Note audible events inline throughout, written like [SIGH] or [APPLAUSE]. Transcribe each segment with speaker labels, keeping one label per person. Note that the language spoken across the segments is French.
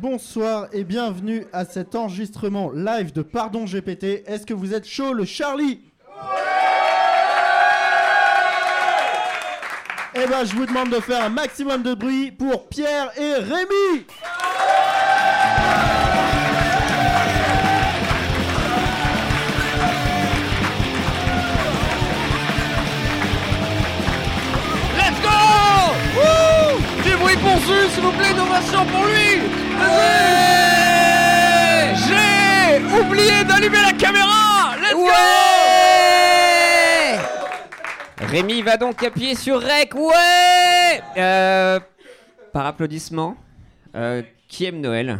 Speaker 1: bonsoir et bienvenue à cet enregistrement live de Pardon GPT. Est-ce que vous êtes chaud le Charlie Eh ben je vous demande de faire un maximum de bruit pour Pierre et Rémi
Speaker 2: Let's go Du bruit pour Zeus, s'il vous plaît, une ovation pour lui Vas-y J'ai oublié d'allumer la caméra Let's go Rémi va donc appuyer sur Rec, ouais Euh, Par applaudissement, euh, qui aime Noël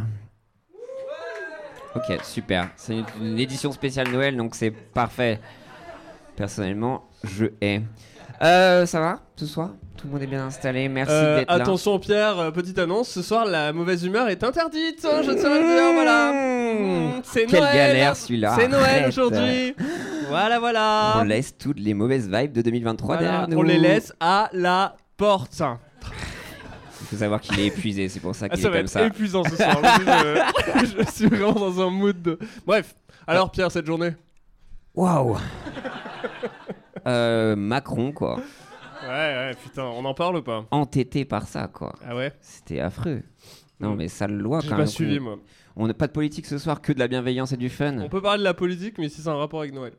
Speaker 2: Ok, super. C'est une- une édition spéciale Noël, donc c'est parfait. Personnellement, je hais. Euh, ça va ce soir Tout le monde est bien installé, merci
Speaker 3: Euh,
Speaker 2: d'être là.
Speaker 3: attention Pierre, euh, petite annonce, ce soir la mauvaise humeur est interdite, hein, je tiens à le dire, voilà.
Speaker 2: Mmh.
Speaker 3: Mmh, C'est
Speaker 2: Quelle
Speaker 3: Noël.
Speaker 2: galère, celui-là.
Speaker 3: C'est Noël
Speaker 2: Arrête.
Speaker 3: aujourd'hui. voilà,
Speaker 2: On
Speaker 3: voilà.
Speaker 2: laisse toutes les mauvaises vibes de 2023
Speaker 3: Voilà,
Speaker 2: derrière nous.
Speaker 3: on les laisse à la porte.
Speaker 2: Il faut savoir qu'il est épuisé, c'est pour ça
Speaker 3: Ah,
Speaker 2: qu'il
Speaker 3: ça
Speaker 2: est
Speaker 3: va
Speaker 2: comme
Speaker 3: être
Speaker 2: ça.
Speaker 3: épuisant ce soir.
Speaker 2: [LAUGHS]
Speaker 3: je, [LAUGHS] je suis vraiment dans un mood. de- Bref, Ah, alors Pierre, cette journée [LAUGHS]
Speaker 2: Waouh Euh, Macron, quoi.
Speaker 3: Ouais, ouais, putain, on en parle ou pas
Speaker 2: Entêté par ça, quoi.
Speaker 3: Ah ouais Mm.
Speaker 2: C'était affreux. Non, mais sale loi
Speaker 3: J'ai
Speaker 2: quand
Speaker 3: pas
Speaker 2: même.
Speaker 3: suivi moi.
Speaker 2: On n'a pas de politique ce soir, que de la bienveillance et du fun.
Speaker 3: On peut parler de la politique, mais si c'est un rapport avec Noël.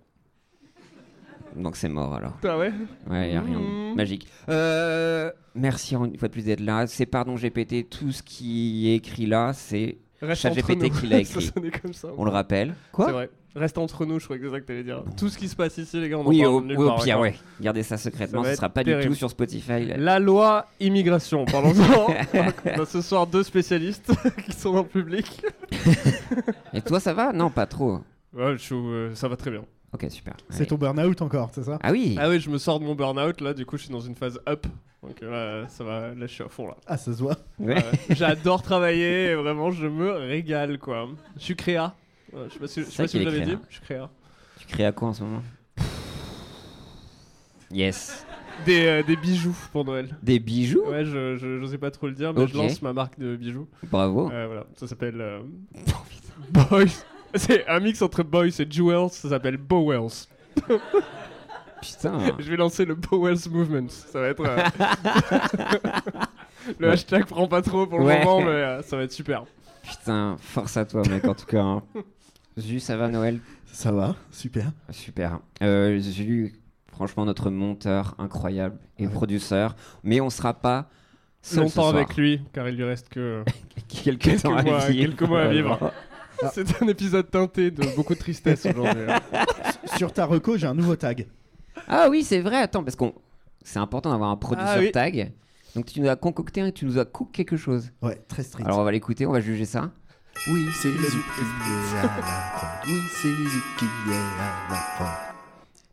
Speaker 2: Donc c'est mort alors.
Speaker 3: Oh. Ah ouais
Speaker 2: Ouais, y a rien.
Speaker 3: Mhm.
Speaker 2: Magique. Euh, merci en- une fois de plus d'être là. C'est pardon GPT, tout ce qui est écrit là, c'est.
Speaker 3: Reste
Speaker 2: ChatGPT
Speaker 3: entre nous.
Speaker 2: qui l'a
Speaker 3: [LAUGHS] Ça
Speaker 2: écrit.
Speaker 3: sonnait comme ça.
Speaker 2: On le rappelle.
Speaker 3: C'est vrai. Reste entre nous, je crois que c'est ça que t'allais dire. Tout ce qui se passe ici, les gars, on
Speaker 2: Oui,
Speaker 3: en parle
Speaker 2: au,
Speaker 3: nulle
Speaker 2: oui, au
Speaker 3: part,
Speaker 2: pire,
Speaker 3: d'accord.
Speaker 2: ouais. Gardez ça secrètement,
Speaker 3: Ça va
Speaker 2: ce
Speaker 3: être
Speaker 2: sera pas du
Speaker 3: terrible.
Speaker 2: tout sur Spotify. là.
Speaker 3: La loi immigration,
Speaker 2: [LAUGHS]
Speaker 3: parlons-en. on a ce soir deux spécialistes [LAUGHS] qui sont dans le public.
Speaker 2: [LAUGHS] Et toi, ça va Non, pas trop.
Speaker 3: Ouais, je suis, euh, ça va très bien.
Speaker 2: Ok, super.
Speaker 1: C'est
Speaker 2: Allez.
Speaker 1: ton burn-out encore, c'est ça
Speaker 2: Ah oui
Speaker 3: Ah oui, je me sors de mon burn-out là, du coup je suis dans une phase up. Donc euh, là, ça va, là je suis à fond là.
Speaker 1: Ah ça se voit.
Speaker 2: [LAUGHS] Ouais.
Speaker 3: Ah ouais. J'adore travailler et vraiment je me régale quoi. Je suis créa. Ouais, je sais pas si, je sais
Speaker 2: C'est
Speaker 3: pas
Speaker 2: vrai
Speaker 3: si vous
Speaker 2: qu'il est
Speaker 3: l'avez dit,
Speaker 2: créa.
Speaker 3: je suis créa.
Speaker 2: Tu crées à quoi en ce moment Yes.
Speaker 3: Des, euh, des bijoux pour Noël.
Speaker 2: Des bijoux
Speaker 3: Ouais, je, je, je sais pas trop le dire, mais
Speaker 2: Ok.
Speaker 3: je lance ma marque de bijoux.
Speaker 2: Bravo.
Speaker 3: Euh, voilà, ça s'appelle euh, Boys. [LAUGHS] C'est un mix entre Boys et Jewels, ça s'appelle Bowels.
Speaker 2: [LAUGHS] Putain.
Speaker 3: [LAUGHS] Je vais lancer le Bowels Movement, ça
Speaker 2: [LAUGHS]
Speaker 3: va être... euh, le
Speaker 2: Ouais.
Speaker 3: hashtag prend pas trop pour le
Speaker 2: Ouais.
Speaker 3: moment, mais euh, ça va être super.
Speaker 2: Putain, force à toi, mec, en tout cas. hein. Zu, ça va, Noël
Speaker 1: Ça va, super.
Speaker 2: Super. Euh, Zu, franchement, notre monteur incroyable et produceur. Mais on sera pas seul ce
Speaker 3: Longtemps
Speaker 2: soir.
Speaker 3: avec lui, car il lui reste que...
Speaker 2: [LAUGHS] Quelques,
Speaker 3: Quelques
Speaker 2: temps à
Speaker 3: mois-
Speaker 2: vivre.
Speaker 3: quelques mois à vivre.
Speaker 2: Voilà.
Speaker 1: Ah.
Speaker 3: [LAUGHS] C'est un épisode teinté de beaucoup
Speaker 1: [LAUGHS]
Speaker 3: de tristesse aujourd'hui. hein.
Speaker 1: Sur ta reco, j'ai un nouveau tag.
Speaker 2: Ah oui, c'est vrai. Attends, parce qu'on c'est important d'avoir un producteur
Speaker 3: Ah oui.
Speaker 2: tag. Donc tu nous as concocté, un- tu nous as cook quelque chose.
Speaker 1: Ouais, très strict.
Speaker 2: Alors on va l'écouter, on va juger ça.
Speaker 4: Oui, c'est Izu qui est à la porte. Oui, c'est Izu qui est à la porte.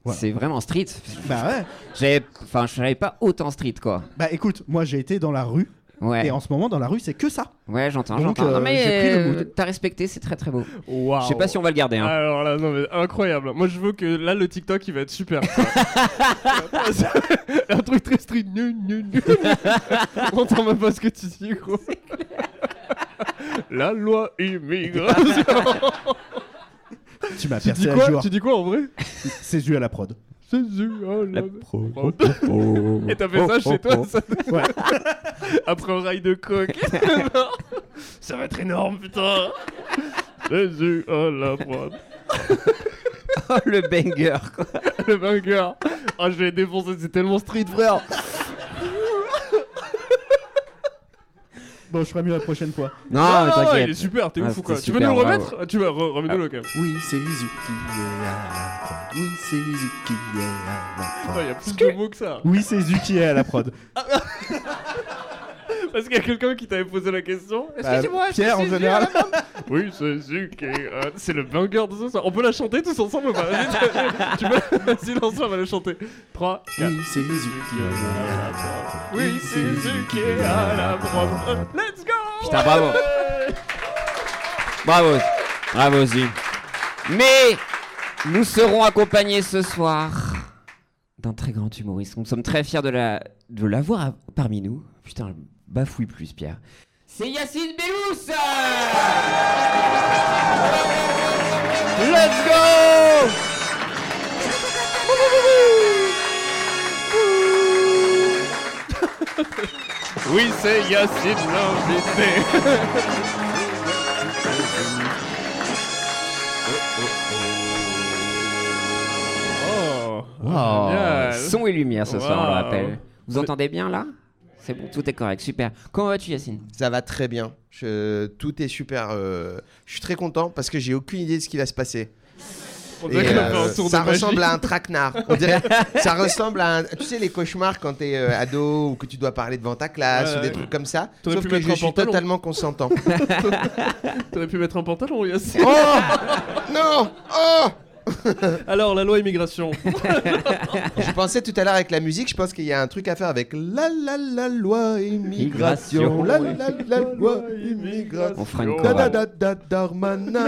Speaker 1: Voilà.
Speaker 2: C'est vraiment street.
Speaker 1: Bah ouais.
Speaker 2: J'avais, enfin, je savais pas autant street quoi.
Speaker 1: Bah écoute, moi j'ai été dans la rue
Speaker 2: Ouais,
Speaker 1: et en ce moment dans la rue c'est que ça.
Speaker 2: ouais, j'entends,
Speaker 1: Donc,
Speaker 2: j'entends.
Speaker 1: euh,
Speaker 2: non mais
Speaker 1: j'ai pris le
Speaker 2: euh,
Speaker 1: mood.
Speaker 2: t'as respecté, c'est très très beau.
Speaker 3: Waouh.
Speaker 2: Je sais pas si on va le garder. Hein.
Speaker 3: Alors là, non mais incroyable. Moi, je veux que là, le TikTok, il va être super.
Speaker 2: [LAUGHS]
Speaker 3: quoi. un truc très street. Nu, nu,
Speaker 2: [LAUGHS]
Speaker 3: nu. On entend même pas ce que tu dis, gros. La loi
Speaker 2: [LAUGHS]
Speaker 3: immigration.
Speaker 1: Tu m'as
Speaker 3: tu dis
Speaker 1: percé à
Speaker 3: quoi
Speaker 1: jour.
Speaker 3: Tu dis quoi en vrai
Speaker 1: [LAUGHS] C'est dû à la prod.
Speaker 3: C'est sûr, oh
Speaker 2: La
Speaker 3: là là. Et t'as fait ça chez toi ça
Speaker 1: Ouais.
Speaker 3: [LAUGHS] Après un rail
Speaker 2: [LAUGHS]
Speaker 3: de coke. ça va être énorme, putain. C'est sûr, oh la prod.
Speaker 2: Oh, le banger quoi.
Speaker 3: [LAUGHS] Le banger. Ah, je l'ai défoncé, c'est tellement street,
Speaker 2: [LAUGHS]
Speaker 3: frère.
Speaker 1: Bon, je ferai mieux la prochaine fois.
Speaker 2: Non, mais
Speaker 3: non, il est
Speaker 2: t'inquiète.
Speaker 3: super, t'es
Speaker 2: Ah,
Speaker 3: ouf ou quoi
Speaker 2: c'était
Speaker 3: Tu veux
Speaker 2: super,
Speaker 3: nous le
Speaker 2: bravo. Ah.
Speaker 3: remettre Tu vas re- remets-nous-le quand même.
Speaker 4: Oui, c'est Izu qui est à la porte. Oui, c'est Izu qui est à la porte.
Speaker 3: Il y a plus de mots que ça.
Speaker 1: Oui, c'est Zu qui est à la prod.
Speaker 3: Parce qu'il y a quelqu'un qui t'avait posé la question.
Speaker 1: Bah, Pierre en général.
Speaker 3: Oui, c'est Zuc et, euh, c'est le banger de ce soir. On peut la chanter tous ensemble ou pas Vas-y, tu peux. Vas-y, lance-toi, on va la chanter. 3, 4.
Speaker 4: Oui, c'est Izu qui est à la porte.
Speaker 3: Oui, c'est Zuc qui est à la prod. Let's go
Speaker 2: Putain, bravo. Bravo, bravo Zu. Mais nous serons accompagnés ce soir d'un très grand humoriste. Nous sommes très fiers de la de l'avoir à- parmi nous. Putain, bafouille plus Pierre.
Speaker 5: C'est Yacine Bellous
Speaker 3: Let's go Oui, c'est Yacine l'invité. Oh, génial.
Speaker 5: Son et lumière ce soir, on le
Speaker 3: Wow.
Speaker 5: rappelle. Vous entendez bien là C'est bon, tout est correct, super. Comment vas-tu Yacine
Speaker 6: Ça va très bien. Je- tout est super. euh, Je suis très content parce que j'ai aucune idée de ce qui va se passer.
Speaker 3: On
Speaker 6: Et,
Speaker 3: dirait qu'on a fait
Speaker 6: euh,
Speaker 3: un tour
Speaker 6: ça
Speaker 3: de magie.
Speaker 6: ressemble à un traquenard. On
Speaker 5: [LAUGHS]
Speaker 3: [LAUGHS]
Speaker 6: dirait- ça ressemble à un- Tu sais, les cauchemars quand t'es euh, ado ou que tu dois parler devant ta classe
Speaker 3: Ouais,
Speaker 6: ou des
Speaker 3: ouais.
Speaker 6: trucs comme ça.
Speaker 3: T'aurais
Speaker 6: Sauf
Speaker 3: pu
Speaker 6: que
Speaker 3: mettre
Speaker 6: je
Speaker 3: un
Speaker 6: suis
Speaker 3: pantalon.
Speaker 6: totalement consentant.
Speaker 3: [LAUGHS] T'aurais pu mettre un pantalon, Yacine.
Speaker 6: oh [LAUGHS] Non Oh [LAUGHS]
Speaker 3: Alors, la loi immigration.
Speaker 6: Je pensais tout à l'heure avec la musique, je pense qu'il y a un truc à faire avec la la la loi immigration. La la la loi immigration.
Speaker 5: On fera une
Speaker 6: Da da
Speaker 5: chorale.
Speaker 6: da da Darmanin.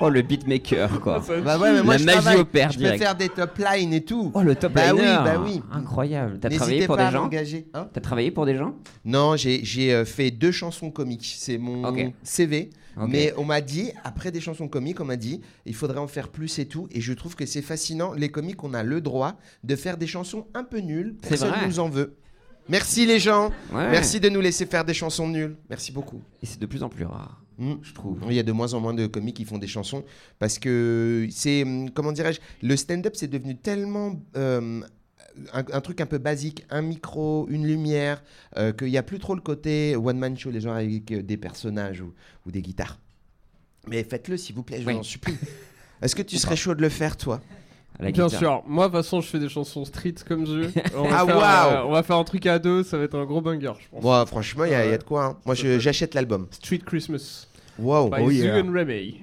Speaker 5: Oh le beatmaker quoi.
Speaker 6: Bah ouais, mais moi
Speaker 5: La
Speaker 6: je
Speaker 5: magie
Speaker 6: travaille.
Speaker 5: opère
Speaker 6: je
Speaker 5: direct.
Speaker 6: peux faire des top lines et tout.
Speaker 5: Oh le top
Speaker 6: Bah oui,
Speaker 5: liner
Speaker 6: bah oui.
Speaker 5: Incroyable. T'as travaillé
Speaker 6: N'hésitez
Speaker 5: pour
Speaker 6: pas
Speaker 5: des
Speaker 6: à
Speaker 5: gens
Speaker 6: m'engager, hein.
Speaker 5: T'as travaillé pour des gens
Speaker 6: Non, j'ai j'ai, euh, fait deux chansons comiques. C'est mon
Speaker 5: Ok.
Speaker 6: CV.
Speaker 5: Ok.
Speaker 6: Mais on m'a dit, après des chansons comiques, on m'a dit, il faudrait en faire plus et tout. Et je trouve que c'est fascinant. Les comiques, on a le droit de faire des chansons un peu nulles.
Speaker 5: C'est
Speaker 6: Personne
Speaker 5: vrai.
Speaker 6: nous en veut. Merci les gens.
Speaker 5: Ouais.
Speaker 6: Merci de nous laisser faire des chansons nulles. Merci beaucoup.
Speaker 5: Et c'est de plus en plus rare,
Speaker 6: Mm.
Speaker 5: je trouve.
Speaker 6: Il y a de moins en moins de comiques qui font des chansons parce que c'est, hum, comment dirais-je, le stand-up c'est devenu tellement euh, un, un truc un peu basique, un micro, une lumière, euh, qu'il n'y a plus trop le côté one-man show, les gens avec euh, des personnages ou, ou des guitares. [LAUGHS] Mais faites-le s'il vous plaît, je
Speaker 5: Oui.
Speaker 6: vous en supplie.
Speaker 5: [LAUGHS]
Speaker 6: Est-ce que tu serais chaud de le faire toi
Speaker 5: À la
Speaker 3: Bien
Speaker 5: guitare.
Speaker 3: sûr. Moi, de toute façon, je fais des chansons street comme je. On va
Speaker 6: Ah,
Speaker 3: faire,
Speaker 6: waouh.
Speaker 3: euh, on va faire un truc à deux, ça va être un gros banger, je pense.
Speaker 6: Moi, franchement, il y, a il y a de quoi. hein. Moi, je- j'achète l'album.
Speaker 3: Street Christmas
Speaker 2: Oh,
Speaker 6: Wow.
Speaker 3: by Zoo and Remy.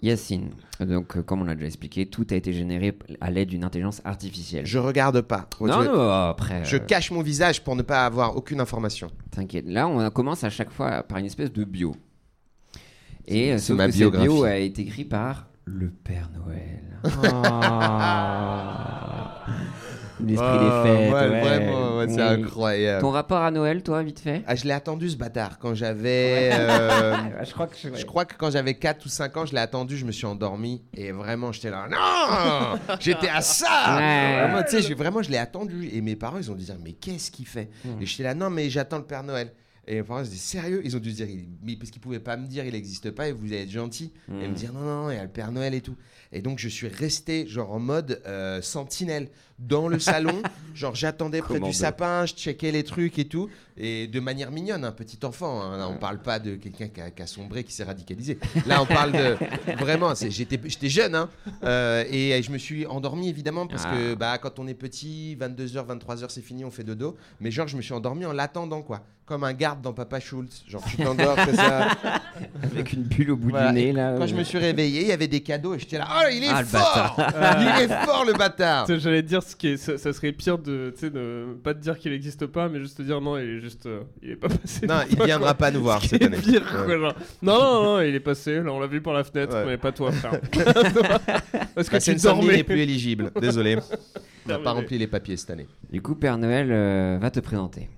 Speaker 5: Yacine, donc euh, comme on l'a déjà expliqué, tout a été généré à l'aide d'une intelligence artificielle.
Speaker 6: Je regarde pas.
Speaker 5: Non,
Speaker 6: je,
Speaker 5: non, après.
Speaker 6: je
Speaker 5: euh,
Speaker 6: cache mon visage pour ne pas avoir aucune information.
Speaker 5: T'inquiète. Là, on commence à chaque fois par une espèce de bio. Et euh,
Speaker 6: c'est
Speaker 5: sauf
Speaker 6: ma
Speaker 5: que cette bio
Speaker 6: biographie.
Speaker 5: a été écrit
Speaker 6: [LAUGHS]
Speaker 5: par le Père Noël. L'esprit
Speaker 6: Ah,
Speaker 5: des fêtes.
Speaker 6: ouais,
Speaker 5: ouais.
Speaker 6: vraiment, ouais, c'est
Speaker 5: Oui.
Speaker 6: incroyable.
Speaker 5: Ton rapport à Noël, toi, vite fait Ah,
Speaker 6: Ah, je l'ai attendu ce bâtard quand j'avais.
Speaker 5: [LAUGHS]
Speaker 6: euh,
Speaker 5: Je crois que
Speaker 6: je crois que quand j'avais 4 ou 5 ans, je l'ai attendu, je me suis endormi et vraiment j'étais là. Non J'étais à ça
Speaker 5: Ouais.
Speaker 6: Vraiment, tu sais, j'ai- vraiment, je l'ai attendu et mes parents ils ont dû dire Mais qu'est-ce qu'il fait
Speaker 5: Mmh.
Speaker 6: Et j'étais là Non, mais j'attends le Père Noël. Et mes parents ils se disaient Sérieux Ils ont dû se dire Il- Mais parce qu'ils pouvaient pas me dire Il n'existe pas et vous allez être gentil.
Speaker 5: Mmh.
Speaker 6: Et me dire Non, non, non, il y a le Père Noël et tout. Et donc je suis resté genre en mode euh, sentinelle dans
Speaker 5: [LAUGHS]
Speaker 6: le salon. genre j'attendais près
Speaker 5: Commando.
Speaker 6: du sapin, je checkais les trucs et tout. Et de manière mignonne, un petit enfant. hein. Là on parle pas de quelqu'un qui a, qui a sombré, qui s'est radicalisé. Là on
Speaker 5: [LAUGHS]
Speaker 6: parle de... Vraiment, c'est- j'étais j'étais jeune. hein. Euh, et euh, je me suis endormi évidemment parce
Speaker 5: Ah.
Speaker 6: que bah, quand on est petit, 22h, 23h c'est fini, on fait dodo. Mais genre je me suis endormi en l'attendant quoi. Comme un garde dans Papa Schultz. Genre tu t'endors, c'est ça.
Speaker 5: [LAUGHS] Avec une bulle au bout
Speaker 6: Voilà.
Speaker 5: du nez, là.
Speaker 6: Quand je me suis réveillé, il y avait des cadeaux et j'étais là, oh, il est
Speaker 5: Ah, le
Speaker 6: fort [LAUGHS] Il est fort le bâtard
Speaker 3: Tu sais, J'allais te dire ce qui est, ça, ça serait pire de, tu sais, de pas te dire qu'il n'existe pas, mais juste te dire non, il est juste, euh, il est pas passé.
Speaker 6: Non, il
Speaker 3: Quoi,
Speaker 6: viendra pas nous
Speaker 3: [LAUGHS]
Speaker 6: voir
Speaker 3: quoi.
Speaker 6: cette
Speaker 3: C'est
Speaker 6: année.
Speaker 3: pire,
Speaker 6: Ouais.
Speaker 3: quoi, genre. Non, non, non, il est passé. Là, on l'a vu par la fenêtre,
Speaker 6: Ouais.
Speaker 3: mais pas toi,
Speaker 6: [LAUGHS]
Speaker 3: frère. [LAUGHS] Parce que
Speaker 6: Bah,
Speaker 3: tu
Speaker 6: Seine-Saint-Denis
Speaker 3: dormais.
Speaker 6: n'est plus éligible, [LAUGHS] désolé. On n'a
Speaker 3: Terminé.
Speaker 6: pas rempli les papiers cette année.
Speaker 5: Du coup, Père Noël euh, va te présenter.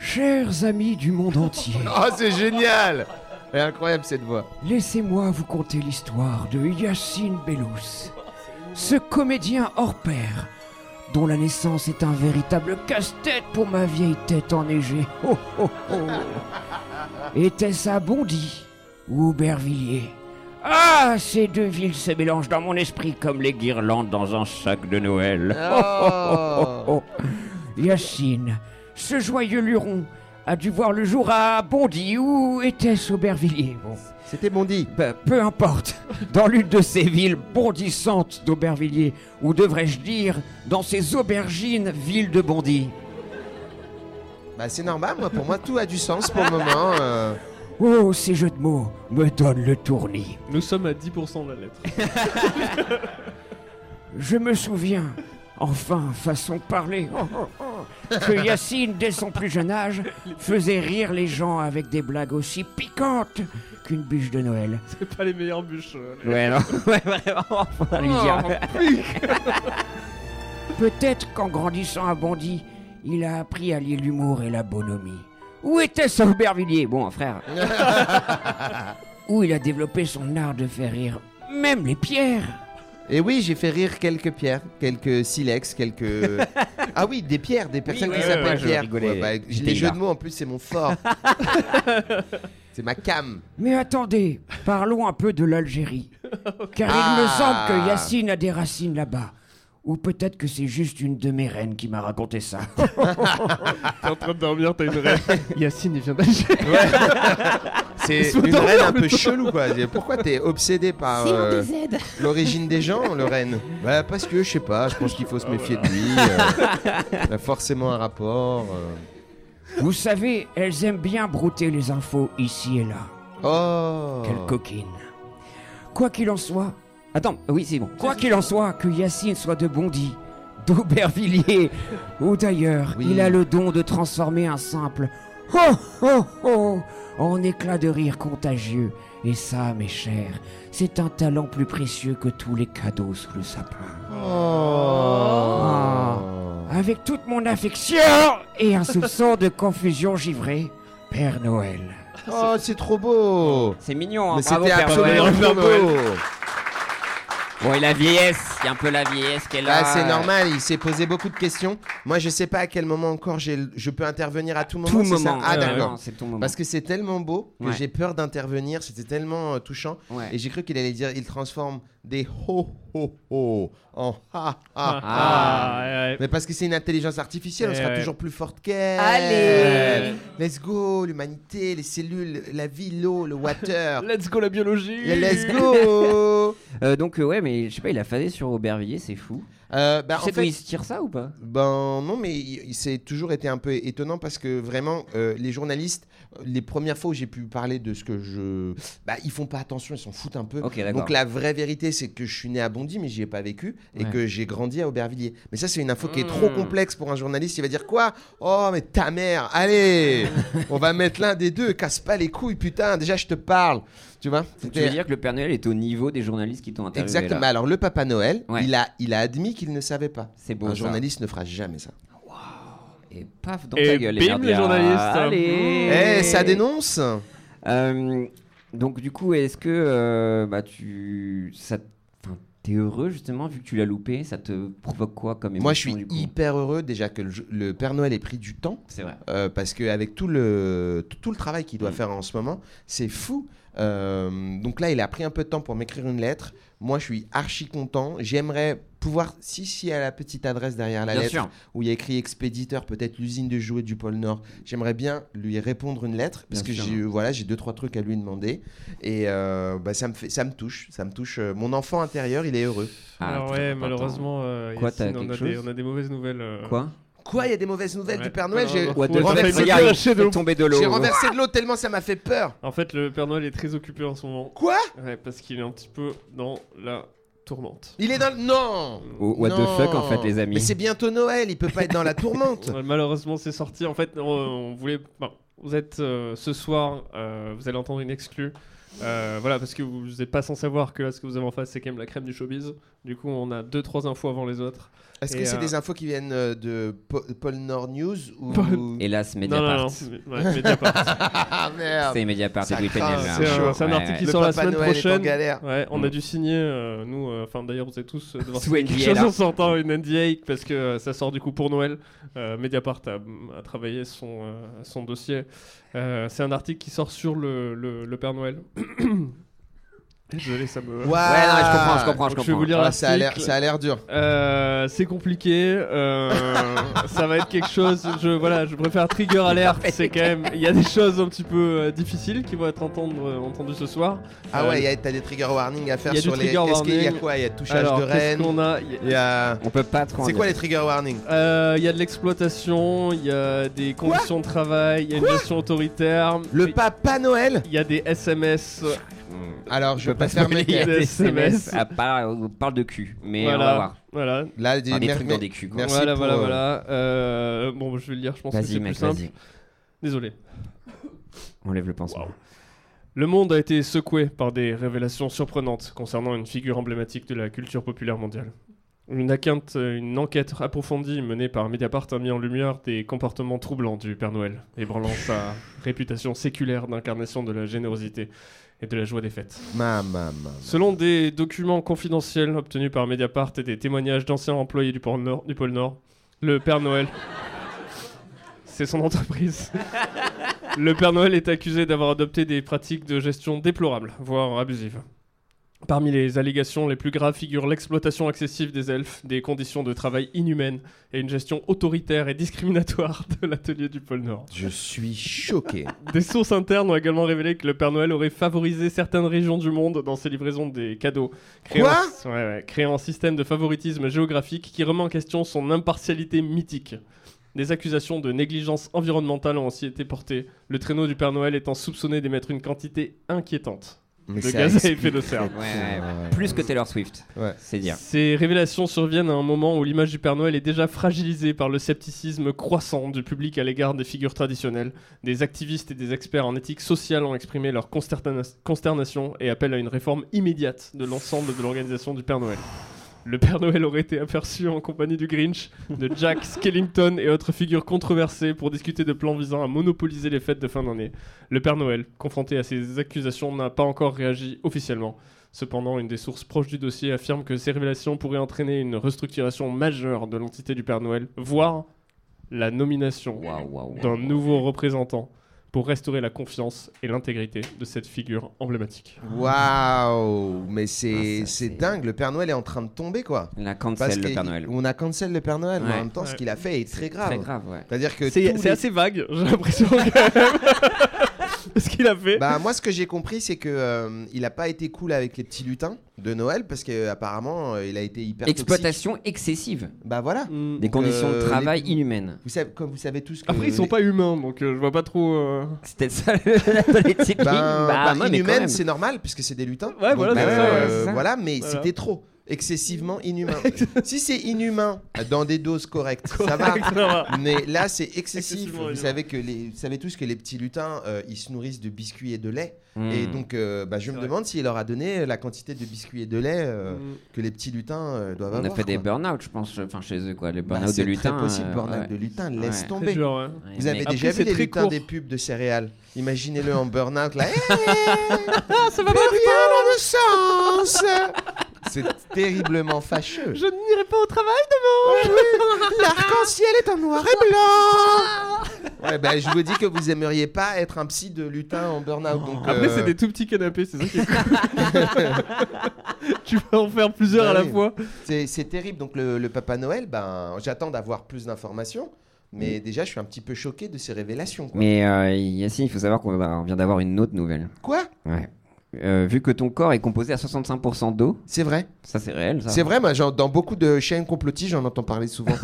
Speaker 5: Chers amis du monde entier,
Speaker 6: Oh, c'est génial Elle est incroyable cette voix.
Speaker 5: laissez-moi vous conter l'histoire de Yacine Bellous, ce comédien hors pair, dont la naissance est un véritable casse-tête pour ma vieille tête enneigée. Oh, oh, oh. Était-ce à Bondy ou Aubervilliers Ah, ces deux villes se mélangent dans mon esprit comme les guirlandes dans un sac de Noël. Oh, Yacine, ce joyeux luron a dû voir le jour à Bondy ou était-ce Aubervilliers Bon,
Speaker 6: C'était bon dit.
Speaker 5: bah, peu importe. Dans l'une de ces villes bondissantes d'Aubervilliers, ou devrais-je dire, dans ces aubergines villes de Bondy.
Speaker 6: Bah, c'est normal, moi, pour moi, tout a du sens pour le moment. euh.
Speaker 5: Oh, ces jeux de mots me donnent le tournis.
Speaker 3: [LAUGHS] Nous sommes à 10% de la lettre. [LAUGHS]
Speaker 5: Je me souviens, enfin, façon de parler, oh, oh, oh, que Yacine, dès son plus jeune âge, faisait rire les gens avec des blagues aussi piquantes qu'une bûche de Noël.
Speaker 3: C'est pas les meilleures bûches. euh, les-
Speaker 5: Ouais, non, [LAUGHS] ouais, vraiment, faudra lui dire.
Speaker 3: Oh,
Speaker 5: Peut-être qu'en grandissant à Bondy, il a appris à lier l'humour et la bonhomie. Où était Saubervilliers Bon, frère. Où il a développé son art de faire rire, [LAUGHS] même les pierres.
Speaker 6: Et oui, j'ai fait rire quelques pierres, quelques
Speaker 5: [LAUGHS]
Speaker 6: silex, quelques. ah oui, des pierres, des personnes
Speaker 3: oui,
Speaker 6: qui
Speaker 3: ouais,
Speaker 6: s'appellent
Speaker 3: ouais, je
Speaker 6: Pierre.
Speaker 5: rigolais.
Speaker 6: Ouais, bah,
Speaker 5: J'étais
Speaker 6: les jeux
Speaker 5: hilar.
Speaker 6: de mots, en plus, c'est mon
Speaker 3: [LAUGHS]
Speaker 6: fort. c'est ma cam.
Speaker 5: Mais attendez, parlons un peu de l'Algérie. [LAUGHS] Car il me
Speaker 6: Ah.
Speaker 5: semble que Yacine a des racines là-bas. Ou peut-être que c'est juste une de mes reines qui m'a raconté
Speaker 6: [LAUGHS]
Speaker 5: ça.
Speaker 3: [LAUGHS] T'es en train de dormir, t'as une rêve.
Speaker 5: [LAUGHS]
Speaker 3: Yacine, il vient d'agir.
Speaker 6: Ah. C'est une reine un peu chelou, quoi. Pourquoi t'es obsédé par euh, [LAUGHS] l'origine des gens, le reine Bah, parce que, je sais pas, je pense qu'il faut se méfier de lui. euh, il a forcément un rapport. euh.
Speaker 5: Vous savez, elles aiment bien brouter les infos ici et là.
Speaker 6: Oh
Speaker 5: Quelle coquine. Quoi qu'il en soit. Attends,
Speaker 2: euh,
Speaker 5: oui, c'est bon. Quoi qu'il en soit, que Yacine soit de Bondy, d'Aubervilliers ou d'ailleurs,
Speaker 6: Oui.
Speaker 5: il a le don de transformer un simple ho ho ho en éclat de rire contagieux. Et ça, mes chers, c'est un talent plus précieux que tous les cadeaux sous le sapin.
Speaker 6: Oh.
Speaker 5: Ah. Avec toute mon affection et un soupçon de confusion givrée, Père Noël.
Speaker 6: Oh, c'est trop beau
Speaker 2: C'est mignon, hein.
Speaker 6: Oh. Mais
Speaker 2: Bravo,
Speaker 6: c'était
Speaker 2: Père
Speaker 6: absolument
Speaker 2: Noël.
Speaker 6: trop beau
Speaker 2: [LAUGHS] Bon, et la vieillesse, il y a un peu la vieillesse qu'elle a.
Speaker 6: Ah, c'est normal, il s'est posé beaucoup de questions. Moi, je sais pas à quel moment encore j'ai le- je peux intervenir à tout moment.
Speaker 2: Tout
Speaker 6: c'est ça
Speaker 2: moment.
Speaker 6: ah,
Speaker 2: ouais,
Speaker 6: d'accord.
Speaker 2: non, C'est tout moment.
Speaker 6: Parce que c'est tellement beau que
Speaker 2: Ouais.
Speaker 6: j'ai peur d'intervenir. C'était tellement euh, touchant.
Speaker 2: Ouais.
Speaker 6: Et j'ai cru qu'il allait dire il transforme des ho ho ho en ha ha ha.
Speaker 3: Ah, ouais, ouais.
Speaker 6: Mais parce que c'est une intelligence artificielle, on
Speaker 3: Eh
Speaker 6: sera
Speaker 3: ouais.
Speaker 6: toujours plus forte qu'elle.
Speaker 2: Allez.
Speaker 6: Let's go, l'humanité, les cellules, la vie, l'eau,
Speaker 2: [LAUGHS]
Speaker 6: le water.
Speaker 3: Let's go la biologie
Speaker 6: Let's go
Speaker 2: Euh, donc, euh, ouais, mais je sais pas, il a phasé sur Aubervilliers, c'est fou.
Speaker 6: Euh, bah,
Speaker 2: tu
Speaker 6: en
Speaker 2: sais d'où
Speaker 6: fait-
Speaker 2: il se tire ça ou pas
Speaker 6: Ben non, mais il- il- c'est toujours été un peu étonnant parce que vraiment, euh, les journalistes, euh, les premières fois où j'ai pu parler de ce que je. Bah, ils font pas attention, ils s'en foutent un peu.
Speaker 2: Ok, d'accord.
Speaker 6: Donc la vraie vérité, c'est que je suis né à Bondy, mais j'y ai pas vécu et
Speaker 2: Ouais.
Speaker 6: que j'ai grandi à Aubervilliers. Mais ça, c'est une info qui est trop complexe pour un journaliste. Il va dire quoi Oh, mais ta mère, allez On va mettre l'un des deux, casse pas les couilles, putain, déjà je te parle. Tu vois
Speaker 2: Donc, tu
Speaker 6: C'était-
Speaker 2: veux dire que le Père Noël est au niveau des journalistes qui t'ont interviewé
Speaker 6: Exactement.
Speaker 2: là.
Speaker 6: Alors le Papa Noël,
Speaker 2: Ouais.
Speaker 6: il, a, il a admis qu'il ne savait pas.
Speaker 2: C'est beau.
Speaker 6: un
Speaker 2: ça.
Speaker 6: journaliste ne fera jamais ça.
Speaker 2: Et paf dans
Speaker 3: Et
Speaker 2: ta gueule,
Speaker 3: bim, les
Speaker 2: merdias.
Speaker 3: journalistes.
Speaker 2: Allez
Speaker 6: Eh, ça dénonce
Speaker 2: Euh, donc du coup, est-ce que euh, bah tu, ça, enfin, t'es heureux justement vu que tu l'as loupé, ça te provoque quoi comme émotion
Speaker 6: Moi, je suis
Speaker 2: du coup
Speaker 6: hyper heureux déjà que le, jeu- le Père Noël ait pris du temps,
Speaker 2: C'est vrai.
Speaker 6: euh, parce qu'avec tout le, tout le travail qu'il doit
Speaker 2: Mm.
Speaker 6: faire en ce moment, c'est fou. Euh, donc là, il a pris un peu de temps pour m'écrire une lettre. Moi, je suis archi content. J'aimerais pouvoir, si, si, à la petite adresse derrière la
Speaker 2: Bien
Speaker 6: lettre,
Speaker 2: sûr.
Speaker 6: où il y a écrit expéditeur, peut-être l'usine de jouets du pôle Nord, j'aimerais bien lui répondre une lettre, parce
Speaker 2: Bien
Speaker 6: que
Speaker 2: sûr.
Speaker 6: j'ai voilà, j'ai deux, trois trucs à lui demander. Et euh, bah, ça, me fait, ça me touche. Ça me touche. Euh, Mon enfant intérieur, il est heureux.
Speaker 2: Ah,
Speaker 3: Alors
Speaker 2: très
Speaker 3: ouais,
Speaker 2: important.
Speaker 3: malheureusement, euh,
Speaker 2: Quoi,
Speaker 3: Yacine,
Speaker 2: t'as
Speaker 3: on, a
Speaker 2: quelque
Speaker 3: des,
Speaker 2: chose
Speaker 3: on a des mauvaises nouvelles. euh.
Speaker 2: Quoi
Speaker 6: Quoi, il y a des mauvaises nouvelles
Speaker 3: Ouais.
Speaker 6: du Père Noël
Speaker 3: Alors,
Speaker 6: J'ai-
Speaker 3: alors,
Speaker 2: What the
Speaker 6: Regarde,
Speaker 2: fuck,
Speaker 6: il me
Speaker 2: regarde,
Speaker 3: lâchait de
Speaker 2: il est
Speaker 3: l'eau.
Speaker 2: tombé de l'eau.
Speaker 6: J'ai renversé de l'eau tellement ça m'a fait peur.
Speaker 3: En fait, le Père Noël est très occupé en ce moment.
Speaker 6: Quoi
Speaker 3: Ouais, parce qu'il est un petit peu dans la tourmente.
Speaker 6: Il est dans le... Non
Speaker 2: Oh, what
Speaker 6: Non.
Speaker 2: the fuck en fait les
Speaker 6: Mais
Speaker 2: amis
Speaker 6: c'est bientôt Noël, il peut pas être dans la
Speaker 3: [LAUGHS]
Speaker 6: tourmente.
Speaker 3: Ouais, Malheureusement, c'est sorti. En fait, on, on voulait. bon, vous êtes euh, ce soir, euh, vous allez entendre une exclue. Euh, voilà, parce que vous n'êtes pas sans savoir que là, ce que vous avez en face, c'est quand même la crème du showbiz. Du coup, on a deux, trois infos avant les autres.
Speaker 6: Est-ce que
Speaker 3: Et,
Speaker 6: c'est
Speaker 3: euh,
Speaker 6: des infos qui viennent euh, de Po- Pôle Nord News ou...
Speaker 2: Hélas
Speaker 3: Non,
Speaker 2: Mediapart.
Speaker 3: non, non. Ouais, Mediapart.
Speaker 6: [LAUGHS] Ah merde
Speaker 2: C'est Mediapart et
Speaker 6: Ça
Speaker 2: Britannia.
Speaker 6: craint,
Speaker 2: là.
Speaker 3: c'est un-
Speaker 2: Ouais,
Speaker 3: c'est un
Speaker 2: ouais,
Speaker 3: article
Speaker 2: ouais. Mm.
Speaker 3: qui
Speaker 6: Le
Speaker 3: sort la
Speaker 6: Papa
Speaker 3: semaine
Speaker 6: Noël est en
Speaker 3: prochaine.
Speaker 6: galère.
Speaker 3: Ouais, on a dû signer, euh, nous, euh, enfin d'ailleurs vous êtes tous euh, devoir
Speaker 2: Sous
Speaker 3: signer
Speaker 2: NDA,
Speaker 3: quelque chose
Speaker 2: là.
Speaker 3: en sortant une NDA parce que euh, ça sort du coup pour Noël. Euh, Mediapart a, a travaillé son, euh, son dossier. Euh, c'est un article qui sort sur le, le, le Père Noël. [COUGHS] Désolé, ça me...
Speaker 2: Ouais,
Speaker 6: Waouh.
Speaker 2: non, mais je comprends, je comprends,
Speaker 3: Donc,
Speaker 2: je
Speaker 3: je vais vous
Speaker 2: comprends.
Speaker 3: lire
Speaker 6: Ah, ça a l'air,
Speaker 3: l'article.
Speaker 6: ça a l'air dur.
Speaker 3: Euh, c'est compliqué. euh, ça va être quelque chose. Je voilà, je préfère
Speaker 6: [LAUGHS]
Speaker 3: trigger alert. C'est quand même. Il y a des choses un petit peu euh, difficiles qui vont être entendre, euh, entendues ce soir.
Speaker 6: Ah
Speaker 3: Euh,
Speaker 6: ouais, il y a- t'as des trigger warnings à faire
Speaker 3: il y a
Speaker 6: sur
Speaker 3: du
Speaker 6: les.
Speaker 3: trigger
Speaker 6: Est-ce qu'il y a
Speaker 3: warning.
Speaker 6: quoi Il y a touchage
Speaker 3: alors
Speaker 6: de
Speaker 3: qu'est-ce
Speaker 6: reine.
Speaker 3: qu'on a Il y a-
Speaker 6: Il y a.
Speaker 2: On peut pas trop. en
Speaker 6: C'est quoi
Speaker 2: dire.
Speaker 6: les trigger warnings
Speaker 3: Euh, Il y a de l'exploitation, il y a des conditions de travail, il y a une gestion autoritaire.
Speaker 6: Le Papa Noël
Speaker 3: Il y a des SMS.
Speaker 6: Alors, je
Speaker 2: Hmm. On peut pas se
Speaker 6: préfère
Speaker 2: mêler, il y a
Speaker 6: mettre.
Speaker 2: des
Speaker 3: SMS. [LAUGHS]
Speaker 2: SMS. À part, Ah, on parle de cul, mais on va
Speaker 3: voilà.
Speaker 2: voir.
Speaker 3: Voilà.
Speaker 6: Là, des
Speaker 2: Enfin, des
Speaker 6: mer-
Speaker 2: trucs dans des culs. quoi.
Speaker 6: Merci
Speaker 3: voilà,
Speaker 6: pour,
Speaker 3: voilà,
Speaker 6: euh,
Speaker 3: voilà. Euh, bon, je vais le lire, je pense que c'est
Speaker 2: Vas-y
Speaker 3: plus
Speaker 2: mec,
Speaker 3: simple.
Speaker 2: vas-y.
Speaker 3: Désolé.
Speaker 2: Enlève le pansement.
Speaker 3: Le monde a été secoué par des révélations surprenantes concernant une figure emblématique de la culture populaire mondiale. Une, enquête, une enquête approfondie menée par Mediapart a mis en lumière des comportements troublants du Père Noël, ébranlant sa réputation séculaire d'incarnation de la générosité et de la joie des fêtes.
Speaker 6: Ma, ma, ma.
Speaker 3: Selon des documents confidentiels obtenus par Mediapart et des témoignages d'anciens employés du, pôle Nord- du pôle Nord, le Père Noël, c'est son entreprise. Le Père Noël est accusé d'avoir adopté des pratiques de gestion déplorables, voire abusives. Parmi les allégations les plus graves figurent l'exploitation excessive des elfes, des conditions de travail inhumaines et une gestion autoritaire et discriminatoire de l'atelier du pôle Nord.
Speaker 6: Je suis choqué.
Speaker 3: Des sources internes ont également révélé que le Père Noël aurait favorisé certaines régions du monde dans ses livraisons des cadeaux, créant, Ouais, ouais, créant un système de favoritisme géographique qui remet en question son impartialité mythique. Des accusations de négligence environnementale ont aussi été portées, le traîneau du Père Noël étant soupçonné d'émettre une quantité inquiétante
Speaker 6: Mais
Speaker 3: de
Speaker 6: ça
Speaker 3: gaz à
Speaker 6: explique
Speaker 3: effet de serre.
Speaker 2: Ouais, ouais, ouais.
Speaker 6: Ouais.
Speaker 2: Plus que Taylor Swift,
Speaker 6: Ouais.
Speaker 2: c'est dire.
Speaker 3: Ces révélations surviennent à un moment où l'image du Père Noël est déjà fragilisée par le scepticisme croissant du public à l'égard des figures traditionnelles. Des activistes et des experts en éthique sociale ont exprimé leur constertana- consternation et appellent à une réforme immédiate de l'ensemble de l'organisation du Père Noël. Le Père Noël aurait été aperçu en compagnie du Grinch, de
Speaker 2: [LAUGHS]
Speaker 3: Jack Skellington et autres figures controversées pour discuter de plans visant à monopoliser les fêtes de fin d'année. Le Père Noël, confronté à ces accusations, n'a pas encore réagi officiellement. Cependant, une des sources proches du dossier affirme que ces révélations pourraient entraîner une restructuration majeure de l'entité du Père Noël, voire la nomination
Speaker 2: Waouh, waouh.
Speaker 3: d'un nouveau représentant pour restaurer la confiance et l'intégrité de cette figure emblématique.
Speaker 6: Waouh Mais c'est
Speaker 2: Ah, ça,
Speaker 6: c'est
Speaker 2: c'est-
Speaker 6: dingue, le Père Noël est en train de tomber quoi.
Speaker 2: La
Speaker 6: Parce
Speaker 2: cancel,
Speaker 6: que-
Speaker 2: le Père Noël.
Speaker 6: On a cancel le Père Noël, mais
Speaker 2: Ouais.
Speaker 6: en même temps, ce
Speaker 3: Ouais.
Speaker 6: qu'il a fait est très grave.
Speaker 2: Très grave, ouais.
Speaker 6: C'est-à-dire que.
Speaker 3: C'est
Speaker 6: tous
Speaker 3: c'est
Speaker 6: les-
Speaker 3: assez vague, [LAUGHS] j'ai l'impression quand même. [LAUGHS] ce qu'il a fait.
Speaker 6: Bah, moi, ce que j'ai compris, c'est que euh, il a pas été cool avec les petits lutins de Noël parce qu'apparemment, il a été hyper. toxique.
Speaker 2: Exploitation excessive
Speaker 6: Bah voilà.
Speaker 3: Mm.
Speaker 2: des conditions
Speaker 6: euh,
Speaker 2: de travail
Speaker 6: les-
Speaker 2: inhumaines.
Speaker 6: Vous savez, comme vous savez tous que.
Speaker 3: Après, ils sont
Speaker 6: les-
Speaker 3: pas humains, donc euh, je vois pas trop. euh,
Speaker 2: C'était ça le- la politique.
Speaker 6: Ben, bah,
Speaker 2: ouais, mais quand
Speaker 6: inhumaine,
Speaker 2: même.
Speaker 6: c'est normal puisque c'est des lutins.
Speaker 3: Ouais, voilà,
Speaker 6: bah,
Speaker 3: c'est ça,
Speaker 6: euh,
Speaker 2: ouais, c'est ça.
Speaker 6: voilà, mais
Speaker 3: Voilà.
Speaker 6: c'était trop. Excessivement
Speaker 2: [LAUGHS]
Speaker 6: inhumain. si c'est inhumain, dans des doses correctes, ça va.
Speaker 3: ça va.
Speaker 6: Mais là, c'est excessif.
Speaker 3: Excessivement
Speaker 6: Vous
Speaker 3: énorme.
Speaker 6: savez, que les, vous savez tous que les petits lutins, euh, ils se nourrissent de biscuits et de lait.
Speaker 2: Hmm.
Speaker 6: Et donc, euh, bah, je me
Speaker 3: vrai.
Speaker 6: demande s'il leur a donné euh, la quantité de biscuits et de lait euh,
Speaker 3: Mm.
Speaker 6: que les petits lutins euh, doivent
Speaker 2: on a
Speaker 6: avoir.
Speaker 2: fait des
Speaker 6: quoi.
Speaker 2: burn-out, je pense, enfin chez eux, quoi. Les
Speaker 6: Bah,
Speaker 2: burn-out de
Speaker 6: c'est
Speaker 2: lutin.
Speaker 6: très possible,
Speaker 2: euh,
Speaker 6: burn-out
Speaker 2: ouais.
Speaker 6: de lutin. Laisse
Speaker 2: Ouais.
Speaker 6: tomber.
Speaker 3: C'est dur, ouais.
Speaker 2: Ouais,
Speaker 6: Vous avez
Speaker 2: mec.
Speaker 3: Après,
Speaker 6: déjà vu
Speaker 3: c'est
Speaker 6: les
Speaker 3: très
Speaker 6: lutins
Speaker 3: court.
Speaker 6: des pubs de céréales Imaginez-le en burn-out
Speaker 2: [LAUGHS]
Speaker 6: là.
Speaker 3: Ah,
Speaker 6: ça va rien n'a de sens C'est terriblement fâcheux.
Speaker 3: [LAUGHS] Je n'irai pas au travail
Speaker 6: Ah L'arc-en-ciel est en noir et blanc Ouais, bah, je vous dis que vous aimeriez pas être un psy de lutin en burn-out. donc,
Speaker 3: Après,
Speaker 6: euh,
Speaker 3: c'est des tout petits canapés, c'est ça qui est
Speaker 6: [LAUGHS]
Speaker 3: cool. Tu peux en faire plusieurs
Speaker 6: Bah
Speaker 3: à la
Speaker 6: oui.
Speaker 3: fois.
Speaker 6: c'est- c'est terrible. Donc, le, le Papa Noël, ben, j'attends d'avoir plus d'informations.
Speaker 3: Mm.
Speaker 6: Mais déjà, je suis un petit peu choqué de ces révélations. Quoi,
Speaker 2: Mais euh, Yacine, il faut savoir qu'on va- on vient d'avoir une autre nouvelle.
Speaker 6: Quoi
Speaker 2: Ouais. Euh, vu que ton corps est composé à 65% d'eau,
Speaker 6: C'est vrai.
Speaker 2: ça c'est réel, ça.
Speaker 6: C'est vrai, moi, genre, dans beaucoup de chaînes complotistes, j'en entends parler
Speaker 2: [LAUGHS]
Speaker 6: souvent.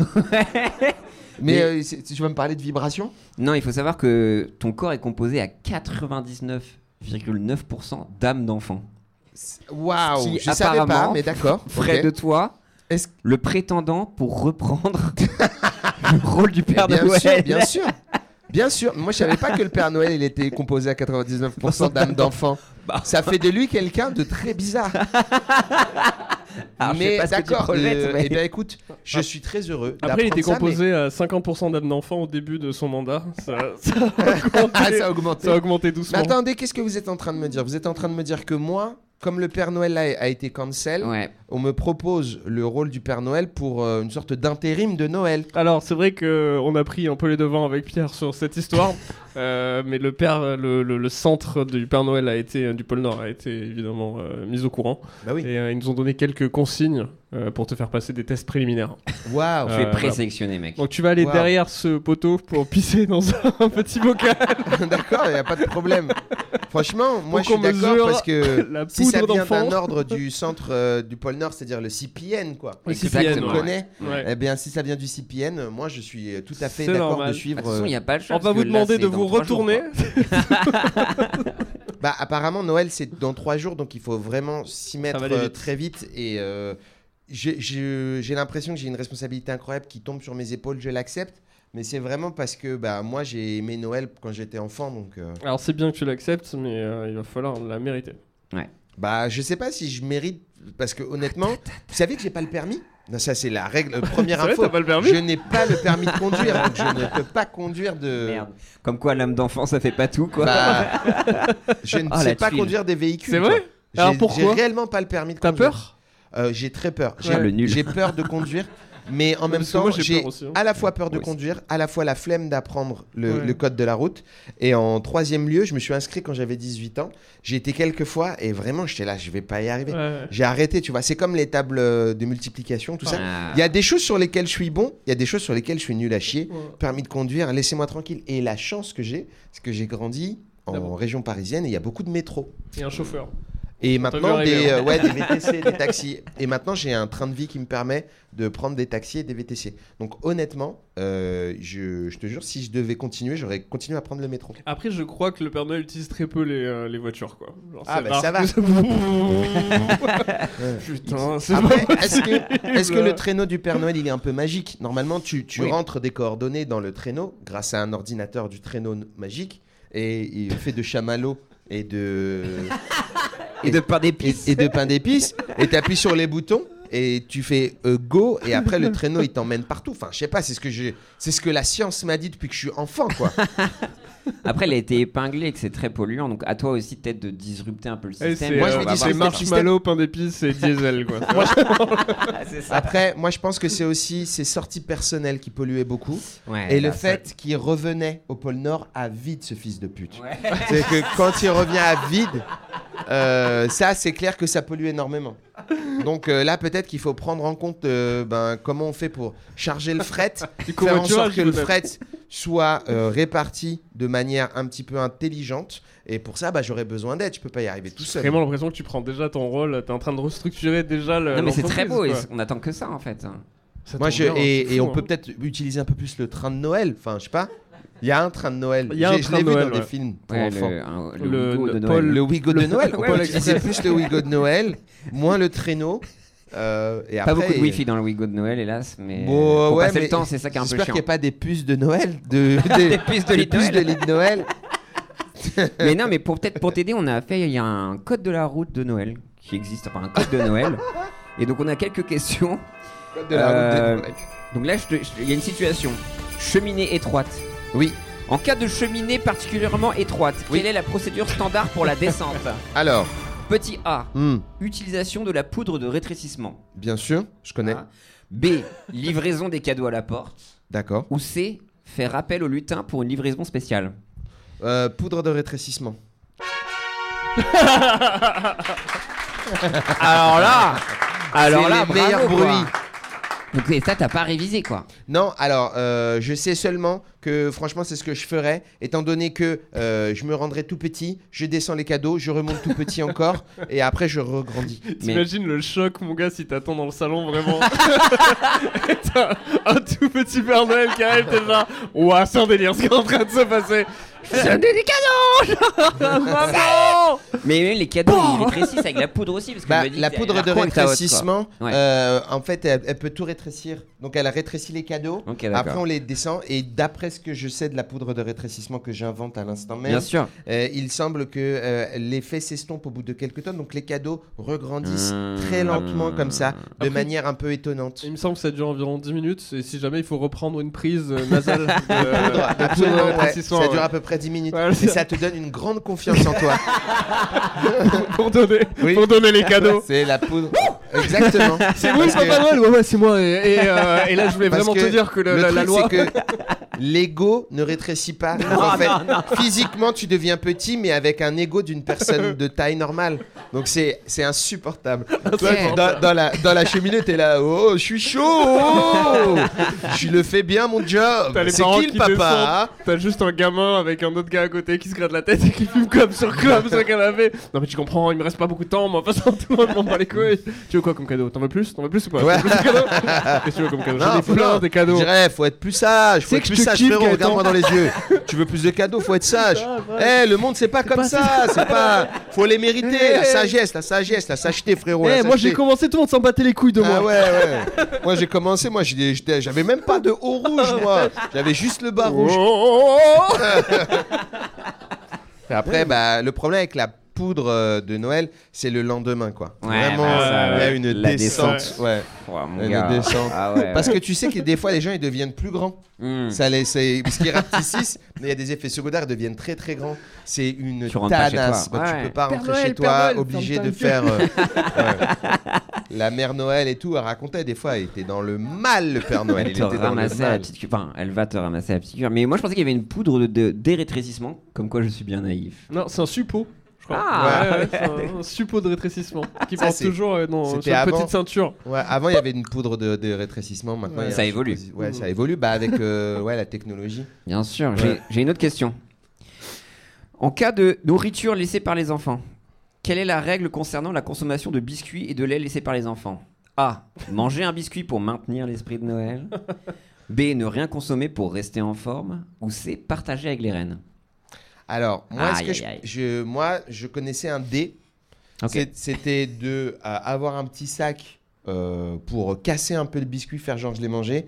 Speaker 6: Mais
Speaker 2: Mais-
Speaker 6: euh, c'est- tu vas me parler de vibrations
Speaker 2: Non, il faut savoir que ton corps est composé à 99,9% d'âmes d'enfants. Ce
Speaker 6: Waouh,
Speaker 2: qui,
Speaker 6: je savais pas,
Speaker 2: apparemment, [LAUGHS]
Speaker 6: mais d'accord.
Speaker 2: Frais
Speaker 6: ok.
Speaker 2: de toi,
Speaker 6: Est-ce-
Speaker 2: le prétendant pour reprendre [LAUGHS] le rôle du Père
Speaker 6: Eh bien
Speaker 2: Noël.
Speaker 6: sûr, bien sûr. Bien sûr, moi je savais pas que le Père Noël il était composé à 99% d'âmes d'enfants.
Speaker 2: Bah.
Speaker 6: Ça fait de lui quelqu'un de très bizarre.
Speaker 2: [LAUGHS] Alors, je sais
Speaker 6: mais
Speaker 2: pas ce que tu
Speaker 6: d'accord,
Speaker 2: projettes,
Speaker 6: euh,
Speaker 2: mais-
Speaker 6: eh bien écoute, je suis très heureux.
Speaker 3: Après, il était
Speaker 6: d'apprendre ça, mais-
Speaker 3: composé à 50% d'âme d'enfant au début de son mandat. Ça, ça
Speaker 6: [LAUGHS] Ah, ça a augmenté.
Speaker 3: ça a augmenté doucement.
Speaker 6: Mais attendez, qu'est-ce que vous êtes en train de me dire Vous êtes en train de me dire que moi, comme le Père Noël a, a été cancel,
Speaker 2: Ouais.
Speaker 6: on me propose le rôle du Père Noël pour euh, une sorte d'intérim de Noël.
Speaker 3: Alors, c'est vrai qu'on a pris un peu les devants avec Pierre sur cette
Speaker 6: [LAUGHS]
Speaker 3: histoire, euh, mais le, père, le, le- le centre du Père Noël a été, euh, du pôle Nord a été évidemment euh, mis au courant.
Speaker 6: Bah oui.
Speaker 3: Et euh, ils nous ont donné quelques consignes euh, pour te faire passer des tests préliminaires.
Speaker 6: Waouh
Speaker 2: Tu es
Speaker 3: Euh,
Speaker 2: présélectionné, mec.
Speaker 3: Donc tu vas aller
Speaker 6: Wow.
Speaker 3: derrière ce poteau pour pisser dans
Speaker 6: [LAUGHS]
Speaker 3: [LAUGHS] un petit bocal.
Speaker 6: D'accord, il n'y a pas de problème. Franchement, moi je suis
Speaker 3: Pour qu'on
Speaker 6: d'accord
Speaker 3: mesure
Speaker 6: parce que
Speaker 3: [LAUGHS] la
Speaker 6: si ça
Speaker 3: poudre
Speaker 6: vient d'un
Speaker 3: d'enfant.
Speaker 6: ordre du centre euh, du pôle Nord, c'est-à-dire le CPN, quoi.
Speaker 3: Oui,
Speaker 6: Et que
Speaker 3: CPN,
Speaker 6: tout le monde
Speaker 3: ouais.
Speaker 6: connaît,
Speaker 3: Ouais.
Speaker 6: eh bien si ça vient du CPN, euh, moi je suis euh, tout à fait
Speaker 3: C'est
Speaker 6: d'accord
Speaker 3: normal.
Speaker 6: de
Speaker 2: Ah,
Speaker 6: suivre.
Speaker 2: de toute façon,
Speaker 6: euh,
Speaker 2: il n'y a pas le choix.
Speaker 3: On va
Speaker 2: parce
Speaker 3: vous
Speaker 2: que là,
Speaker 3: demander
Speaker 2: c'est
Speaker 3: de
Speaker 2: dans
Speaker 3: vous
Speaker 2: trois jours,
Speaker 3: retourner.
Speaker 2: quoi.
Speaker 3: [LAUGHS]
Speaker 2: [LAUGHS]
Speaker 6: Bah apparemment Noël c'est dans trois jours donc il faut vraiment s'y mettre
Speaker 3: va aller
Speaker 6: euh,
Speaker 3: vite.
Speaker 6: très vite et euh, j'ai- j'ai j'ai l'impression que j'ai une responsabilité incroyable qui tombe sur mes épaules, je l'accepte. Mais c'est vraiment parce que bah, moi j'ai aimé Noël quand j'étais enfant donc euh,
Speaker 3: Alors c'est bien que tu l'acceptes, mais euh, il va falloir la mériter.
Speaker 6: bah je sais pas si je mérite parce que honnêtement vous savez que j'ai pas le permis Non, ça, c'est la règle. euh, Première
Speaker 3: [LAUGHS] C'est vrai,
Speaker 6: info.
Speaker 3: t'as pas le permis
Speaker 6: Je n'ai pas le permis de conduire, donc je ne peux pas conduire de.
Speaker 2: Merde. Comme quoi, l'âme d'enfant, ça fait pas tout, quoi.
Speaker 6: Bah, [LAUGHS] je ne
Speaker 2: Ah,
Speaker 6: sais
Speaker 2: la
Speaker 6: pas
Speaker 2: tuile.
Speaker 6: conduire des véhicules.
Speaker 3: C'est vrai
Speaker 6: quoi.
Speaker 3: Alors
Speaker 6: J'ai-
Speaker 3: pourquoi
Speaker 6: J'ai réellement pas le permis de
Speaker 3: T'as
Speaker 6: conduire.
Speaker 3: peur
Speaker 6: Euh, J'ai très peur. J'ai
Speaker 2: Ah, le nul.
Speaker 6: j'ai peur de conduire, mais en même
Speaker 3: Parce que moi,
Speaker 6: temps,
Speaker 3: j'ai
Speaker 6: j'ai
Speaker 3: peur aussi, hein.
Speaker 6: à la fois peur de
Speaker 2: Oui, c'est-
Speaker 6: conduire, à la fois la flemme d'apprendre le,
Speaker 3: Ouais.
Speaker 6: le code de la route. Et en troisième lieu, je me suis inscrit quand j'avais 18 ans. J'ai été quelques fois et vraiment, j'étais là, je vais pas y arriver.
Speaker 3: Ouais.
Speaker 6: J'ai arrêté, tu vois. C'est comme les tables euh, de multiplication, tout ça.
Speaker 2: Ah.
Speaker 6: Il y a des choses sur lesquelles je suis bon, il y a des choses sur lesquelles je suis nul à chier.
Speaker 3: Ouais.
Speaker 6: Permis de conduire, laissez-moi tranquille. Et la chance que j'ai, c'est que j'ai grandi en
Speaker 3: Ah bon
Speaker 6: région parisienne et il y a beaucoup de métro.
Speaker 3: Et un chauffeur.
Speaker 6: Et
Speaker 3: t'a vu
Speaker 6: maintenant,
Speaker 3: arriver,
Speaker 6: des,
Speaker 3: hein.
Speaker 6: euh, ouais, des VTC, des taxis. Et maintenant, j'ai un train de vie qui me permet de prendre des taxis et des VTC. Donc, honnêtement, euh, je, je te jure, si je devais continuer, j'aurais continué à prendre le métro.
Speaker 3: Après, je crois que le Père Noël utilise très peu les, euh, les voitures, quoi. Genre,
Speaker 6: Ah,
Speaker 3: c'est
Speaker 6: bah,
Speaker 3: rare
Speaker 6: ça va.
Speaker 3: que [LAUGHS] Putain, c'est
Speaker 6: Après, est-ce que,
Speaker 3: possible.
Speaker 6: est-ce que le traîneau du Père Noël, il est un peu magique Normalement, tu, tu
Speaker 2: Oui.
Speaker 6: rentres des coordonnées dans le traîneau grâce à un ordinateur du traîneau n- magique et il fait de chamallow et de,
Speaker 2: Et de par des
Speaker 6: et,
Speaker 2: pistes.
Speaker 6: et de pain d'épices et tu appuies sur les boutons et tu fais euh, go et après le traîneau il t'emmène partout. Enfin, je sais pas, c'est ce que j'ai- c'est ce que la science m'a dit depuis que je suis enfant quoi.
Speaker 2: [LAUGHS] Après, elle a été épinglée et que c'est très polluant. Donc, à toi aussi, peut-être, de disrupter un peu le
Speaker 3: Eh,
Speaker 2: système.
Speaker 3: C'est
Speaker 6: Moi, je
Speaker 3: euh,
Speaker 6: l'ai
Speaker 2: On va voir
Speaker 6: dit,
Speaker 3: c'est
Speaker 6: c'est
Speaker 2: ça.
Speaker 3: marshmallow, pain d'épices et
Speaker 2: [LAUGHS]
Speaker 3: diesel, quoi.
Speaker 2: Ah, c'est ça.
Speaker 6: Après, moi je pense que c'est aussi ces sorties personnelles qui polluaient beaucoup.
Speaker 2: Ouais,
Speaker 6: Et le
Speaker 2: bah, ça-
Speaker 6: fait qu'il revenait au pôle Nord à vide, ce fils de pute.
Speaker 2: Ouais.
Speaker 6: [LAUGHS] C'est que quand il revient à vide, euh, ça, c'est clair que ça pollue énormément. Donc euh, là, peut-être qu'il faut prendre en compte euh, ben, comment on fait pour charger le fret,
Speaker 3: [LAUGHS]
Speaker 6: faire en sorte
Speaker 3: covoiturage,
Speaker 6: que le
Speaker 3: peut-être.
Speaker 6: fret soit euh, réparti de manière un petit peu intelligente. Et pour ça, bah, j'aurais besoin d'aide. Je peux pas y arriver tout
Speaker 3: J'ai
Speaker 6: seul.
Speaker 3: vraiment l'impression que tu prends déjà ton rôle, Oh t'es en train de restructurer déjà le.
Speaker 2: Non, mais c'est
Speaker 3: l'entreprise,
Speaker 2: très beau.
Speaker 3: quoi.
Speaker 2: et on attend que ça, en fait.
Speaker 3: Ça
Speaker 6: Moi,
Speaker 3: tombe
Speaker 6: je,
Speaker 3: bien,
Speaker 6: et,
Speaker 3: c'est
Speaker 6: et
Speaker 3: fou,
Speaker 6: on peut
Speaker 3: hein.
Speaker 6: peut-être utiliser un peu plus le train de Noël. Enfin, je sais pas. Il y a un train de Noël.
Speaker 3: Il y a un
Speaker 6: J'ai- je
Speaker 3: train
Speaker 6: l'ai
Speaker 3: de
Speaker 6: vu
Speaker 3: Noël,
Speaker 6: dans
Speaker 3: ouais.
Speaker 6: des films pour
Speaker 2: Ouais,
Speaker 6: enfants.
Speaker 2: le, un- le
Speaker 3: Le-
Speaker 2: Wigo de
Speaker 3: le
Speaker 2: Noël.
Speaker 3: Paul-
Speaker 6: Le Wigo de Noël, on
Speaker 3: Ouais,
Speaker 6: peut
Speaker 3: ouais,
Speaker 6: utiliser plus le Wigo de Noël, moins le traîneau. euh, et
Speaker 2: Pas
Speaker 6: après,
Speaker 2: beaucoup de
Speaker 6: et-
Speaker 2: wifi dans le Wigo de Noël, hélas, mais
Speaker 6: Bon,
Speaker 2: pour
Speaker 6: ouais,
Speaker 2: passer
Speaker 6: mais
Speaker 2: le temps, c'est ça qui est un peu
Speaker 6: J'espère
Speaker 2: chiant.
Speaker 6: qu'il n'y a pas des puces de Noël, de,
Speaker 2: [LAUGHS]
Speaker 6: des,
Speaker 2: Des puces de
Speaker 6: des
Speaker 2: lit de Noël.
Speaker 6: lit de Noël.
Speaker 2: [LAUGHS] Mais non, mais pour peut-être pour t'aider, on a fait il y a un code de la route de Noël qui existe, enfin un code de Noël. Et donc on a quelques questions.
Speaker 6: de la route de
Speaker 2: Euh,
Speaker 6: Noël.
Speaker 2: Donc là, je te- je te- il y a une situation cheminée étroite.
Speaker 6: Oui,
Speaker 2: En cas de cheminée particulièrement étroite,
Speaker 6: Oui.
Speaker 2: quelle est la procédure standard pour la descente
Speaker 6: alors,
Speaker 2: Petit A,
Speaker 6: hmm,
Speaker 2: utilisation de la poudre de rétrécissement.
Speaker 6: bien sûr, je connais.
Speaker 2: Ah. B, livraison des cadeaux à la porte.
Speaker 6: D'accord.
Speaker 2: Ou C, faire appel au lutin pour une livraison spéciale.
Speaker 6: Euh, poudre de rétrécissement.
Speaker 2: Alors là, alors
Speaker 6: C'est
Speaker 2: là,
Speaker 6: les meilleurs
Speaker 2: bravo, quoi.
Speaker 6: bruits.
Speaker 2: Donc et ça, t'as pas révisé
Speaker 3: [LAUGHS]
Speaker 2: quoi.
Speaker 6: Non, alors, euh, je sais seulement que franchement, c'est ce que je ferais, étant donné que euh, je me rendrai tout petit, je descends les cadeaux, je remonte tout petit encore, et après, je regrandis.
Speaker 3: T'imagines le choc, mon gars, si t'attends dans le
Speaker 2: [LAUGHS]
Speaker 3: salon vraiment. Et t'as un tout petit Père Noël qui arrive, t'es là. Ouah, c'est un délire ce qui est en train de se passer.
Speaker 2: C'est des
Speaker 3: [LAUGHS]
Speaker 2: cadeaux
Speaker 3: Maman
Speaker 2: Mais même les cadeaux, ils rétrécissent avec la poudre aussi. Parce que
Speaker 6: Bah,
Speaker 2: tu me dis
Speaker 6: la
Speaker 2: que
Speaker 6: poudre
Speaker 2: t'as
Speaker 6: de
Speaker 2: l'air con avec ta hotte, quoi.
Speaker 6: rétrécissement,
Speaker 2: Ouais.
Speaker 6: euh, en fait, elle, elle peut tout rétrécir. Donc, elle rétrécit les cadeaux.
Speaker 2: Ok,
Speaker 6: Après,
Speaker 2: d'accord.
Speaker 6: on les descend. Et d'après ce que je sais de la poudre de rétrécissement que j'invente à l'instant même,
Speaker 2: Bien sûr.
Speaker 6: euh, il semble que euh, l'effet s'estompe au bout de quelques tonnes. Donc, les cadeaux regrandissent
Speaker 2: Mmh.
Speaker 6: très lentement comme ça, de
Speaker 3: Après- [LAUGHS]
Speaker 6: manière un peu étonnante.
Speaker 3: Il me semble que ça dure environ 10 minutes. Et si jamais il faut reprendre une prise euh,
Speaker 6: [LAUGHS]
Speaker 3: nasale. de-
Speaker 6: Poudre,
Speaker 3: de
Speaker 6: absolument,
Speaker 3: poudre
Speaker 6: ouais.
Speaker 3: rétrécissement,
Speaker 6: Ça dure
Speaker 3: ouais.
Speaker 6: à peu près 10 minutes.
Speaker 3: Ouais,
Speaker 6: Et ça te donne une grande confiance en
Speaker 3: [LAUGHS]
Speaker 6: toi.
Speaker 3: pour, donner,
Speaker 6: Oui.
Speaker 3: pour donner les cadeaux.
Speaker 6: [LAUGHS] C'est la poudre. Exactement.
Speaker 3: [LAUGHS] C'est vous le
Speaker 6: Parce que-
Speaker 3: Papa Noël Ouais, ouais, c'est moi. Et, et, euh, et là, je voulais
Speaker 6: Parce
Speaker 3: vraiment
Speaker 6: que
Speaker 3: te dire que le-
Speaker 6: le
Speaker 3: la, la
Speaker 6: truc,
Speaker 3: loi.
Speaker 6: c'est que l'ego ne rétrécit pas. Donc, en fait, physiquement, tu deviens petit, mais avec un ego d'une personne de taille normale. Donc c'est c'est insupportable. Toi, dans, dans la, dans la cheminée, t'es là, oh, je suis chaud, oh, je le fais bien mon job.
Speaker 3: [LAUGHS] T'as les
Speaker 6: C'est
Speaker 3: parents
Speaker 6: qui le
Speaker 3: qui
Speaker 6: papa hein
Speaker 3: T'as juste un gamin avec un autre gars à côté qui se gratte la tête et qui fume comme sur club sur le canapé. Non mais tu comprends, il me reste pas beaucoup de temps, moi, façon [LAUGHS] tout le monde m'en bat les couilles. Tu veux quoi comme cadeau T'en veux plus T'en veux plus ou pas
Speaker 6: Ouais.
Speaker 3: T'en veux plus de cadeaux Qu'est-ce que tu veux comme cadeau J'en ai
Speaker 6: faut-
Speaker 3: plein des
Speaker 6: Je
Speaker 3: cadeaux.
Speaker 6: dirais, faut être plus sage, faut
Speaker 3: C'est
Speaker 6: être
Speaker 3: que
Speaker 6: plus
Speaker 3: je te
Speaker 6: sage,
Speaker 3: kiffe,
Speaker 6: frérot,
Speaker 3: Gaëtan.
Speaker 6: regarde-moi dans les
Speaker 3: [LAUGHS]
Speaker 6: yeux. tu veux plus de cadeaux, faut être sage. Eh, le monde, c'est pas comme ça, c'est pas. Faut les mériter,
Speaker 3: [LAUGHS] Eh.
Speaker 6: la sagesse, la sagesse, la sageté, frérot.
Speaker 3: Eh,
Speaker 6: la
Speaker 3: moi
Speaker 6: sageté.
Speaker 3: j'ai commencé, tout le monde s'en battait les couilles de
Speaker 6: Ah
Speaker 3: moi.
Speaker 6: ouais, ouais. moi j'ai commencé, moi j'ai- j'étais- j'avais même pas de haut
Speaker 3: [LAUGHS]
Speaker 6: rouge, moi. J'avais juste le bas rouge.
Speaker 3: Oh, oh, oh, oh.
Speaker 6: Et après, bah, le problème avec la poudre euh, de Noël, c'est le lendemain, quoi.
Speaker 2: Ouais,
Speaker 6: Vraiment,
Speaker 2: bah,
Speaker 3: ça,
Speaker 6: il y a
Speaker 2: ouais.
Speaker 6: une
Speaker 2: La
Speaker 6: descente.
Speaker 3: descente.
Speaker 6: ouais.
Speaker 2: Ouah, mon
Speaker 6: Une
Speaker 2: gars.
Speaker 6: descente.
Speaker 2: Ah ouais,
Speaker 6: Parce
Speaker 2: ouais.
Speaker 6: que tu sais que des fois, les gens, ils deviennent plus grands.
Speaker 2: Hmm.
Speaker 6: Ça les, c'est- parce qu'ils rapetissent, mais il y a des effets secondaires, ils deviennent très très grands. C'est une
Speaker 2: Tu rentres pas chez
Speaker 6: tanasse.
Speaker 2: toi.
Speaker 6: Bah,
Speaker 2: Ouais.
Speaker 6: Tu peux pas
Speaker 7: Père
Speaker 6: rentrer
Speaker 7: Noël,
Speaker 6: chez
Speaker 7: Père
Speaker 6: toi,
Speaker 7: Noël,
Speaker 6: obligé
Speaker 7: ferme
Speaker 6: de
Speaker 7: ta
Speaker 6: faire.
Speaker 7: [LAUGHS]
Speaker 6: euh, ouais. La mère Noël et tout, elle racontait des fois, elle était dans le mal, le Père Noël.
Speaker 2: Elle
Speaker 6: il
Speaker 2: te
Speaker 6: était dans le
Speaker 2: ramassait à la
Speaker 6: mal.
Speaker 2: petite cure. Enfin, elle va te ramasser à la petite cure. Mais moi, je pensais qu'il y avait une poudre de, de- d'érétrécissement, comme quoi je suis bien naïf.
Speaker 3: Non, c'est un suppôt. Je crois.
Speaker 2: Ah.
Speaker 3: ouais, ouais, c'est un, un suppôt de rétrécissement qui
Speaker 6: Ça,
Speaker 3: porte
Speaker 6: c'est-
Speaker 3: toujours euh, dans,
Speaker 6: c'était
Speaker 3: sur une
Speaker 6: avant.
Speaker 3: petite ceinture.
Speaker 6: Ouais, avant, il y avait une poudre de, de rétrécissement. Maintenant, il y a
Speaker 2: Ça
Speaker 6: un-
Speaker 2: évolue.
Speaker 6: Ouais, ça évolue. Bah, avec euh, ouais, la technologie.
Speaker 2: Bien sûr. J'ai, j'ai une autre question. En cas de nourriture laissée par les enfants, quelle est la règle concernant la consommation de biscuits et de lait laissés par les enfants A. Manger un biscuit pour maintenir l'esprit de Noël. B. Ne rien consommer pour rester en forme. Ou C. Partager avec les reines.
Speaker 6: Alors, moi, est-ce
Speaker 2: Aïe,
Speaker 6: que
Speaker 2: aïe,
Speaker 6: je,
Speaker 2: aïe.
Speaker 6: je- moi, je connaissais un dé.
Speaker 2: Ok.
Speaker 6: C'est- C'était de euh, avoir un petit sac euh, pour casser un peu le biscuit, faire genre je l'ai mangé,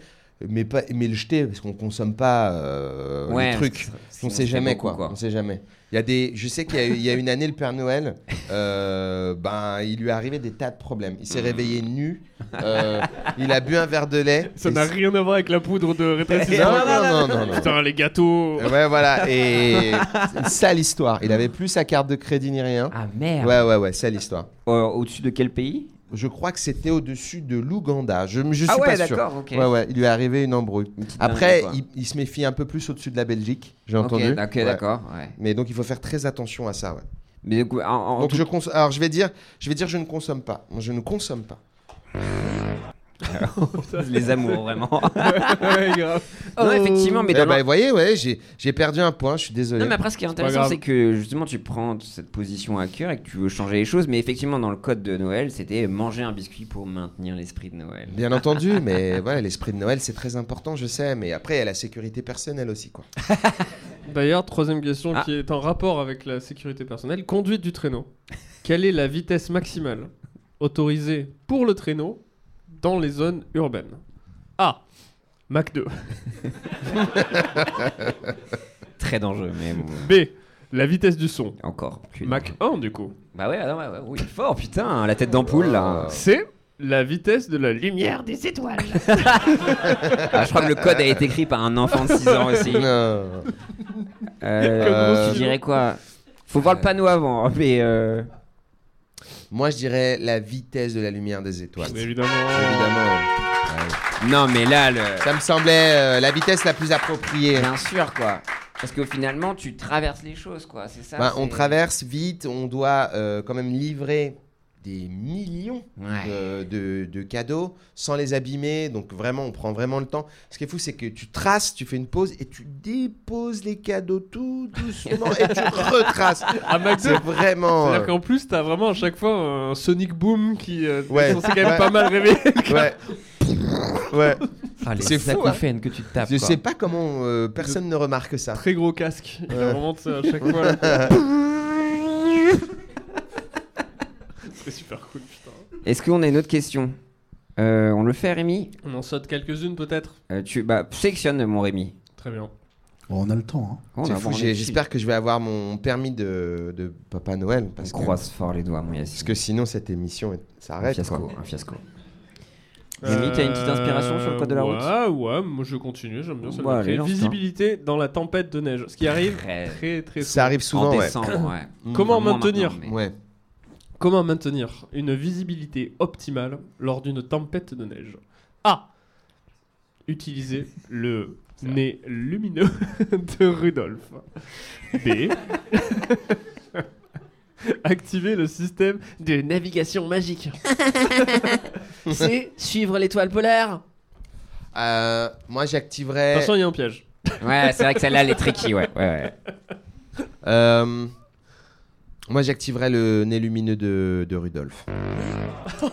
Speaker 6: mais, pas, mais le jeter parce qu'on consomme pas euh,
Speaker 2: Ouais,
Speaker 6: le truc.
Speaker 2: c'est-
Speaker 6: On
Speaker 2: c'est-
Speaker 6: sait
Speaker 2: c'est
Speaker 6: jamais
Speaker 2: beaucoup,
Speaker 6: quoi. On sait jamais. Il y a des, je sais qu'il y a, eu- il y a une année le Père Noël, euh, ben il lui est arrivé des tas de problèmes. Il s'est réveillé nu, euh, il a bu un verre de lait.
Speaker 3: Ça
Speaker 6: et
Speaker 3: n'a
Speaker 6: c'est-
Speaker 3: rien à voir avec la poudre de rétrécissement.
Speaker 6: [LAUGHS] Non, non, non, non, non.
Speaker 3: Putain, les gâteaux.
Speaker 6: Ouais voilà et c'est une sale histoire. Il avait plus sa carte de crédit ni rien.
Speaker 2: Ah merde.
Speaker 6: Ouais ouais ouais sale histoire.
Speaker 2: Euh, au-dessus de quel pays
Speaker 6: Je crois que c'était au-dessus de l'Ouganda. Je, je suis
Speaker 2: Ah ouais,
Speaker 6: pas sûr.
Speaker 2: d'accord. ok.
Speaker 6: Ouais, ouais, il lui est arrivé une embrouille.
Speaker 2: Une petite
Speaker 6: Après,
Speaker 2: dinguerie,
Speaker 6: il, il se méfie un peu plus au-dessus de la Belgique, j'ai
Speaker 2: quoi.
Speaker 6: entendu.
Speaker 2: Ok, ok,
Speaker 6: Ouais.
Speaker 2: d'accord. ouais.
Speaker 6: Mais donc il faut faire très attention à ça. ouais.
Speaker 2: Mais donc, en- en- en
Speaker 6: Donc
Speaker 2: tout-
Speaker 6: je cons- alors je vais dire, je vais dire, je ne consomme pas. Moi, Je ne consomme pas.
Speaker 2: [LAUGHS] les amours [LAUGHS]
Speaker 6: [LAUGHS]
Speaker 2: vraiment.
Speaker 3: Ouais, grave.
Speaker 2: non, effectivement, mais
Speaker 6: Eh
Speaker 2: dans
Speaker 6: ben,
Speaker 2: l'en-
Speaker 6: vous voyez, ouais, j'ai j'ai perdu un point. Je suis désolé.
Speaker 2: Non, mais après, ce qui est
Speaker 3: pas
Speaker 2: intéressant,
Speaker 3: grave.
Speaker 2: c'est que justement, tu prends cette position à cœur et que tu veux changer les choses. Mais effectivement, dans le code de Noël, c'était manger un biscuit pour maintenir l'esprit de Noël.
Speaker 6: Bien
Speaker 2: [LAUGHS]
Speaker 6: entendu, mais voilà, l'esprit de Noël, c'est très important, je sais. Mais après, il y a la sécurité personnelle aussi, quoi.
Speaker 3: [LAUGHS] D'ailleurs, troisième question
Speaker 2: Ah.
Speaker 3: qui est en rapport avec la sécurité personnelle. Conduite du traîneau. Quelle est la vitesse maximale autorisée pour le traîneau dans les zones urbaines A. Mach
Speaker 6: [LAUGHS]
Speaker 3: 2.
Speaker 2: Très dangereux, mais bon,
Speaker 3: B. La vitesse du son.
Speaker 2: encore. plus
Speaker 3: Mach 1 du coup.
Speaker 2: Bah ouais, ah non, ouais, ouais, oui, fort, putain, la tête d'ampoule là.
Speaker 3: C. Oh. La vitesse de la lumière des étoiles.
Speaker 2: Ah, je crois que le code a été écrit par un enfant de 6 ans aussi.
Speaker 6: Non.
Speaker 3: gros
Speaker 2: Euh,
Speaker 3: stylo.
Speaker 2: je dirais quoi Faut voir le panneau avant, mais. euh,
Speaker 6: Euh, Moi, je dirais la vitesse de la lumière des étoiles.
Speaker 3: Mais évidemment.
Speaker 6: Évidemment.
Speaker 2: Non, mais là, le.
Speaker 6: Ça me semblait euh, la vitesse la plus appropriée.
Speaker 2: Bien sûr, quoi. Parce que finalement, tu traverses les choses, quoi. C'est ça.
Speaker 6: Ben, on
Speaker 2: c'est-
Speaker 6: traverse vite, on doit euh, quand même livrer des millions
Speaker 2: Ouais.
Speaker 6: de, de- de cadeaux sans les abîmer. Donc vraiment, on prend vraiment le temps. Ce qui est fou, c'est que tu traces, tu fais une pause et tu déposes les cadeaux tout doucement et tu retraces.
Speaker 3: Ah, Mach 2
Speaker 6: C'est vraiment... euh,
Speaker 3: C'est-à-dire qu'en plus, t'as vraiment à chaque fois un sonic boom qui euh,
Speaker 6: Ouais.
Speaker 3: est censé quand même
Speaker 6: Ouais.
Speaker 3: pas mal réveiller.
Speaker 6: euh, ouais. Ouais.
Speaker 5: Ah, les
Speaker 6: C'est fou, hein.
Speaker 5: acouphènes que tu te tapes.
Speaker 6: Je
Speaker 5: quoi.
Speaker 6: sais pas comment euh, personne ne remarque ça.
Speaker 3: Très gros casque. Il remonte euh, à chaque fois. là.
Speaker 6: [LAUGHS]
Speaker 3: C'est super cool, putain.
Speaker 2: Est-ce qu'on a une autre question Euh, On le fait, Rémi
Speaker 3: On en saute quelques-unes peut-être
Speaker 2: Euh, Tu bah, sélectionne mon Rémi.
Speaker 3: Très bien.
Speaker 1: Bon, on a le temps. hein.
Speaker 2: Oh, on
Speaker 6: C'est
Speaker 2: a-
Speaker 6: fou,
Speaker 2: on est
Speaker 6: j'ai-
Speaker 2: chill.
Speaker 6: j'espère que je vais avoir mon permis de, de Papa Noël.
Speaker 2: On
Speaker 6: Parce que,
Speaker 2: croise fort les doigts, mon
Speaker 6: parce
Speaker 2: Yacine.
Speaker 6: que sinon, cette émission est-
Speaker 2: un
Speaker 6: s'arrête. quoi.
Speaker 2: fiasco, un fiasco.
Speaker 3: Euh,
Speaker 2: Rémi, t'as une petite inspiration sur le code de la route
Speaker 3: Ouais, Euh, ouais, moi je continue, j'aime bien ça.
Speaker 2: Ouais, allez,
Speaker 3: Créer
Speaker 2: lance,
Speaker 3: Visibilité dans la tempête de neige. Ce qui arrive
Speaker 2: Très-
Speaker 3: très très souvent.
Speaker 6: Ça arrive
Speaker 2: en
Speaker 6: souvent, ouais. Mmh.
Speaker 2: décembre, ouais.
Speaker 3: Comment
Speaker 2: Moins
Speaker 3: maintenir
Speaker 2: maintenant, mais-
Speaker 6: Ouais.
Speaker 3: Comment maintenir une visibilité optimale lors d'une tempête de neige A. Utiliser le nez lumineux [LAUGHS] de Rudolf.
Speaker 2: [LAUGHS]
Speaker 3: B. Activer le système de
Speaker 2: [LAUGHS]
Speaker 3: navigation magique. [LAUGHS]
Speaker 7: C'est suivre l'étoile polaire.
Speaker 6: Euh, moi, j'activerais.
Speaker 3: Attention, il y a un piège.
Speaker 2: [LAUGHS] Ouais, c'est vrai que celle-là, elle est tricky, ouais. ouais, ouais.
Speaker 6: euh, moi, j'activerais le nez lumineux de, de
Speaker 3: [LAUGHS]
Speaker 6: Rudolph.
Speaker 3: Ça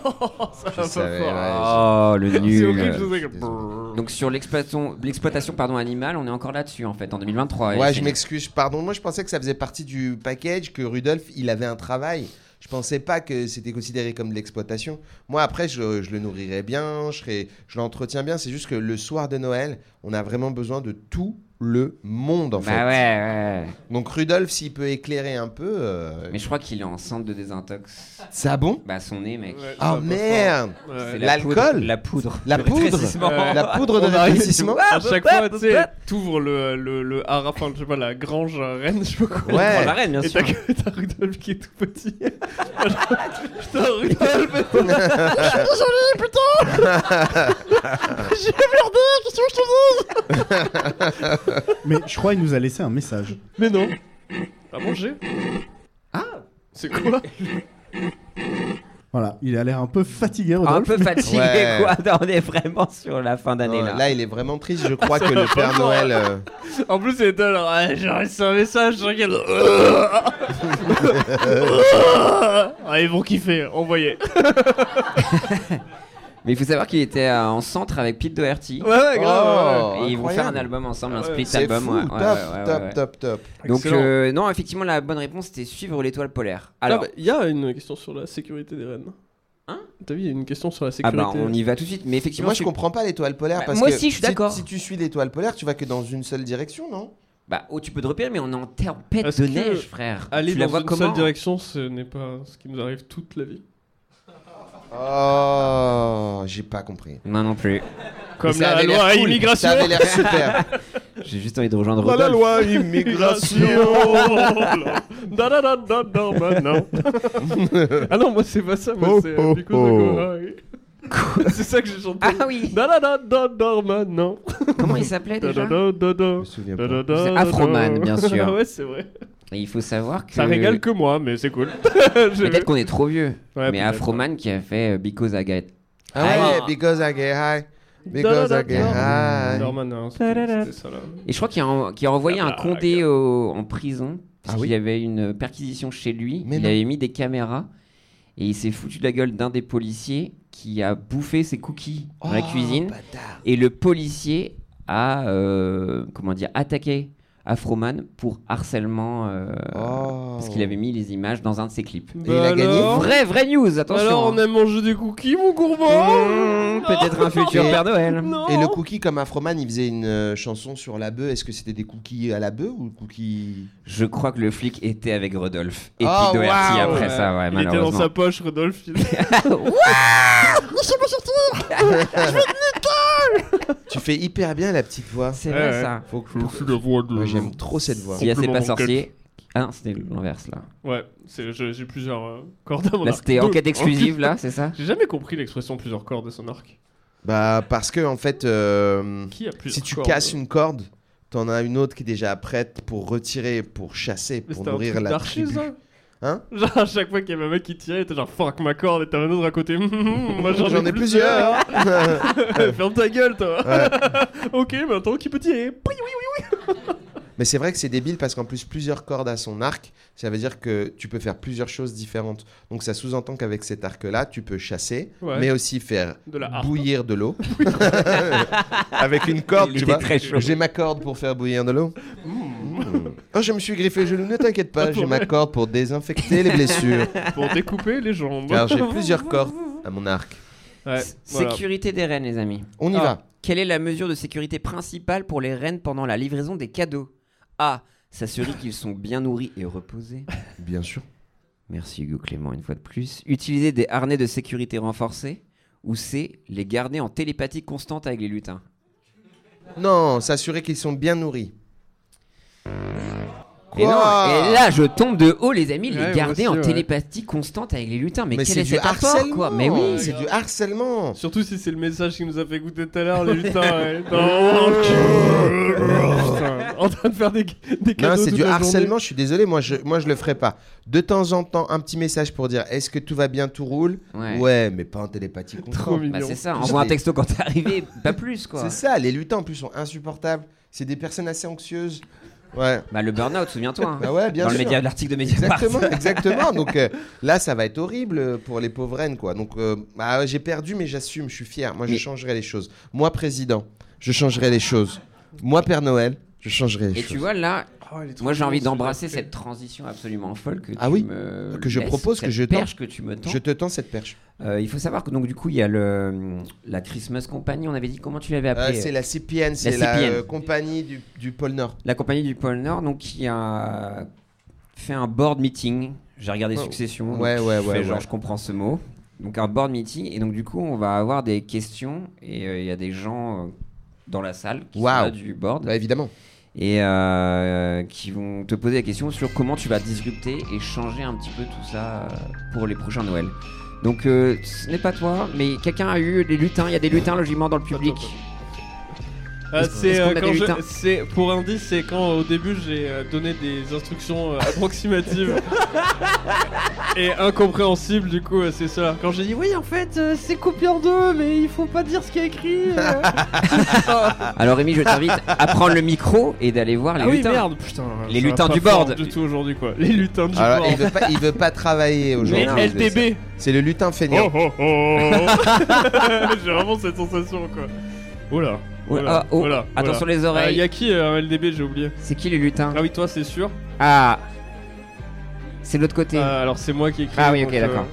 Speaker 6: Je
Speaker 3: va
Speaker 6: savais,
Speaker 3: fort.
Speaker 6: ouais.
Speaker 2: Oh, le
Speaker 3: C'est horrible, je
Speaker 2: nul.
Speaker 3: sais que-
Speaker 6: Désolé.
Speaker 2: Donc sur l'exploitation, l'exploitation pardon, animale, on est encore là-dessus, en fait, en 2023.
Speaker 6: ouais,
Speaker 2: Yacine.
Speaker 6: je m'excuse. Pardon, moi, je pensais que ça faisait partie du package, que Rudolph, il avait un travail. Je pensais pas que c'était considéré comme de l'exploitation. Moi, après, je, je le nourrirais bien, je, serais- je l'entretiens bien. C'est juste que le soir de Noël, on a vraiment besoin de tout le monde en
Speaker 2: bah
Speaker 6: fait.
Speaker 2: ouais, ouais.
Speaker 6: Donc Rudolf, s'il peut éclairer un peu. euh,
Speaker 2: Mais je crois qu'il est en centre de désintox.
Speaker 6: Ça bon
Speaker 2: Bah son nez, mec.
Speaker 3: Ouais, ça
Speaker 6: Oh
Speaker 3: va pas
Speaker 6: merde
Speaker 3: fort. Ouais.
Speaker 2: C'est
Speaker 6: L'alcool
Speaker 2: la poudre- La poudre.
Speaker 6: La
Speaker 2: de
Speaker 6: poudre
Speaker 2: rétrécissement.
Speaker 3: Euh,
Speaker 6: La poudre de
Speaker 3: On arrive,
Speaker 6: rétrécissement
Speaker 3: À chaque fois, tu sais, t'ouvres le, le, le haras, enfin, je sais pas, la grange à Rennes, je sais pas quoi.
Speaker 2: Prends
Speaker 6: Ouais
Speaker 2: la reine, bien
Speaker 3: Et
Speaker 2: sûr.
Speaker 3: t'as que- t'as Rudolf qui est tout petit. Putain, Rudolf
Speaker 1: Mais je crois qu'il nous a laissé un message.
Speaker 3: Mais non À manger Ah C'est quoi
Speaker 1: Voilà, il a l'air un peu fatigué,
Speaker 2: Un
Speaker 1: Rodolphe.
Speaker 2: peu fatigué,
Speaker 6: Ouais.
Speaker 2: quoi. [LAUGHS] Non, on est vraiment sur la fin d'année,
Speaker 6: Non,
Speaker 2: là.
Speaker 6: Là, il est vraiment triste. Je crois que le Père Noël. euh,
Speaker 3: En plus, il était alors, ah, j'ai reçu un message, je [LAUGHS] regarde. ah, ils vont kiffer,
Speaker 2: [LAUGHS]
Speaker 3: envoyez.
Speaker 2: Mais il faut savoir qu'il était euh, en centre avec Pete Doherty.
Speaker 3: Ouais, ouais, Ah
Speaker 6: grave, ouais.
Speaker 2: et ils vont
Speaker 6: Oh, Incroyable.
Speaker 2: faire un album ensemble, un
Speaker 3: Ouais,
Speaker 2: split
Speaker 6: C'est
Speaker 2: album.
Speaker 6: fou.
Speaker 2: ouais, ouais,
Speaker 6: top,
Speaker 2: ouais, ouais,
Speaker 6: top,
Speaker 2: ouais.
Speaker 6: top, top.
Speaker 2: Donc, euh, non, effectivement, la bonne réponse c'était suivre l'étoile polaire.
Speaker 3: Alors,
Speaker 2: Alors,
Speaker 3: il Ah, bah, y a une question sur la sécurité des rennes.
Speaker 2: Hein
Speaker 3: T'as vu, il y a une question sur la
Speaker 2: ah
Speaker 3: sécurité.
Speaker 2: bah, on y va tout de suite. Mais effectivement,
Speaker 6: Moi, je
Speaker 2: tu-
Speaker 6: comprends pas l'étoile polaire
Speaker 2: Bah,
Speaker 6: parce
Speaker 7: moi
Speaker 6: que
Speaker 7: aussi, je suis
Speaker 6: si-
Speaker 7: d'accord.
Speaker 6: Si, tu suis l'étoile polaire, tu vas que dans une seule direction, non
Speaker 2: bah, oh, tu peux te repérer, mais on est en tempête
Speaker 3: Est-ce
Speaker 2: de
Speaker 3: que
Speaker 2: neige, frère.
Speaker 3: Aller
Speaker 2: tu la
Speaker 3: dans
Speaker 2: vois
Speaker 3: une
Speaker 2: comment hein
Speaker 3: seule direction, ce n'est pas ce qui nous arrive toute la vie.
Speaker 6: Oh, j'ai pas compris.
Speaker 2: Non, non plus.
Speaker 3: Comme
Speaker 6: ça
Speaker 3: la
Speaker 6: avait l'air
Speaker 3: loi à
Speaker 6: cool.
Speaker 3: immigration.
Speaker 6: Ça avait l'air super.
Speaker 2: [LAUGHS] J'ai juste envie de rejoindre
Speaker 6: Dans
Speaker 2: Rodolphe.
Speaker 6: loi
Speaker 3: [LAUGHS] da da da da da
Speaker 6: [LAUGHS]
Speaker 3: maintenant. ah non, moi c'est pas ça, moi
Speaker 6: Oh,
Speaker 3: c'est euh,
Speaker 6: oh,
Speaker 3: du coup
Speaker 6: oh.
Speaker 3: [LAUGHS] c'est ça que j'ai chanté.
Speaker 2: Ah oui
Speaker 3: Da da da da da maintenant.
Speaker 2: Comment il s'appelait
Speaker 3: Da
Speaker 2: déjà
Speaker 3: da da da da.
Speaker 6: Je me souviens
Speaker 3: Da
Speaker 6: pas.
Speaker 3: da da
Speaker 2: C'est
Speaker 3: da.
Speaker 2: Afroman,
Speaker 3: [LAUGHS]
Speaker 2: bien sûr.
Speaker 3: ouais, c'est vrai.
Speaker 2: Et Il faut savoir que.
Speaker 3: Ça régale que moi, mais c'est cool. [LAUGHS] J'ai vu.
Speaker 2: Peut-être qu'on est trop vieux.
Speaker 3: Ouais,
Speaker 2: mais
Speaker 3: peut-être.
Speaker 2: Afroman qui a fait euh, Because I Get.
Speaker 6: Ah ouais,
Speaker 2: Ah.
Speaker 6: because I get high. Because I get high.
Speaker 3: Dormanin, c'était c'était ça là.
Speaker 2: Et je crois qu'il a, en- qu'il a envoyé
Speaker 3: Ah
Speaker 2: un
Speaker 3: bah,
Speaker 2: condé au- en prison. Parce
Speaker 6: Ah oui
Speaker 2: qu'il y avait une perquisition chez lui.
Speaker 6: Mais
Speaker 2: il
Speaker 6: non.
Speaker 2: avait mis des caméras. Et il s'est foutu de la gueule d'un des policiers qui a bouffé ses cookies dans la
Speaker 6: Oh,
Speaker 2: cuisine.
Speaker 6: bâtard.
Speaker 2: Et le policier a euh, comment dire, attaqué Afroman pour harcèlement. euh,
Speaker 6: Oh.
Speaker 2: Parce qu'il avait mis les images dans un de ses clips.
Speaker 6: Et il a
Speaker 3: Bah
Speaker 6: gagné
Speaker 3: alors
Speaker 2: Vraie, vraie news, attention. hein.
Speaker 3: Alors on aime manger des cookies, mon gourmand
Speaker 2: Mmh, Peut-être un futur
Speaker 6: Et-
Speaker 2: Père Noël.
Speaker 3: Non.
Speaker 6: Et le cookie, comme Afroman, il faisait une euh, chanson sur la bœuf. Est-ce que c'était des cookies à la bœuf ou cookies.
Speaker 2: Je crois que le flic était avec Rodolphe et
Speaker 6: Oh,
Speaker 2: puis Doherty
Speaker 6: waouh.
Speaker 2: après ça, Ah ouais,
Speaker 3: Il était dans
Speaker 2: malheureusement.
Speaker 3: sa poche,
Speaker 2: [LAUGHS]
Speaker 3: Rodolphe. il-
Speaker 2: Ah,
Speaker 3: [LAUGHS]
Speaker 6: Tu fais hyper bien la petite voix.
Speaker 2: C'est
Speaker 3: Ouais,
Speaker 2: vrai
Speaker 3: ouais.
Speaker 2: ça.
Speaker 6: Faut que-
Speaker 3: Je suis la voix de.
Speaker 6: Moi, j'aime trop cette voix.
Speaker 2: S'il y a C'est
Speaker 3: Compliment
Speaker 2: pas
Speaker 3: mon
Speaker 2: sorcier. Ah non, c'était l'inverse là.
Speaker 3: Ouais, c'est- je- j'ai plusieurs euh, cordes à mon
Speaker 2: Là
Speaker 3: arc.
Speaker 2: c'était
Speaker 3: Deux.
Speaker 2: enquête exclusive là, c'est ça
Speaker 3: J'ai jamais compris l'expression plusieurs cordes à son arc.
Speaker 6: Bah parce que en fait, euh,
Speaker 3: Qui a plusieurs
Speaker 6: si tu
Speaker 3: cordes
Speaker 6: casses une corde, t'en as une autre qui est déjà prête pour retirer, pour chasser,
Speaker 3: Mais
Speaker 6: pour
Speaker 3: c'était un truc
Speaker 6: nourrir la
Speaker 3: d'archi,
Speaker 6: tribu.
Speaker 3: ça
Speaker 6: Hein
Speaker 3: Genre à chaque fois qu'il y avait un mec qui tirait, il était genre fuck ma corde et t'avais un autre à côté. [LAUGHS] Hum, hum, Moi j'en
Speaker 6: J'en ai plusieurs. [LAUGHS]
Speaker 3: Ferme ta gueule toi.
Speaker 6: Ouais.
Speaker 3: ok, mais attends, qui peut tirer Pouing.
Speaker 6: Mais c'est vrai que c'est débile parce qu'en plus plusieurs cordes à son arc, ça veut dire que tu peux faire plusieurs choses différentes. Donc ça sous-entend qu'avec cet arc-là, tu peux chasser,
Speaker 3: Ouais.
Speaker 6: mais aussi faire
Speaker 3: De la harpe.
Speaker 6: bouillir
Speaker 2: [LAUGHS]
Speaker 6: de l'eau. Avec une corde,
Speaker 2: Il
Speaker 6: tu
Speaker 2: était
Speaker 6: vois.
Speaker 2: très chaud.
Speaker 6: J'ai ma corde pour faire bouillir de l'eau.
Speaker 3: Hmm.
Speaker 6: Mmh. Oh, je me suis griffé le genou, ne t'inquiète pas, j'ai ma corde pour désinfecter les blessures.
Speaker 3: [LAUGHS] Pour découper les jambes.
Speaker 6: Car j'ai plusieurs cordes à mon arc.
Speaker 3: Ouais,
Speaker 2: S-
Speaker 3: voilà.
Speaker 2: Sécurité des rennes les amis.
Speaker 6: On y
Speaker 3: Ah.
Speaker 6: va.
Speaker 2: Quelle est la mesure de sécurité principale pour les rennes pendant la livraison des cadeaux A. S'assurer qu'ils sont bien nourris et reposés.
Speaker 6: Bien sûr.
Speaker 2: Merci Hugo Clément une fois de plus. Utiliser des harnais de sécurité renforcés ou C. Les garder en télépathie constante avec les lutins.
Speaker 6: Non, s'assurer qu'ils sont bien nourris.
Speaker 2: Et, non,
Speaker 6: Quoi
Speaker 2: et là, je tombe de haut, les amis,
Speaker 3: Ouais,
Speaker 2: les garder
Speaker 3: moi
Speaker 2: en
Speaker 3: aussi, ouais.
Speaker 2: télépathie constante avec les lutins. Mais,
Speaker 6: Mais
Speaker 2: quel
Speaker 6: c'est
Speaker 2: est
Speaker 6: du
Speaker 2: cet rapport,
Speaker 6: harcèlement
Speaker 2: quoi Mais oui,
Speaker 6: C'est du harcèlement
Speaker 3: Surtout si c'est le message qui nous a fait goûter tout à l'heure, les lutins. ouais. Non, Putain, en train de faire des, des
Speaker 6: Non,
Speaker 3: cadeaux.
Speaker 6: c'est
Speaker 3: toute
Speaker 6: du
Speaker 3: la journée.
Speaker 6: harcèlement, je suis désolé, moi je, moi je le ferai pas. De temps en temps, un petit message pour dire est-ce que tout va bien, tout roule
Speaker 2: Ouais.
Speaker 6: mais pas en télépathie.
Speaker 3: Trop
Speaker 6: constante.
Speaker 3: mignon.
Speaker 2: bah, c'est ça,
Speaker 6: Je
Speaker 2: envoie un
Speaker 6: sais.
Speaker 2: texto quand t'es arrivé, pas plus quoi.
Speaker 6: C'est ça, les lutins en plus sont insupportables. C'est des personnes assez anxieuses. Ouais.
Speaker 2: Bah, le burn-out, souviens-toi. hein.
Speaker 6: Bah ouais, bien
Speaker 2: Dans le
Speaker 6: sûr.
Speaker 2: média- l'article de Mediapart.
Speaker 6: Exactement,
Speaker 2: [LAUGHS]
Speaker 6: exactement. Donc euh, là, ça va être horrible pour les pauvres reines, quoi. Donc euh, bah, j'ai perdu, mais j'assume, je suis fier. Moi, je
Speaker 2: Mais-
Speaker 6: changerai les choses. Moi, président, je changerai les choses. Moi, Père Noël, Je changerai les
Speaker 2: Et
Speaker 6: choses.
Speaker 2: tu vois, là, moi j'ai envie d'embrasser cette transition absolument folle que
Speaker 6: Ah
Speaker 2: tu
Speaker 6: oui,
Speaker 2: me
Speaker 6: que je
Speaker 2: laisses,
Speaker 6: propose, que
Speaker 2: cette
Speaker 6: je tente.
Speaker 2: perche que tu me tends.
Speaker 6: Je te tends cette perche.
Speaker 2: Euh, il faut savoir que donc du coup il y a le la Christmas Company. On avait dit comment tu l'avais
Speaker 6: Euh,
Speaker 2: appelée
Speaker 6: c'est la CPN, c'est la,
Speaker 2: CPN.
Speaker 6: euh, compagnie du, du pôle Nord.
Speaker 2: la compagnie du pôle Nord, donc qui a fait un board meeting. J'ai regardé
Speaker 6: Oh.
Speaker 2: Succession. donc
Speaker 6: Ouais, ouais,
Speaker 2: je
Speaker 6: ouais,
Speaker 2: fais genre,
Speaker 6: ouais.
Speaker 2: je comprends ce mot. Donc un board meeting, et donc du coup, on va avoir des questions, et euh, il y a des gens euh, dans la salle qui sont
Speaker 6: Waouh.
Speaker 2: là du board,
Speaker 6: Bah, évidemment.
Speaker 2: et euh, qui vont te poser des questions sur comment tu vas disrupter et changer un petit peu tout ça euh, pour les prochains Noël. Donc euh, ce n'est pas toi, mais quelqu'un a eu des lutins, il y a des lutins logiquement dans le
Speaker 3: toi,
Speaker 2: public.
Speaker 3: pas Ah,
Speaker 2: Est-ce-
Speaker 3: c'est
Speaker 2: est-ce qu'on
Speaker 3: euh,
Speaker 2: a
Speaker 3: quand
Speaker 2: des
Speaker 3: je-
Speaker 2: lutins
Speaker 3: c'est- pour indice, c'est quand euh, au début j'ai euh, donné des instructions
Speaker 2: [LAUGHS]
Speaker 3: euh, approximatives et incompréhensibles. Du coup, euh, c'est ça. Quand j'ai dit oui, en fait, euh, c'est coupé en deux, mais il faut pas dire ce qu'il y a écrit. euh.
Speaker 2: [LAUGHS] Alors Rémi, je t'invite à prendre le micro et d'aller voir les
Speaker 3: ah oui,
Speaker 2: lutins.
Speaker 3: merde, putain.
Speaker 2: Les
Speaker 3: ça va
Speaker 2: lutins
Speaker 3: pas
Speaker 2: du
Speaker 3: fort
Speaker 2: board.
Speaker 3: Du tout aujourd'hui quoi. Les lutins du
Speaker 6: Alors, il
Speaker 3: board.
Speaker 6: veut pas, il veut pas travailler
Speaker 3: Les
Speaker 6: aujourd'hui.
Speaker 2: Non,
Speaker 3: LDB.
Speaker 6: C'est le lutin
Speaker 3: Oh
Speaker 6: feignant.
Speaker 3: oh oh. [LAUGHS] J'ai vraiment cette sensation quoi. Oh là.
Speaker 2: Ouais,
Speaker 3: Voilà,
Speaker 2: ah, oh,
Speaker 3: voilà,
Speaker 2: attention les
Speaker 3: Il
Speaker 2: oreilles.
Speaker 3: y a qui euh, LDB J'ai oublié.
Speaker 2: C'est qui les lutins
Speaker 3: Ah oui, toi, c'est sûr.
Speaker 2: Ah C'est de l'autre côté.
Speaker 3: Euh, alors c'est moi qui ai écrit.
Speaker 2: Ah oui, ok,
Speaker 3: donc, euh,
Speaker 2: d'accord.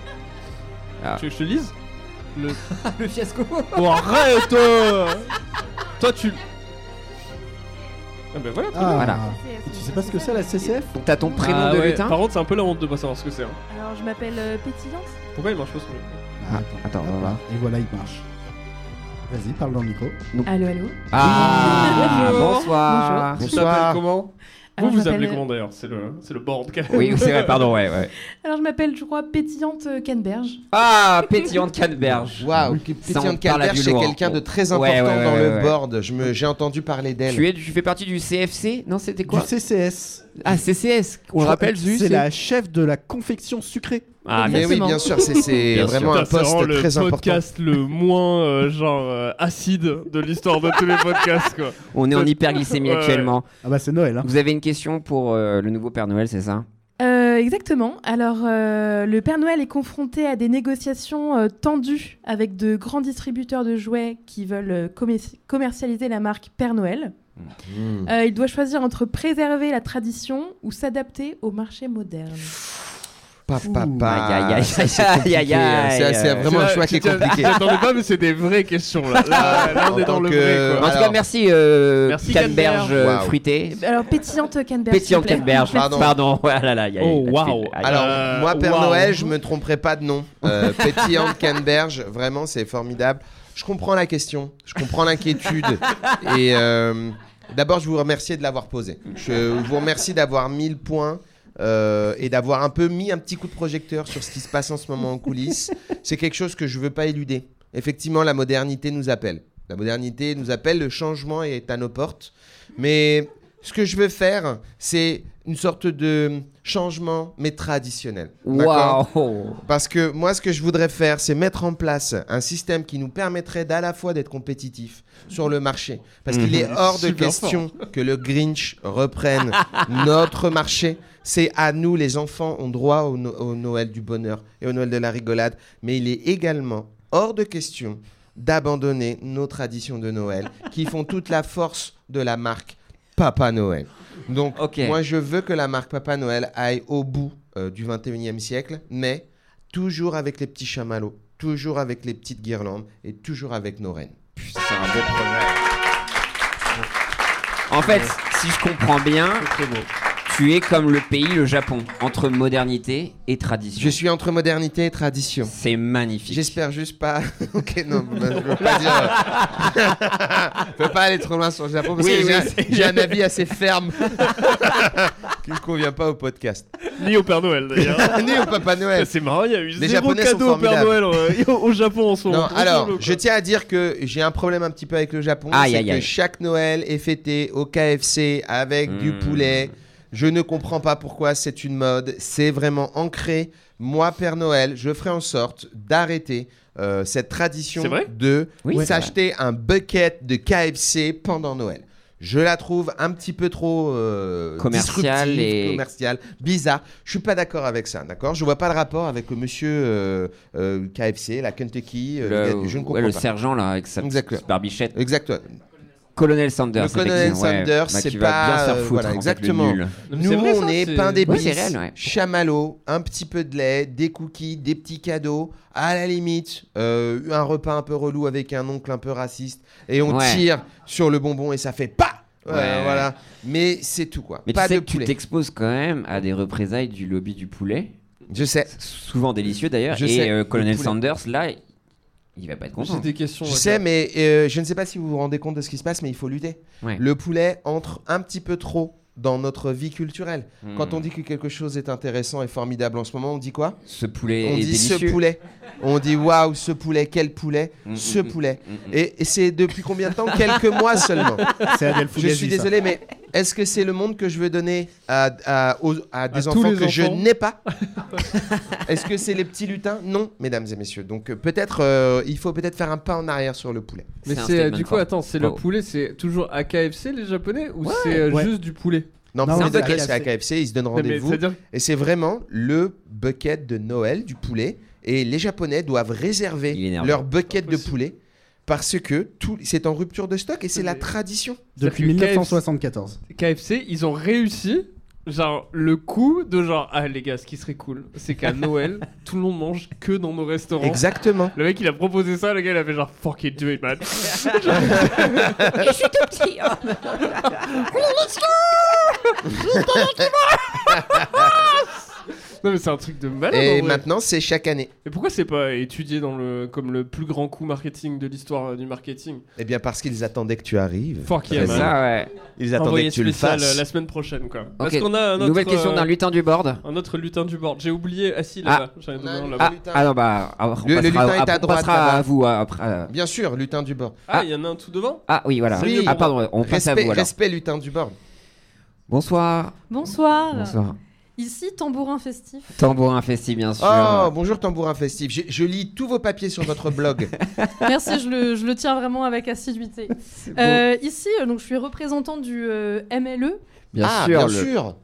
Speaker 2: Ah.
Speaker 3: Tu veux que je te lise
Speaker 2: [LAUGHS]
Speaker 3: Le-
Speaker 2: [LAUGHS] le fiasco
Speaker 3: Oh, arrête euh. Toi, tu. Ah bah voilà.
Speaker 1: Ah,
Speaker 2: Voilà.
Speaker 1: Et Tu sais pas ce que c'est la CCF
Speaker 2: Donc t'as ton prénom
Speaker 3: Ah
Speaker 2: de
Speaker 3: ouais,
Speaker 2: lutin
Speaker 3: Par contre, c'est un peu la honte de pas savoir ce que c'est. hein.
Speaker 8: Alors, je m'appelle euh, Pétillance.
Speaker 3: Pourquoi il marche pas ce micro
Speaker 2: Ah, attends, on va voir.
Speaker 1: Et voilà, il marche. Vas-y, parle dans le micro.
Speaker 8: Allô, allô.
Speaker 2: Ah
Speaker 3: Bonjour. Ah,
Speaker 2: Bonsoir
Speaker 3: Tu
Speaker 6: Bonsoir.
Speaker 3: t'appelles comment Vous
Speaker 8: Alors, je
Speaker 3: vous appelez
Speaker 8: m'appelle-
Speaker 3: comment d'ailleurs C'est le, c'est
Speaker 6: [LAUGHS]
Speaker 3: le board. quand même.
Speaker 2: Oui, c'est vrai, pardon, ouais, ouais.
Speaker 8: Alors, je m'appelle, je crois, Pétillante euh, Canberge.
Speaker 2: Ah Pétillante Canneberge
Speaker 6: Waouh,
Speaker 2: Ça, on
Speaker 6: Pétion
Speaker 2: parle
Speaker 6: de
Speaker 2: à
Speaker 6: Calvaire,
Speaker 2: du
Speaker 6: c'est
Speaker 2: lourd.
Speaker 6: quelqu'un de très
Speaker 2: Ouais,
Speaker 6: important
Speaker 2: ouais, ouais,
Speaker 6: dans
Speaker 2: ouais,
Speaker 6: le
Speaker 2: ouais.
Speaker 6: board. Je me- J'ai entendu parler d'elle.
Speaker 2: tu, es, tu fais partie du CFC Non, c'était quoi
Speaker 1: du CCS.
Speaker 2: Ah, CCS On
Speaker 1: Je
Speaker 2: le rappelle,
Speaker 1: crois-
Speaker 2: Zu
Speaker 1: C'est la chef de la confection sucrée.
Speaker 2: Ah,
Speaker 6: Mais oui,
Speaker 8: Exactement.
Speaker 6: bien sûr, c'est- c'est
Speaker 2: Bien
Speaker 6: vraiment
Speaker 3: Putain,
Speaker 6: un
Speaker 3: c'est vraiment
Speaker 6: poste
Speaker 3: le
Speaker 6: très important.
Speaker 3: podcast le moins euh, genre euh, acide de l'histoire de tous les podcasts quoi.
Speaker 2: on est en hyperglycémie
Speaker 3: Ouais, ouais.
Speaker 2: actuellement.
Speaker 1: Ah bah c'est Noël. Hein.
Speaker 2: Vous avez une question pour euh, le nouveau Père Noël, c'est ça
Speaker 8: Euh, exactement. Alors, euh, le Père Noël est confronté à des négociations euh, tendues avec de grands distributeurs de jouets qui veulent euh, commer- commercialiser la marque Père Noël.
Speaker 2: Mhm.
Speaker 6: Hmm.
Speaker 8: Euh, il doit choisir entre préserver la tradition ou s'adapter au marché moderne.
Speaker 6: Pa, pa, pa.
Speaker 2: Aïe, aïe, aïe,
Speaker 6: Ça, c'est compliqué,
Speaker 2: aïe, aïe,
Speaker 6: hein.
Speaker 2: aïe. euh,
Speaker 6: C'est- C'est vraiment un
Speaker 3: Là,
Speaker 6: choix qui est
Speaker 3: tu t'y-
Speaker 6: compliqué.
Speaker 3: tu t'y attendais pas mais c'est des vraies questions
Speaker 6: [LAUGHS]
Speaker 3: là. Là, là, on
Speaker 6: En
Speaker 3: est [LAUGHS] dans
Speaker 6: tant
Speaker 3: le
Speaker 6: que-
Speaker 3: vrai
Speaker 2: En
Speaker 3: quoi.
Speaker 6: Alors-
Speaker 2: tout cas, merci, euh,
Speaker 3: Merci,
Speaker 2: Canneberge
Speaker 3: Canneberge.
Speaker 2: euh,
Speaker 6: Waouh.
Speaker 2: fruitée.
Speaker 8: Alors, Pétillante Canberge. s'il
Speaker 2: Pétillante
Speaker 8: vous plaît.
Speaker 2: Canneberge,
Speaker 6: Pardon.
Speaker 2: pardon. Pardon, [LAUGHS] oh là là, il y a-
Speaker 3: Oh,
Speaker 2: il y a-
Speaker 3: waouh.
Speaker 2: Aïe.
Speaker 6: Alors,
Speaker 3: Euh,
Speaker 6: moi, Père
Speaker 3: waouh.
Speaker 6: Noël, je me tromperai pas de nom. Euh, Petit Anne Canberge, vraiment, c'est formidable. Je comprends la question, je comprends l'inquiétude. Et euh, d'abord, je vous remercie de l'avoir posée. Je vous remercie d'avoir mis le point. euh, et d'avoir un peu mis un petit coup de projecteur sur ce qui se passe en ce moment en coulisses. C'est quelque chose que je veux pas éluder. Effectivement, la modernité nous appelle. La modernité nous appelle, le changement est à nos portes. Mais ce que je veux faire, c'est une sorte de changement, mais traditionnel. D'accord
Speaker 2: Waouh
Speaker 6: Parce que moi, ce que je voudrais faire, c'est mettre en place un système qui nous permettrait d'à la fois d'être compétitif sur le marché. Parce
Speaker 4: Mhm.
Speaker 6: qu'il est hors de
Speaker 3: Super
Speaker 6: question que le
Speaker 3: [LAUGHS]
Speaker 6: Grinch reprenne notre marché. C'est à nous, les enfants, ont droit au, No- au Noël du bonheur et au Noël de la rigolade. Mais il est également hors de question d'abandonner nos traditions de Noël qui font toute la force de la marque Papa Noël. Donc,
Speaker 2: Ok.
Speaker 6: moi, je veux que la marque Papa Noël aille au bout euh, du 21e siècle, mais toujours avec les petits chamallows, toujours avec les petites guirlandes et toujours avec nos reines.
Speaker 2: C'est un beau En fait, si je comprends bien, tu es comme le pays, le Japon, entre modernité et
Speaker 6: Je
Speaker 2: tradition.
Speaker 6: suis entre modernité et tradition.
Speaker 2: C'est magnifique.
Speaker 6: J'espère juste pas. [LAUGHS] ok, non, bah, je veux pas dire. je veux pas aller trop loin sur le Japon parce
Speaker 2: Oui,
Speaker 6: que j'ai-
Speaker 2: oui,
Speaker 6: j'ai un avis assez ferme [LAUGHS] qui ne convient pas au podcast.
Speaker 3: Ni au Père
Speaker 6: [LAUGHS]
Speaker 3: Noël d'ailleurs.
Speaker 6: Ni au Papa Noël.
Speaker 3: C'est marrant, il y a eu zéro
Speaker 6: Japonais sont
Speaker 3: cadeau au Père Noël
Speaker 6: formidables.
Speaker 3: euh, au au Japon en ce
Speaker 6: Non,
Speaker 3: moment.
Speaker 6: alors,
Speaker 3: Rigolo, quoi.
Speaker 6: je tiens à dire que j'ai un problème un petit peu avec le Japon.
Speaker 2: Aïe,
Speaker 6: c'est
Speaker 2: aïe,
Speaker 6: que
Speaker 2: aïe.
Speaker 6: chaque Noël est fêté au KFC avec du
Speaker 2: Mm.
Speaker 6: poulet. Je ne comprends pas pourquoi c'est une mode. C'est vraiment ancré. Moi, Père Noël, je ferai en sorte d'arrêter euh, cette tradition
Speaker 3: C'est vrai
Speaker 6: de
Speaker 2: Oui, c'est
Speaker 6: s'acheter un bucket de KFC pendant Noël. Je la trouve un petit peu trop euh,
Speaker 2: Commerciale
Speaker 6: disruptive,
Speaker 2: et-
Speaker 6: commerciale, bizarre. Je suis pas d'accord avec ça, d'accord Je vois pas le rapport avec le monsieur euh, euh, KFC, la Kentucky, euh,
Speaker 2: Le,
Speaker 6: je ne
Speaker 2: ouais,
Speaker 6: comprends
Speaker 2: le
Speaker 6: pas.
Speaker 2: sergent là avec sa petite
Speaker 6: Exactement.
Speaker 2: barbichette.
Speaker 6: Exactement.
Speaker 2: Colonel Sanders.
Speaker 6: Le Colonel
Speaker 2: effectivement, ouais,
Speaker 6: Sanders,
Speaker 2: bah,
Speaker 6: c'est
Speaker 2: qui va bien
Speaker 6: pas,
Speaker 2: se faire
Speaker 6: euh,
Speaker 2: foutre,
Speaker 6: voilà,
Speaker 2: en fait, le
Speaker 6: exactement.
Speaker 2: nul.
Speaker 3: Mais c'est
Speaker 6: Nous,
Speaker 3: vrai,
Speaker 6: on
Speaker 3: ça,
Speaker 6: est
Speaker 3: c'est-
Speaker 6: pain d'épices,
Speaker 2: Ouais, c'est réel, ouais.
Speaker 6: chamallow, un petit peu de lait, des cookies, des petits cadeaux, à la limite, euh, un repas un peu relou avec un oncle un peu raciste, et on
Speaker 2: Ouais.
Speaker 6: tire sur le bonbon et ça fait pas Ouais,
Speaker 2: Ouais.
Speaker 6: voilà. Mais c'est tout, quoi.
Speaker 2: Mais
Speaker 6: pas
Speaker 2: tu sais
Speaker 6: de
Speaker 2: que tu
Speaker 6: poulet.
Speaker 2: t'exposes quand même à des représailles du lobby du poulet,
Speaker 6: Je sais.
Speaker 2: souvent délicieux d'ailleurs.
Speaker 6: Je
Speaker 2: Et
Speaker 6: sais,
Speaker 2: euh,
Speaker 6: le
Speaker 2: Colonel
Speaker 6: poulet.
Speaker 2: Sanders, là, il va pas être
Speaker 3: J'ai
Speaker 2: content.
Speaker 3: des questions.
Speaker 6: Je
Speaker 3: à
Speaker 6: sais,
Speaker 3: faire.
Speaker 6: mais euh, je ne sais pas si vous vous rendez compte de ce qui se passe, mais il faut lutter.
Speaker 2: Ouais.
Speaker 6: Le poulet entre un petit peu trop dans notre vie culturelle. Quand on dit que quelque chose est intéressant et formidable en ce moment, on dit quoi
Speaker 2: ce poulet
Speaker 6: On
Speaker 2: est
Speaker 6: dit
Speaker 2: délicieux.
Speaker 6: ce poulet. On dit waouh, ce poulet, quel poulet,
Speaker 2: Mm,
Speaker 6: ce
Speaker 2: mm,
Speaker 6: poulet.
Speaker 2: Mm, mm.
Speaker 6: Et, et c'est depuis combien de temps Quelques mois seulement.
Speaker 1: C'est Adèle
Speaker 6: Je
Speaker 1: Fugazi.
Speaker 6: suis
Speaker 1: ça.
Speaker 6: désolé, mais est-ce que c'est le monde que je veux donner à, à- aux- à des
Speaker 3: tous
Speaker 6: enfants que
Speaker 3: les
Speaker 6: je
Speaker 3: enfants.
Speaker 6: n'ai
Speaker 3: [LAUGHS]
Speaker 6: pas Est-ce que c'est les petits lutins Non, mesdames et messieurs. Donc euh, peut-être, euh, il faut peut-être faire un pas en arrière sur le poulet.
Speaker 3: Mais
Speaker 2: C'est un
Speaker 3: c'est euh,
Speaker 2: statement
Speaker 3: du coup,
Speaker 2: fort.
Speaker 3: attends, c'est le
Speaker 2: Bravo.
Speaker 3: poulet, c'est toujours AKFC les japonais ou c'est euh,
Speaker 1: Ouais.
Speaker 3: juste du poulet
Speaker 6: Non,
Speaker 1: Non,
Speaker 6: pour les
Speaker 1: c'est
Speaker 6: buckets,
Speaker 1: AKFC.
Speaker 6: c'est AKFC, ils se donnent
Speaker 3: Non, mais
Speaker 6: rendez-vous.
Speaker 3: c'est-à-dire-
Speaker 6: Et c'est vraiment le bucket de Noël du poulet. Et les Japonais doivent réserver
Speaker 2: Il est énervé.
Speaker 6: leur bucket de
Speaker 3: Impossible.
Speaker 6: poulet parce que tout, c'est en rupture de stock et c'est la
Speaker 3: Mais-
Speaker 6: tradition.
Speaker 1: Depuis
Speaker 3: C'est-à-dire que
Speaker 1: 1974.
Speaker 3: KFC, ils ont réussi. Genre, le coup de genre, ah les gars, ce qui serait cool, c'est
Speaker 6: [LAUGHS]
Speaker 3: qu'à Noël, tout le monde mange que dans nos restaurants.
Speaker 6: Exactement.
Speaker 3: Le mec, il a proposé ça, le gars, il avait genre, fuck it, do it,
Speaker 6: [LAUGHS]
Speaker 3: man.
Speaker 2: Oh.
Speaker 6: [LAUGHS]
Speaker 3: non, mais c'est un truc de malade.
Speaker 6: Et
Speaker 3: en vrai.
Speaker 6: maintenant, c'est chaque année.
Speaker 3: Et pourquoi c'est pas étudié dans le, comme le plus grand coup marketing de l'histoire euh, du marketing
Speaker 6: Eh bien, parce qu'ils attendaient que tu arrives.
Speaker 3: Fuck yeah,
Speaker 6: Très
Speaker 2: C'est
Speaker 3: man.
Speaker 2: ça, ouais.
Speaker 6: Ils
Speaker 3: Envoyé
Speaker 6: attendaient que tu le
Speaker 3: spécial,
Speaker 6: fasses.
Speaker 3: euh, la semaine prochaine, quoi.
Speaker 2: Ok,
Speaker 3: Parce qu'on a un autre,
Speaker 2: Nouvelle question
Speaker 3: euh,
Speaker 2: d'un lutin du board.
Speaker 3: un autre lutin du board. J'ai oublié. Ah si, là-bas. J'en ai donné un là-bas.
Speaker 2: Ah,
Speaker 6: Le lutin.
Speaker 2: ah non, bah, on
Speaker 6: Le- le
Speaker 2: passera,
Speaker 6: lutin est à
Speaker 2: on
Speaker 6: droite,
Speaker 2: passera
Speaker 6: là-bas.
Speaker 2: à vous euh, après. euh.
Speaker 6: Bien sûr, lutin du bord.
Speaker 3: Ah, il y en a un tout devant
Speaker 2: Ah oui, voilà.
Speaker 6: C'est mieux
Speaker 2: ah
Speaker 6: pour
Speaker 2: pardon, on passe à
Speaker 6: Respect,
Speaker 2: vous alors.
Speaker 6: respect, lutin du bord.
Speaker 2: Bonsoir.
Speaker 9: Bonsoir.
Speaker 2: Bonsoir.
Speaker 9: Ici, tambourin festif. [LAUGHS]
Speaker 2: Tambourin Festi, bien sûr.
Speaker 6: Oh, bonjour tambourin festif. Je, je lis tous vos papiers sur
Speaker 9: [LAUGHS]
Speaker 6: votre blog.
Speaker 9: Merci, je le, je le tiens vraiment
Speaker 2: [LAUGHS]
Speaker 9: avec assiduité. Euh, ici, euh, donc, je suis représentant du euh, MLE.
Speaker 2: bien
Speaker 6: ah,
Speaker 2: sûr.
Speaker 6: bien
Speaker 2: le-
Speaker 6: sûr.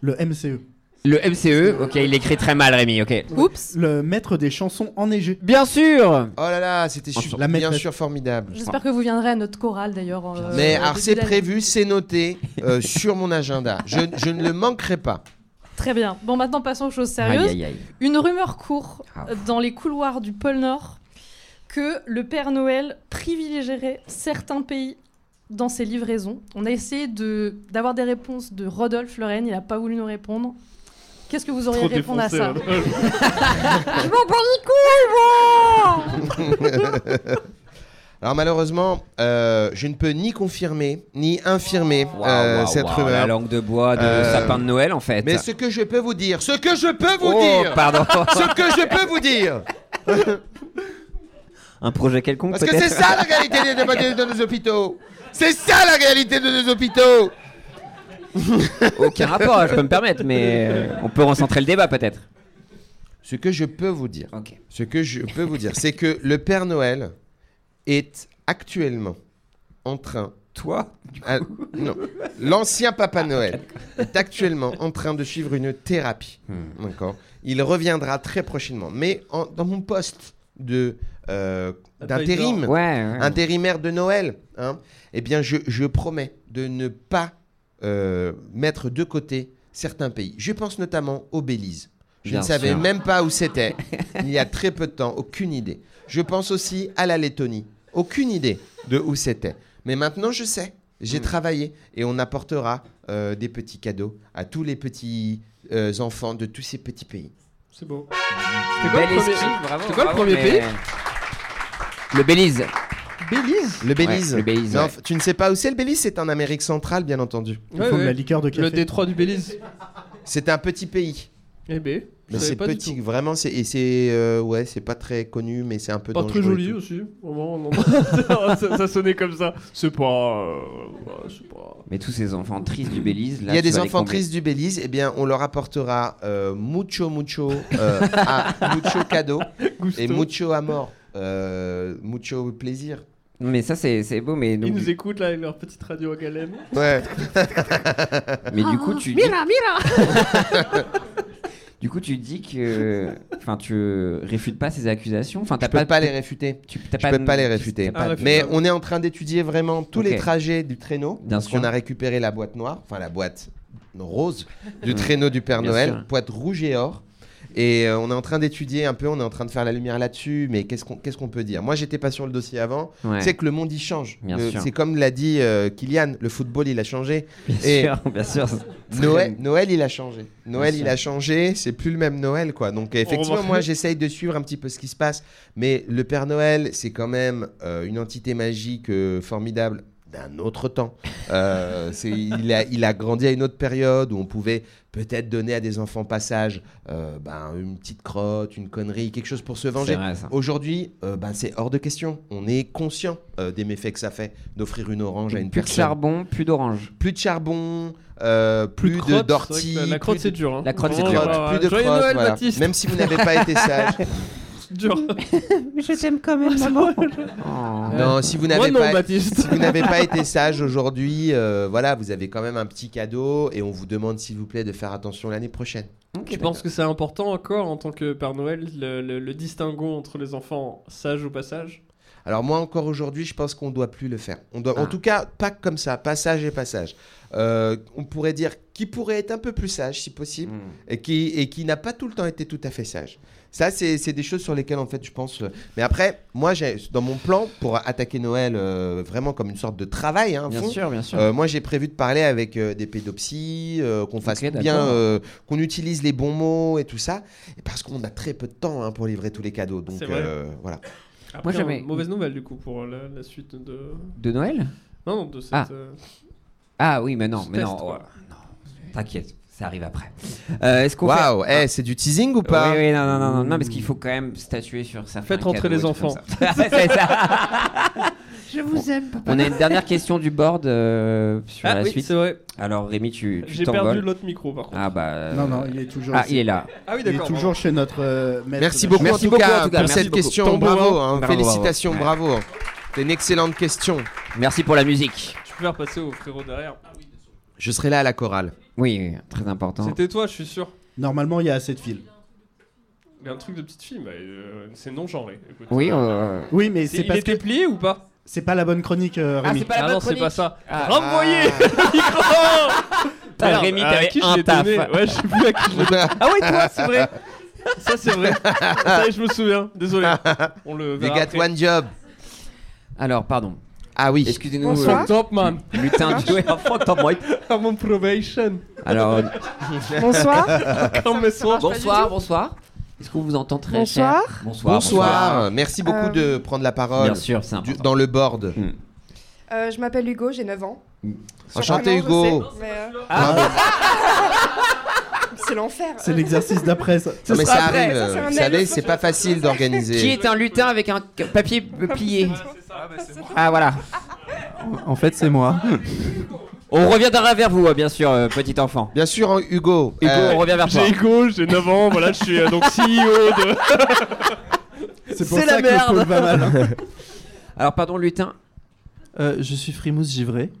Speaker 1: Le E. MCE.
Speaker 2: Le MCE, ok, il écrit très mal, Rémi,
Speaker 6: Euh,
Speaker 2: ok.
Speaker 9: Oups.
Speaker 1: Le maître des chansons enneigées.
Speaker 2: Bien sûr
Speaker 6: Oh là là, c'était
Speaker 2: La
Speaker 6: su- bien
Speaker 1: maîtresse.
Speaker 6: sûr formidable.
Speaker 9: J'espère que vous viendrez à notre chorale d'ailleurs. euh,
Speaker 6: Mais
Speaker 9: au
Speaker 6: alors
Speaker 9: début
Speaker 6: c'est
Speaker 9: d'année.
Speaker 6: prévu, c'est noté euh, sur mon agenda. Je, je ne le manquerai pas.
Speaker 9: Très bien. Bon, maintenant passons aux choses
Speaker 2: Aïe,
Speaker 9: sérieuses.
Speaker 2: aïe, aïe.
Speaker 9: Une rumeur court
Speaker 2: Ah,
Speaker 9: euh, dans les couloirs du pôle Nord que le Père Noël privilégierait certains pays dans ses livraisons. On a essayé de- d'avoir des réponses de Rodolphe Lorraine, il n'a pas voulu nous répondre. Qu'est-ce que vous auriez à répondre à ça [LAUGHS] Je m'en bats les
Speaker 2: Ah.
Speaker 9: couilles, moi
Speaker 6: [LAUGHS] Alors malheureusement, euh, je ne peux ni confirmer ni infirmer
Speaker 2: Waouh,
Speaker 6: euh,
Speaker 2: waouh,
Speaker 6: cette
Speaker 2: waouh,
Speaker 6: rumeur.
Speaker 2: La langue de bois de
Speaker 6: Euh,
Speaker 2: sapin de Noël, en fait.
Speaker 6: Mais ce que je peux vous dire, ce que je peux vous
Speaker 2: oh,
Speaker 6: dire,
Speaker 2: pardon.
Speaker 6: [LAUGHS] ce que je peux vous dire,
Speaker 2: Un projet quelconque,
Speaker 6: parce que c'est
Speaker 2: peut-être
Speaker 6: ça la réalité des- des- de, nos hôpitaux. C'est ça la réalité de nos hôpitaux.
Speaker 2: [LAUGHS] Aucun rapport, je peux me permettre,
Speaker 6: [LAUGHS]
Speaker 2: mais euh, on peut recentrer le débat, peut-être.
Speaker 6: Ce que je peux vous dire,
Speaker 2: Ok.
Speaker 6: ce que je peux vous dire, c'est que le Père Noël est actuellement en train
Speaker 2: Toi
Speaker 6: Ah, non. L'ancien Papa Noël est actuellement en train de suivre une thérapie.
Speaker 2: Hmm.
Speaker 6: D'accord. Il reviendra très prochainement. Mais en- dans mon poste de euh, d'intérim,
Speaker 2: Ouais, ouais.
Speaker 6: intérimaire de Noël, hein, eh bien, je, je promets de ne pas euh, mettre de côté certains pays. Je pense notamment au Belize. Je
Speaker 2: Bien
Speaker 6: ne savais
Speaker 2: sûr.
Speaker 6: même pas où c'était.
Speaker 2: [LAUGHS]
Speaker 6: Il y a très peu de temps, aucune idée. Je pense aussi à la Lettonie. Aucune idée de où c'était. Mais maintenant, je sais. J'ai
Speaker 2: Hmm.
Speaker 6: travaillé et on apportera euh, des petits cadeaux à tous les petits euh, enfants de tous ces petits pays.
Speaker 3: C'est beau. C'était quoi le premier- C'est quoi le premier pays
Speaker 2: Le Belize.
Speaker 3: Belize
Speaker 6: Le Belize.
Speaker 2: le Belize,
Speaker 6: Non,
Speaker 2: ouais.
Speaker 6: Tu ne sais pas où c'est le Belize C'est en Amérique centrale, bien entendu.
Speaker 1: Il faut de la liqueur de
Speaker 3: Le
Speaker 1: café.
Speaker 3: détroit du Belize.
Speaker 6: C'est un petit pays.
Speaker 3: Eh ben, je
Speaker 6: Mais
Speaker 3: savais
Speaker 6: c'est
Speaker 3: pas du
Speaker 6: petit,
Speaker 3: tout.
Speaker 6: vraiment, c'est et c'est euh, ouais, c'est pas très connu, mais c'est un peu
Speaker 3: Pas
Speaker 6: dangereux
Speaker 3: très
Speaker 6: et
Speaker 3: joli
Speaker 6: tout.
Speaker 3: aussi. [LAUGHS]
Speaker 2: [LAUGHS]
Speaker 3: Vraiment, non, non. ça, ça sonnait comme ça. C'est pas. euh, ouais, c'est pas.
Speaker 2: Mais tous ces enfants tristes du Belize, là,
Speaker 6: Il y
Speaker 2: tu
Speaker 6: a des
Speaker 2: vas les
Speaker 6: enfants
Speaker 2: combler.
Speaker 6: tristes du Belize, eh bien, on leur apportera euh, mucho mucho
Speaker 3: [LAUGHS]
Speaker 6: euh, ah, mucho cadeau
Speaker 3: Gusto.
Speaker 6: et mucho amor, euh, mucho plaisir.
Speaker 2: Non, Mais ça, c'est c'est beau, mais,
Speaker 3: Ils
Speaker 2: donc,
Speaker 3: nous
Speaker 2: du,
Speaker 3: écoutent là avec leur petite radio à galène.
Speaker 2: [LAUGHS]
Speaker 6: Ouais. Ah,
Speaker 2: mais du coup, tu dis-
Speaker 3: [LAUGHS]
Speaker 9: Mira, mira
Speaker 2: [LAUGHS] du Du coup, tu dis que. Enfin, tu réfutes pas ces accusations. Enfin,
Speaker 6: Je
Speaker 2: t'as
Speaker 6: peux
Speaker 2: pas.
Speaker 6: pas les réfuter.
Speaker 2: Tu t'as
Speaker 6: Je
Speaker 2: pas
Speaker 6: peux
Speaker 2: de-
Speaker 6: pas les
Speaker 2: t'as
Speaker 6: réfuter.
Speaker 2: pas
Speaker 3: Ah,
Speaker 2: de-
Speaker 6: Mais on est en train d'étudier vraiment tous les
Speaker 2: Ok.
Speaker 6: trajets du traîneau.
Speaker 2: Bien
Speaker 6: Parce
Speaker 2: sûr.
Speaker 6: qu'on a récupéré la boîte noire, enfin la boîte rose du
Speaker 2: Mm.
Speaker 6: traîneau du Père
Speaker 2: Bien
Speaker 6: Noël,
Speaker 2: sûr.
Speaker 6: boîte rouge et or. Et euh, on est en train d'étudier un peu, on est en train de faire la lumière là-dessus, mais qu'est-ce qu'on qu'est-ce qu'on peut dire Moi, j'étais pas sur le dossier avant.
Speaker 2: Ouais.
Speaker 6: C'est que le monde il change.
Speaker 2: Bien
Speaker 6: Le-
Speaker 2: sûr.
Speaker 6: C'est comme l'a dit euh, Kylian, le football il a changé.
Speaker 2: Bien
Speaker 6: et-
Speaker 2: sûr, [LAUGHS] bien sûr. Très
Speaker 6: Noël,
Speaker 2: bien.
Speaker 6: Noël il a changé. Noël
Speaker 2: Bien
Speaker 6: il
Speaker 2: sûr.
Speaker 6: a changé, c'est plus le même Noël quoi. Donc effectivement
Speaker 3: remarque-
Speaker 6: moi j'essaye de suivre un petit peu ce qui se passe, mais le Père Noël c'est quand même euh, une entité magique euh, formidable d'un autre temps. Euh, [LAUGHS] c'est- il, a, il a grandi à une autre période où on pouvait peut-être donner à des enfants passage euh, ben, une petite crotte, une connerie, quelque chose pour se
Speaker 2: C'est
Speaker 6: venger.
Speaker 2: vrai, ça.
Speaker 6: Aujourd'hui, euh, ben, c'est hors de question. On est conscient euh, des méfaits que ça fait d'offrir une orange à une
Speaker 2: Plus de
Speaker 6: personne
Speaker 2: charbon, plus d'orange.
Speaker 6: plus de charbon, euh, plus,
Speaker 3: de
Speaker 6: de
Speaker 3: crotte, c'est
Speaker 6: d'ortie,
Speaker 3: vrai que La
Speaker 6: plus
Speaker 3: crotte,
Speaker 6: de-
Speaker 3: c'est dur. hein.
Speaker 2: La crotte, c'est
Speaker 6: plus de
Speaker 2: dur.
Speaker 3: Vraiment,
Speaker 6: crotte,
Speaker 3: euh,
Speaker 6: plus de
Speaker 3: Joyeux
Speaker 6: crotte,
Speaker 3: Noël,
Speaker 6: voilà.
Speaker 3: Baptiste.
Speaker 6: Même si vous n'avez pas été
Speaker 2: [LAUGHS]
Speaker 6: sage.
Speaker 3: [LAUGHS] Dur.
Speaker 8: Mais je t'aime quand même,
Speaker 3: [LAUGHS]
Speaker 8: maman.
Speaker 2: Oh.
Speaker 6: non, si vous
Speaker 3: Moi
Speaker 6: n'avez
Speaker 3: non,
Speaker 6: pas,
Speaker 3: Baptiste.
Speaker 6: si vous n'avez pas
Speaker 3: [LAUGHS]
Speaker 6: été sage aujourd'hui, euh, voilà, vous avez quand même un petit cadeau et on vous demande s'il vous plaît de faire attention l'année prochaine.
Speaker 2: Ok,
Speaker 3: Je pense que c'est important encore en tant que Père Noël, le, le- le distinguo entre les enfants sages au passage.
Speaker 6: Alors moi encore aujourd'hui, je pense qu'on doit plus le faire. On doit, en
Speaker 2: Ah.
Speaker 6: tout cas, pas comme ça, passage et passage. Euh, on pourrait dire qui pourrait être un peu plus sage si possible.
Speaker 2: Mm.
Speaker 6: et qui, et qui n'a pas tout le temps été tout à fait sage. Ça, c'est c'est des choses sur lesquelles, en fait, je pense. euh, Mais après, moi, j'ai dans mon plan, pour attaquer Noël euh, vraiment comme une sorte de travail, hein,
Speaker 2: Bien
Speaker 6: fond,
Speaker 2: sûr, bien sûr.
Speaker 6: euh, moi, j'ai prévu de parler avec euh, des pédopsies, euh, qu'on fasse
Speaker 2: Ok,
Speaker 6: bien,
Speaker 2: d'accord.
Speaker 6: euh, qu'on utilise les bons mots et tout ça. Et parce qu'on a très peu de temps hein, pour livrer tous les cadeaux. Donc,
Speaker 3: C'est vrai.
Speaker 6: euh, voilà.
Speaker 3: Après,
Speaker 2: j'avais-
Speaker 3: euh, Mauvaise nouvelle du coup pour la, la suite de.
Speaker 2: De Noël
Speaker 3: Non, non, de cette.
Speaker 2: Ah.
Speaker 3: euh,
Speaker 2: Ah oui, mais non,
Speaker 3: Ce
Speaker 2: mais non.
Speaker 3: test, quoi.
Speaker 2: oh, non, T'inquiète, ça arrive après. Euh, Est-ce qu'on fait...
Speaker 6: Waouh, eh, c'est du teasing ou pas Mmh.
Speaker 2: Oui, oui, non, non, non, non, non, parce qu'il faut quand même statuer sur ça.
Speaker 3: Faites rentrer les enfants.
Speaker 2: C'est ça. [LAUGHS]
Speaker 8: [LAUGHS] Je vous aime, papa.
Speaker 2: On a une dernière question du board euh, sur
Speaker 3: Ah
Speaker 2: la
Speaker 3: oui,
Speaker 2: suite.
Speaker 3: c'est vrai.
Speaker 2: Alors Rémi, tu tu
Speaker 3: J'ai perdu
Speaker 2: t'envoles.
Speaker 3: l'autre micro par contre.
Speaker 2: Ah bah.
Speaker 1: Non, non, il est toujours
Speaker 2: Ah,
Speaker 1: ici.
Speaker 2: il est là.
Speaker 3: Ah oui,
Speaker 1: Il est
Speaker 3: d'accord.
Speaker 1: toujours chez notre euh, maître
Speaker 6: Merci
Speaker 1: de-
Speaker 6: beaucoup,
Speaker 2: Merci
Speaker 6: en, tout
Speaker 2: beaucoup,
Speaker 6: cas,
Speaker 2: en tout cas,
Speaker 6: pour
Speaker 2: merci
Speaker 6: cette
Speaker 2: beaucoup.
Speaker 6: question.
Speaker 2: Tambour,
Speaker 6: bravo,
Speaker 2: bravo.
Speaker 6: hein,
Speaker 2: Bravo,
Speaker 6: félicitations,
Speaker 2: bravo.
Speaker 6: bravo. C'est une excellente question.
Speaker 2: Merci pour la musique.
Speaker 3: Tu peux faire passer au frérot derrière.
Speaker 6: Je serai là à la chorale.
Speaker 2: Oui, oui, très important.
Speaker 3: C'était toi, je suis sûr.
Speaker 1: Normalement, il y a assez de fils.
Speaker 3: Il y a un truc de petite fille, mais, euh, c'est non genré. écoute.
Speaker 2: Oui. euh,
Speaker 1: Oui, mais
Speaker 3: C'est-
Speaker 1: c'est
Speaker 3: il
Speaker 1: parce
Speaker 3: était
Speaker 1: que
Speaker 3: plié ou pas
Speaker 1: c'est pas la bonne chronique, euh,
Speaker 2: Ah,
Speaker 1: Rémi.
Speaker 2: c'est pas la
Speaker 3: Ah
Speaker 2: bonne
Speaker 3: non, c'est
Speaker 2: chronique.
Speaker 3: pas ça.
Speaker 2: Ah. [LAUGHS]
Speaker 3: Renvoyez le [LAUGHS] micro
Speaker 2: Putain,
Speaker 3: Merde,
Speaker 2: Ah, Rémi,
Speaker 3: à
Speaker 2: t'avais
Speaker 3: qui je
Speaker 2: un
Speaker 3: l'ai
Speaker 2: taf.
Speaker 3: donné Ouais, je sais plus à qui je l'ai
Speaker 2: Ah oui, toi, c'est vrai.
Speaker 3: Ça, c'est vrai. Ça, je me souviens.
Speaker 6: [LAUGHS]
Speaker 3: Désolé. On le
Speaker 6: You
Speaker 3: verra.
Speaker 6: got
Speaker 3: après.
Speaker 6: one job.
Speaker 2: Alors, pardon.
Speaker 6: Ah oui.
Speaker 2: Excusez-nous.
Speaker 8: Bonsoir.
Speaker 2: euh,
Speaker 3: Top man.
Speaker 2: Lutin du. Ouais, fuck, t'en
Speaker 1: [LAUGHS]
Speaker 2: moi.
Speaker 3: I'm on probation.
Speaker 2: Alors,
Speaker 8: Bonsoir.
Speaker 3: [LAUGHS] Comme mes soins.
Speaker 2: bonsoir, bonsoir. Est-ce qu'on vous entend très
Speaker 8: Bonsoir.
Speaker 2: cher Bonsoir.
Speaker 6: Bonsoir. Merci beaucoup
Speaker 10: Euh,
Speaker 6: de prendre la
Speaker 2: Bien
Speaker 6: parole
Speaker 2: sûr, c'est
Speaker 6: du-
Speaker 2: important.
Speaker 6: dans le board.
Speaker 10: Euh, je m'appelle Hugo, j'ai 9 ans.
Speaker 6: Enchanté
Speaker 10: Sûrement, je
Speaker 6: Hugo.
Speaker 10: sais, mais, euh, [LAUGHS] C'est l'enfer.
Speaker 1: C'est l'exercice d'après ça.
Speaker 6: Non, mais
Speaker 2: sera
Speaker 6: ça
Speaker 2: après,
Speaker 6: arrive.
Speaker 10: ça,
Speaker 6: euh,
Speaker 10: c'est un
Speaker 6: vous
Speaker 10: mail.
Speaker 6: savez, c'est pas facile
Speaker 2: Qui
Speaker 6: d'organiser.
Speaker 2: est un lutin avec un c- papier euh, plié Ah voilà.
Speaker 11: En fait, c'est moi.
Speaker 2: On reviendra vers vous, euh, bien sûr, euh, petit enfant.
Speaker 6: Bien sûr, hein, Hugo.
Speaker 2: Hugo,
Speaker 6: euh,
Speaker 2: on revient vers toi.
Speaker 3: J'ai Hugo, j'ai 9 ans. Voilà, je suis euh, donc CEO de.
Speaker 1: C'est pour
Speaker 2: C'est
Speaker 1: ça
Speaker 2: la
Speaker 1: que le
Speaker 2: merde.
Speaker 1: pôle va
Speaker 3: hein.
Speaker 1: mal.
Speaker 2: Alors, pardon, lutin.
Speaker 11: [LAUGHS] Euh, je suis Frimousse Givré.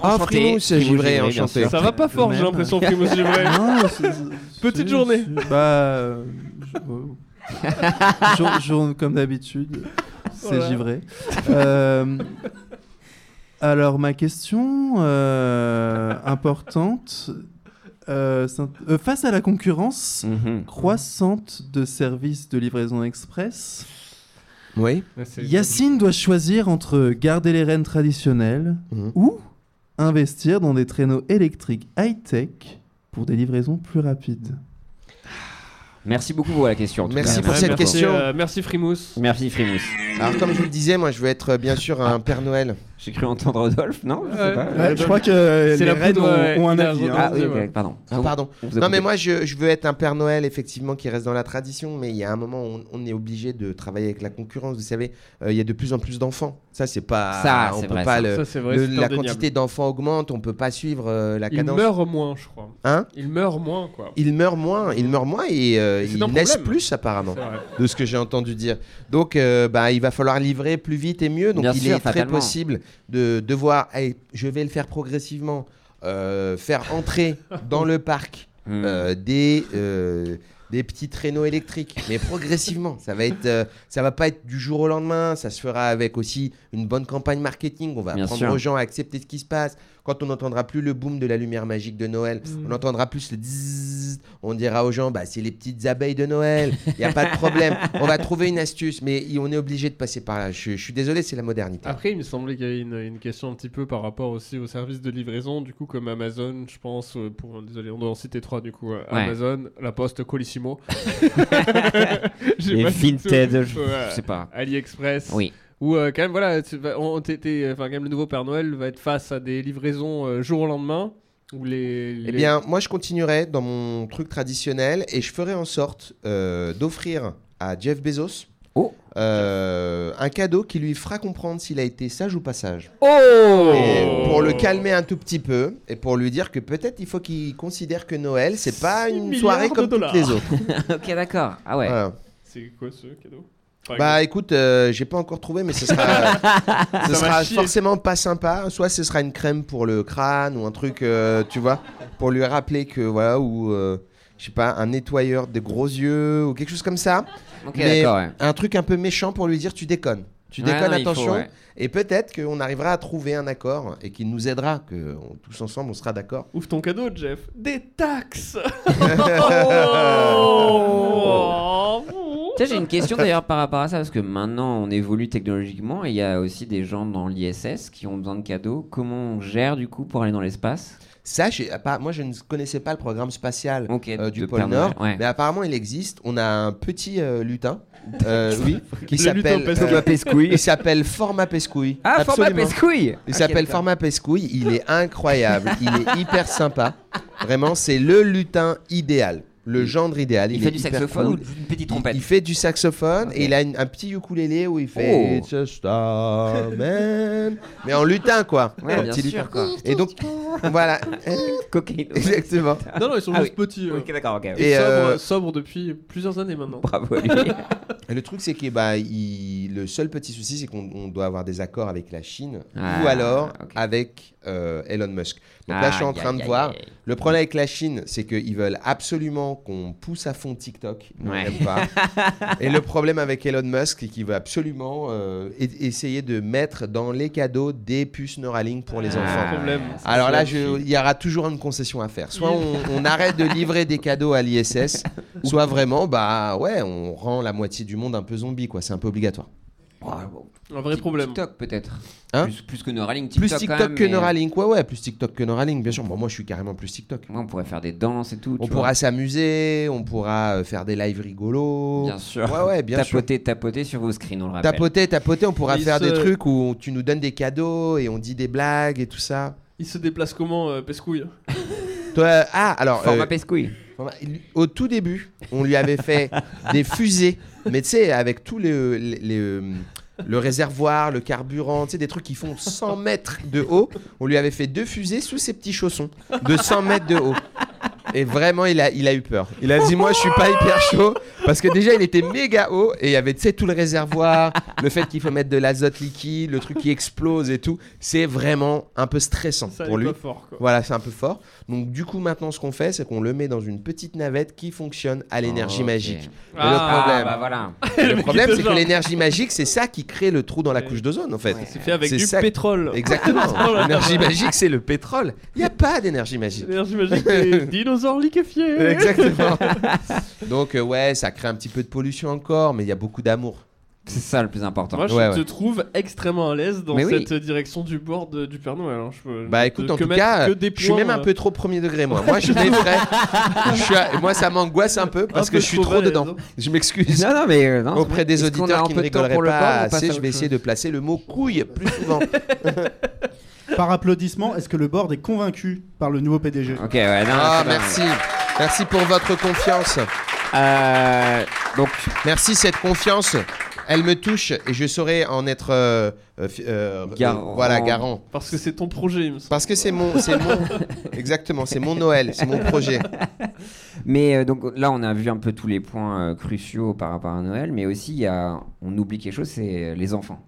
Speaker 6: Ah,
Speaker 2: Enchanté.
Speaker 6: Frimousse, Givré,
Speaker 2: bien
Speaker 6: enchanté.
Speaker 2: sûr.
Speaker 3: Ça va pas fort, j'ai
Speaker 11: Même.
Speaker 3: l'impression, Primo,
Speaker 2: [LAUGHS]
Speaker 3: c'est vrai.
Speaker 11: Non, c'est- c'est-
Speaker 3: Petite
Speaker 11: c'est-
Speaker 3: journée.
Speaker 11: c'est- Bah. euh, [LAUGHS] je- wow. Jour- jour- comme d'habitude, c'est
Speaker 3: Voilà.
Speaker 11: givré. Euh, alors, ma question euh, importante euh, s'int- euh, face à la concurrence
Speaker 2: Mhm.
Speaker 11: croissante de services de livraison express,
Speaker 6: Oui.
Speaker 11: Yacine doit choisir entre garder les rênes traditionnelles
Speaker 6: Mhm.
Speaker 11: ou investir dans des traîneaux électriques high-tech pour des livraisons plus rapides.
Speaker 2: Merci beaucoup pour la question. en tout
Speaker 6: Merci
Speaker 2: cas.
Speaker 6: pour
Speaker 3: Ouais,
Speaker 6: cette
Speaker 3: merci,
Speaker 6: question.
Speaker 3: euh, merci Frimousse.
Speaker 2: Merci Frimousse.
Speaker 6: Alors, comme je vous le disais, moi, je veux être euh, bien sûr un Père Noël.
Speaker 2: J'ai cru entendre Rodolphe, non Je sais
Speaker 3: Ouais.
Speaker 2: pas.
Speaker 1: Ouais, je crois que euh,
Speaker 3: C'est
Speaker 1: les
Speaker 3: la
Speaker 1: raids ont,
Speaker 3: poudre, ouais,
Speaker 1: ont un
Speaker 3: la
Speaker 1: avis.
Speaker 3: poudre.
Speaker 1: hein.
Speaker 2: Ah oui, ok, pardon.
Speaker 6: Ah, pardon.
Speaker 2: On vous a
Speaker 6: Non, mais
Speaker 2: coupé.
Speaker 6: moi, je, je veux être un Père Noël, effectivement, qui reste dans la tradition. Mais il y a un moment où on, on est obligé de travailler avec la concurrence. Vous savez, euh, il y a de plus en plus d'enfants. Ça, c'est pas.
Speaker 2: Ça,
Speaker 6: on
Speaker 2: c'est
Speaker 6: peut
Speaker 2: vrai,
Speaker 6: pas
Speaker 2: ça.
Speaker 6: le-
Speaker 3: Ça, c'est vrai,
Speaker 6: le-
Speaker 3: c'est
Speaker 6: la
Speaker 3: indéniable.
Speaker 6: quantité d'enfants augmente. On peut pas suivre euh, la
Speaker 3: Il
Speaker 6: cadence.
Speaker 3: meurt moins, je crois.
Speaker 6: Hein
Speaker 3: Il meurt moins, quoi.
Speaker 6: Il meurt moins, il meurt moins et euh,
Speaker 3: C'est
Speaker 6: il
Speaker 3: un
Speaker 6: naissent
Speaker 3: problème.
Speaker 6: plus apparemment,
Speaker 3: C'est vrai.
Speaker 6: de ce que j'ai entendu dire. Donc, euh, bah, il va falloir livrer plus vite et mieux. Donc,
Speaker 2: Bien
Speaker 6: il
Speaker 2: sûr,
Speaker 6: est très
Speaker 2: fatalement.
Speaker 6: possible de devoir, allez, je vais le faire progressivement, euh, faire entrer dans le parc
Speaker 2: Hmm.
Speaker 6: euh, des, euh, des petits traîneaux électriques, mais progressivement. Ça va être, euh, ça va pas être du jour au lendemain. Ça se fera avec aussi une bonne campagne marketing. On va
Speaker 2: Bien
Speaker 6: apprendre
Speaker 2: sûr.
Speaker 6: aux gens à accepter ce qui se passe. Quand on n'entendra plus le boom de la lumière magique de Noël, on entendra plus le zzzz. On dira aux gens, bah, c'est les petites abeilles de Noël. Il y a pas de
Speaker 2: [LAUGHS]
Speaker 6: problème. on va trouver une astuce, mais y- on est obligé de passer par là. Je, je suis désolé, c'est la modernité.
Speaker 3: Après, il me semblait qu'il y avait une, une question un petit peu par rapport aussi aux services de livraison, du coup, comme Amazon, je pense, euh, pour, désolé, on doit en citer trois, du coup, euh,
Speaker 2: Ouais.
Speaker 3: Amazon, La Poste,
Speaker 2: [LAUGHS]
Speaker 3: Colissimo. [LAUGHS] J'ai
Speaker 2: Les
Speaker 3: pas du tout-
Speaker 2: Vinted, je-
Speaker 3: Ouais,
Speaker 2: je sais pas.
Speaker 3: AliExpress.
Speaker 2: Oui.
Speaker 3: Ou euh, quand même, voilà, tu vas- on, t'es- t'es- enfin, quand même, le nouveau Père Noël va être face à des livraisons euh, jour au lendemain, où les...
Speaker 6: Eh
Speaker 3: les-
Speaker 6: bien, moi, je continuerai dans mon truc traditionnel et je ferai en sorte euh, d'offrir à Jeff Bezos
Speaker 2: Oh.
Speaker 6: euh, un cadeau qui lui fera comprendre s'il a été sage ou pas sage.
Speaker 2: Oh
Speaker 6: Et pour le calmer un tout petit peu et pour lui dire que peut-être il faut qu'il considère que Noël, c'est pas une
Speaker 3: milliards
Speaker 6: soirée
Speaker 3: de
Speaker 6: comme toutes
Speaker 3: dollars.
Speaker 6: les autres.
Speaker 2: [LAUGHS] ok, d'accord. Ah ouais.
Speaker 6: Voilà.
Speaker 3: C'est quoi ce cadeau Enfin,
Speaker 6: Bah écoute, euh, j'ai pas encore trouvé, mais ce
Speaker 3: [LAUGHS]
Speaker 6: sera, ce
Speaker 3: Ça
Speaker 6: sera
Speaker 3: va chier.
Speaker 6: forcément pas sympa. Soit ce sera une crème pour le crâne ou un truc, euh, tu vois, pour lui rappeler que voilà, ou euh, je sais pas, un nettoyeur des gros yeux ou quelque chose comme ça.
Speaker 2: Ok,
Speaker 6: mais
Speaker 2: d'accord, ouais.
Speaker 6: un truc un peu méchant pour lui dire tu déconnes. Tu
Speaker 2: Ouais,
Speaker 6: déconnes,
Speaker 2: non, il faut,
Speaker 6: attention.
Speaker 2: ouais.
Speaker 6: Et peut-être qu'on arrivera à trouver un accord et qu'il nous aidera, que on- tous ensemble on sera d'accord.
Speaker 3: Ouvre ton cadeau, Jeff. Des taxes
Speaker 2: [LAUGHS] Tiens, j'ai une question
Speaker 6: Hum.
Speaker 2: d'ailleurs par rapport à ça, parce que maintenant on évolue technologiquement et il y a aussi des gens dans l'ISS qui ont besoin de cadeaux. Comment on gère du coup pour aller dans l'espace
Speaker 6: Ça, j'ai- à part- moi, je ne connaissais pas le programme spatial euh,
Speaker 2: de
Speaker 6: du pôle
Speaker 2: Père
Speaker 6: Nord,
Speaker 2: Noël, ouais.
Speaker 6: mais apparemment, il existe. On a un petit
Speaker 2: [LAUGHS]
Speaker 6: euh, lutin, euh, oui, qui
Speaker 2: Le
Speaker 6: s'appelle
Speaker 2: lutin Thomas [LAUGHS] Pescouille.
Speaker 6: Il s'appelle Format Pescouille.
Speaker 2: Ah, Format Ah,
Speaker 6: Absolument.
Speaker 2: Pescouille
Speaker 6: Il
Speaker 2: Ok,
Speaker 6: s'appelle
Speaker 2: d'accord.
Speaker 6: Format Pescouille. Il est incroyable. il
Speaker 2: [LAUGHS]
Speaker 6: est hyper sympa. Vraiment, c'est le lutin idéal. Le gendre idéal.
Speaker 2: Il
Speaker 6: Il,
Speaker 2: fait
Speaker 6: est
Speaker 2: du
Speaker 6: hyper
Speaker 2: saxophone
Speaker 6: cool.
Speaker 2: ou d'une petite
Speaker 6: Il-
Speaker 2: trompette
Speaker 6: Il, fait du saxophone et il a une- un petit ukulélé où il fait
Speaker 2: Oh.
Speaker 6: It's a star, man. Mais en lutin, quoi.
Speaker 2: Ouais,
Speaker 6: Un
Speaker 2: bien
Speaker 6: petit
Speaker 2: sûr,
Speaker 6: lutin.
Speaker 2: quoi.
Speaker 6: Et donc, voilà.
Speaker 2: [LAUGHS] Cocaïne.
Speaker 6: Exactement.
Speaker 3: Non, non, ils sont
Speaker 2: Ah
Speaker 3: juste
Speaker 2: oui.
Speaker 3: petits. euh.
Speaker 2: Ok, d'accord, ok.
Speaker 6: Et,
Speaker 3: Et sobre,
Speaker 6: euh,
Speaker 3: sobre depuis plusieurs années maintenant. [LAUGHS]
Speaker 2: [LAUGHS] Bravo à lui.
Speaker 6: Et le truc, c'est que bah, il- le seul petit souci, c'est qu'on on doit avoir des accords avec la Chine
Speaker 2: Ah,
Speaker 6: ou alors avec euh, Elon Musk. Donc là, je suis en
Speaker 2: Aïe,
Speaker 6: train de
Speaker 2: aïe,
Speaker 6: voir.
Speaker 2: aïe.
Speaker 6: Le problème avec la Chine, c'est qu'ils veulent absolument qu'on pousse à fond TikTok. Ils
Speaker 2: Ouais.
Speaker 6: n'aiment
Speaker 2: [LAUGHS]
Speaker 6: pas. Et le problème avec Elon Musk, c'est qu'il veut absolument euh, e- essayer de mettre dans les cadeaux des puces Neuralink pour les
Speaker 3: Ah,
Speaker 6: enfants.
Speaker 3: c'est le problème.
Speaker 6: Alors là,
Speaker 3: C'est
Speaker 6: je-
Speaker 3: la
Speaker 6: il y aura toujours une concession à faire. Soit on, on arrête de livrer des cadeaux à
Speaker 2: [LAUGHS]
Speaker 6: l'ISS, soit vraiment, bah ouais, on rend la moitié du monde un peu zombie, quoi. C'est un peu obligatoire.
Speaker 3: Un vrai problème.
Speaker 2: TikTok peut-être.
Speaker 6: Hein
Speaker 2: plus, plus que Neuralink. TikTok
Speaker 6: Plus
Speaker 2: quand
Speaker 6: TikTok
Speaker 2: même,
Speaker 6: que
Speaker 2: mais- euh,
Speaker 6: Neuralink, ouais, ouais, plus TikTok que Neuralink, bien sûr. Bon, moi, je suis carrément plus TikTok.
Speaker 2: Ouais, on pourrait faire des danses et tout.
Speaker 6: On
Speaker 2: tu
Speaker 6: pourra
Speaker 2: vois.
Speaker 6: s'amuser, on pourra euh, faire des lives rigolos.
Speaker 2: Bien sûr.
Speaker 6: Ouais, ouais, bien sûr.
Speaker 2: tapoter, tapoter sur vos screens, on le rappelle.
Speaker 6: Tapoter, tapoter, on pourra
Speaker 3: Mais
Speaker 6: faire des
Speaker 3: ce-
Speaker 6: trucs où on- tu nous donnes des cadeaux et on dit des blagues et tout ça.
Speaker 3: Il se déplace comment, euh, Pescouille
Speaker 6: Toi, euh, ah, alors.
Speaker 2: Format
Speaker 6: euh,
Speaker 2: Pescouille.
Speaker 6: format- il- Au tout début, on lui avait fait des fusées, mais tu sais, avec tous les, les- les, euh, le réservoir, le carburant, tu sais, des trucs qui font 100 mètres de haut. On lui avait fait deux fusées sous ses petits chaussons, de 100 mètres de haut. Et vraiment, il a, il a eu peur. Il a dit Moi, je suis pas hyper chaud. Parce que déjà, il était méga haut et il y avait, tu sais, tout le réservoir, le fait qu'il faut mettre de l'azote liquide, le truc qui explose et tout. C'est vraiment un peu stressant
Speaker 3: Ça,
Speaker 6: pour
Speaker 3: il est
Speaker 6: lui.
Speaker 3: pas fort, quoi.
Speaker 6: Voilà, c'est un peu fort. Donc, du coup, maintenant, ce qu'on fait, c'est qu'on le met dans une petite navette qui fonctionne à l'énergie
Speaker 2: Ok.
Speaker 6: magique. Mais
Speaker 3: Ah,
Speaker 6: le problème,
Speaker 2: bah
Speaker 3: [LAUGHS]
Speaker 2: voilà.
Speaker 6: le problème,
Speaker 3: de
Speaker 6: c'est que
Speaker 3: genre.
Speaker 6: l'énergie magique, c'est ça qui crée le trou dans la couche d'ozone, en fait.
Speaker 3: C'est fait avec
Speaker 6: C'est
Speaker 3: du
Speaker 6: ça-
Speaker 3: [LAUGHS] pétrole.
Speaker 6: Exactement. L'énergie magique, c'est le pétrole. Il n'y a pas d'énergie magique.
Speaker 3: D'ailleurs, j'imagine
Speaker 6: [LAUGHS]
Speaker 3: que les dinosaures [LAUGHS] liquéfiés.
Speaker 6: Exactement. [LAUGHS] Donc, euh, ouais, ça crée un petit peu de pollution encore, mais il y a beaucoup d'amour.
Speaker 2: C'est ça le plus important.
Speaker 3: Moi, je
Speaker 6: Ouais,
Speaker 3: te
Speaker 6: ouais.
Speaker 3: trouve extrêmement à l'aise dans
Speaker 2: Mais oui.
Speaker 3: cette direction du bord de- du Père Noël. hein. Je peux- je
Speaker 6: Bah
Speaker 3: peux
Speaker 6: écoute,
Speaker 3: te-
Speaker 6: en
Speaker 3: que
Speaker 6: tout
Speaker 3: mettre
Speaker 6: cas,
Speaker 3: que des
Speaker 6: je suis même
Speaker 3: points,
Speaker 6: un
Speaker 3: euh,
Speaker 6: peu trop premier degré,
Speaker 3: [LAUGHS]
Speaker 6: moi. Moi, je m'effraie. Je suis à- Moi, ça m'angoisse un peu parce
Speaker 3: Un
Speaker 6: que
Speaker 3: peu
Speaker 6: je suis
Speaker 3: trop
Speaker 6: trop
Speaker 3: balèze,
Speaker 6: dedans.
Speaker 3: hein.
Speaker 6: Je m'excuse.
Speaker 2: Non, non, mais. euh, non, c'est vrai.
Speaker 6: Auprès des
Speaker 2: Est-ce qu'on a un
Speaker 6: auditeurs qui
Speaker 2: peu
Speaker 6: ne
Speaker 2: de temps
Speaker 6: rigoleraient
Speaker 2: pour le
Speaker 6: pas
Speaker 2: port, on passe
Speaker 6: assez,
Speaker 2: à
Speaker 6: je
Speaker 2: autre
Speaker 6: vais essayer
Speaker 2: chose
Speaker 6: de placer le mot couille plus souvent.
Speaker 1: Par applaudissement, est-ce que le board est convaincu par le nouveau PDG
Speaker 2: Ok, ouais, non,
Speaker 6: Ah,
Speaker 2: c'est pas-
Speaker 6: merci. Merci pour votre confiance.
Speaker 2: Euh, donc,
Speaker 6: Merci, cette confiance, elle me touche et je saurai en être euh, euh, fi- euh,
Speaker 2: Garant.
Speaker 6: euh, voilà, garant.
Speaker 3: Parce que c'est ton projet, il me semble.
Speaker 6: Parce que c'est mon, c'est mon, exactement, c'est mon Noël,
Speaker 3: [LAUGHS]
Speaker 6: c'est mon projet.
Speaker 2: [LAUGHS] mais euh, donc là, on a vu un peu tous les points euh, cruciaux par rapport à Noël, mais aussi, il y a, on oublie quelque chose, c'est euh, les enfants.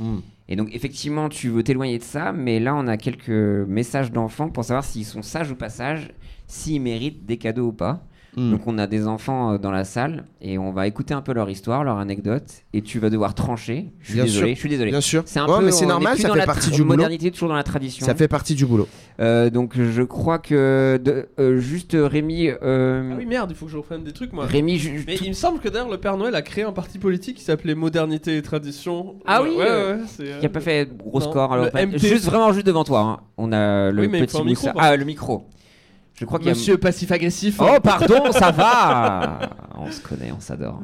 Speaker 6: Hum.
Speaker 2: Et donc, effectivement, tu veux t'éloigner de ça, mais là, on a quelques messages d'enfants pour savoir s'ils sont sages ou pas sages, s'ils méritent des cadeaux ou pas.
Speaker 6: Hmm.
Speaker 5: Mm.
Speaker 2: Donc, on a des enfants euh, dans la salle et on va écouter un peu leur histoire, leur anecdote, et tu vas devoir trancher. Je suis
Speaker 6: Bien
Speaker 2: désolé,
Speaker 6: sûr.
Speaker 2: je suis désolé.
Speaker 6: Bien sûr.
Speaker 2: C'est un
Speaker 6: Ouais,
Speaker 2: peu
Speaker 6: mais
Speaker 2: on
Speaker 6: c'est
Speaker 2: est
Speaker 6: normal,
Speaker 2: plus
Speaker 6: ça
Speaker 2: dans
Speaker 6: fait
Speaker 2: la
Speaker 6: partie
Speaker 2: tra-
Speaker 6: du boulot.
Speaker 2: modernité, toujours dans la tradition.
Speaker 6: Ça fait partie du boulot.
Speaker 2: Euh, donc, je crois que de- euh, juste euh, Rémi. euh,
Speaker 3: Ah oui, merde, il faut que je reprenne des trucs, moi.
Speaker 2: Rémi, je-
Speaker 3: Mais il me semble que d'ailleurs, le Père Noël a créé un parti politique qui s'appelait Modernité et Tradition.
Speaker 2: Ah
Speaker 3: Ouais,
Speaker 2: oui,
Speaker 3: ouais,
Speaker 2: euh,
Speaker 3: ouais, c'est, euh,
Speaker 2: qui a pas fait gros
Speaker 3: non,
Speaker 2: score. Alors,
Speaker 3: le
Speaker 2: pas-
Speaker 3: MT.
Speaker 2: Juste vraiment juste devant toi. hein. On a le
Speaker 3: Oui, mais il
Speaker 2: petit
Speaker 3: faut un micro,
Speaker 2: moussa-
Speaker 3: par
Speaker 2: Ah,
Speaker 3: contre.
Speaker 2: le micro. Je crois qu'il y a-
Speaker 3: Monsieur passif-agressif.
Speaker 2: Oh, pardon, ça va. [LAUGHS] on se connaît, on s'adore.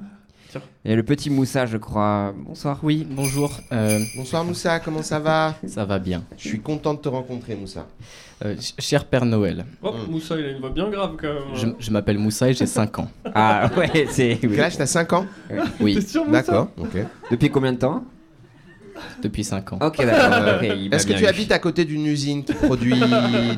Speaker 3: Tiens.
Speaker 2: Il y a le petit Moussa, je crois. Bonsoir.
Speaker 12: Oui, bonjour. euh.
Speaker 6: Bonsoir Moussa, comment ça
Speaker 12: [LAUGHS]
Speaker 6: va
Speaker 12: Ça va bien.
Speaker 6: Je suis content de te rencontrer Moussa.
Speaker 12: Euh, ch- cher Père Noël,
Speaker 3: Oh,
Speaker 6: Mm.
Speaker 3: Moussa, il a une voix bien grave quand même.
Speaker 12: je, je m'appelle Moussa et j'ai 5 ans.
Speaker 2: [LAUGHS] Ah ouais, c'est.
Speaker 6: Quel âge, t'as 5 ans
Speaker 12: Oui.
Speaker 6: T'es sûr, Moussa D'accord, ok.
Speaker 2: Depuis combien de temps
Speaker 12: Depuis 5 ans.
Speaker 2: [LAUGHS] Ok, d'accord. ok, il m'a
Speaker 6: Est-ce que
Speaker 2: bien
Speaker 6: tu
Speaker 2: eu.
Speaker 6: habites à côté d'une usine qui produit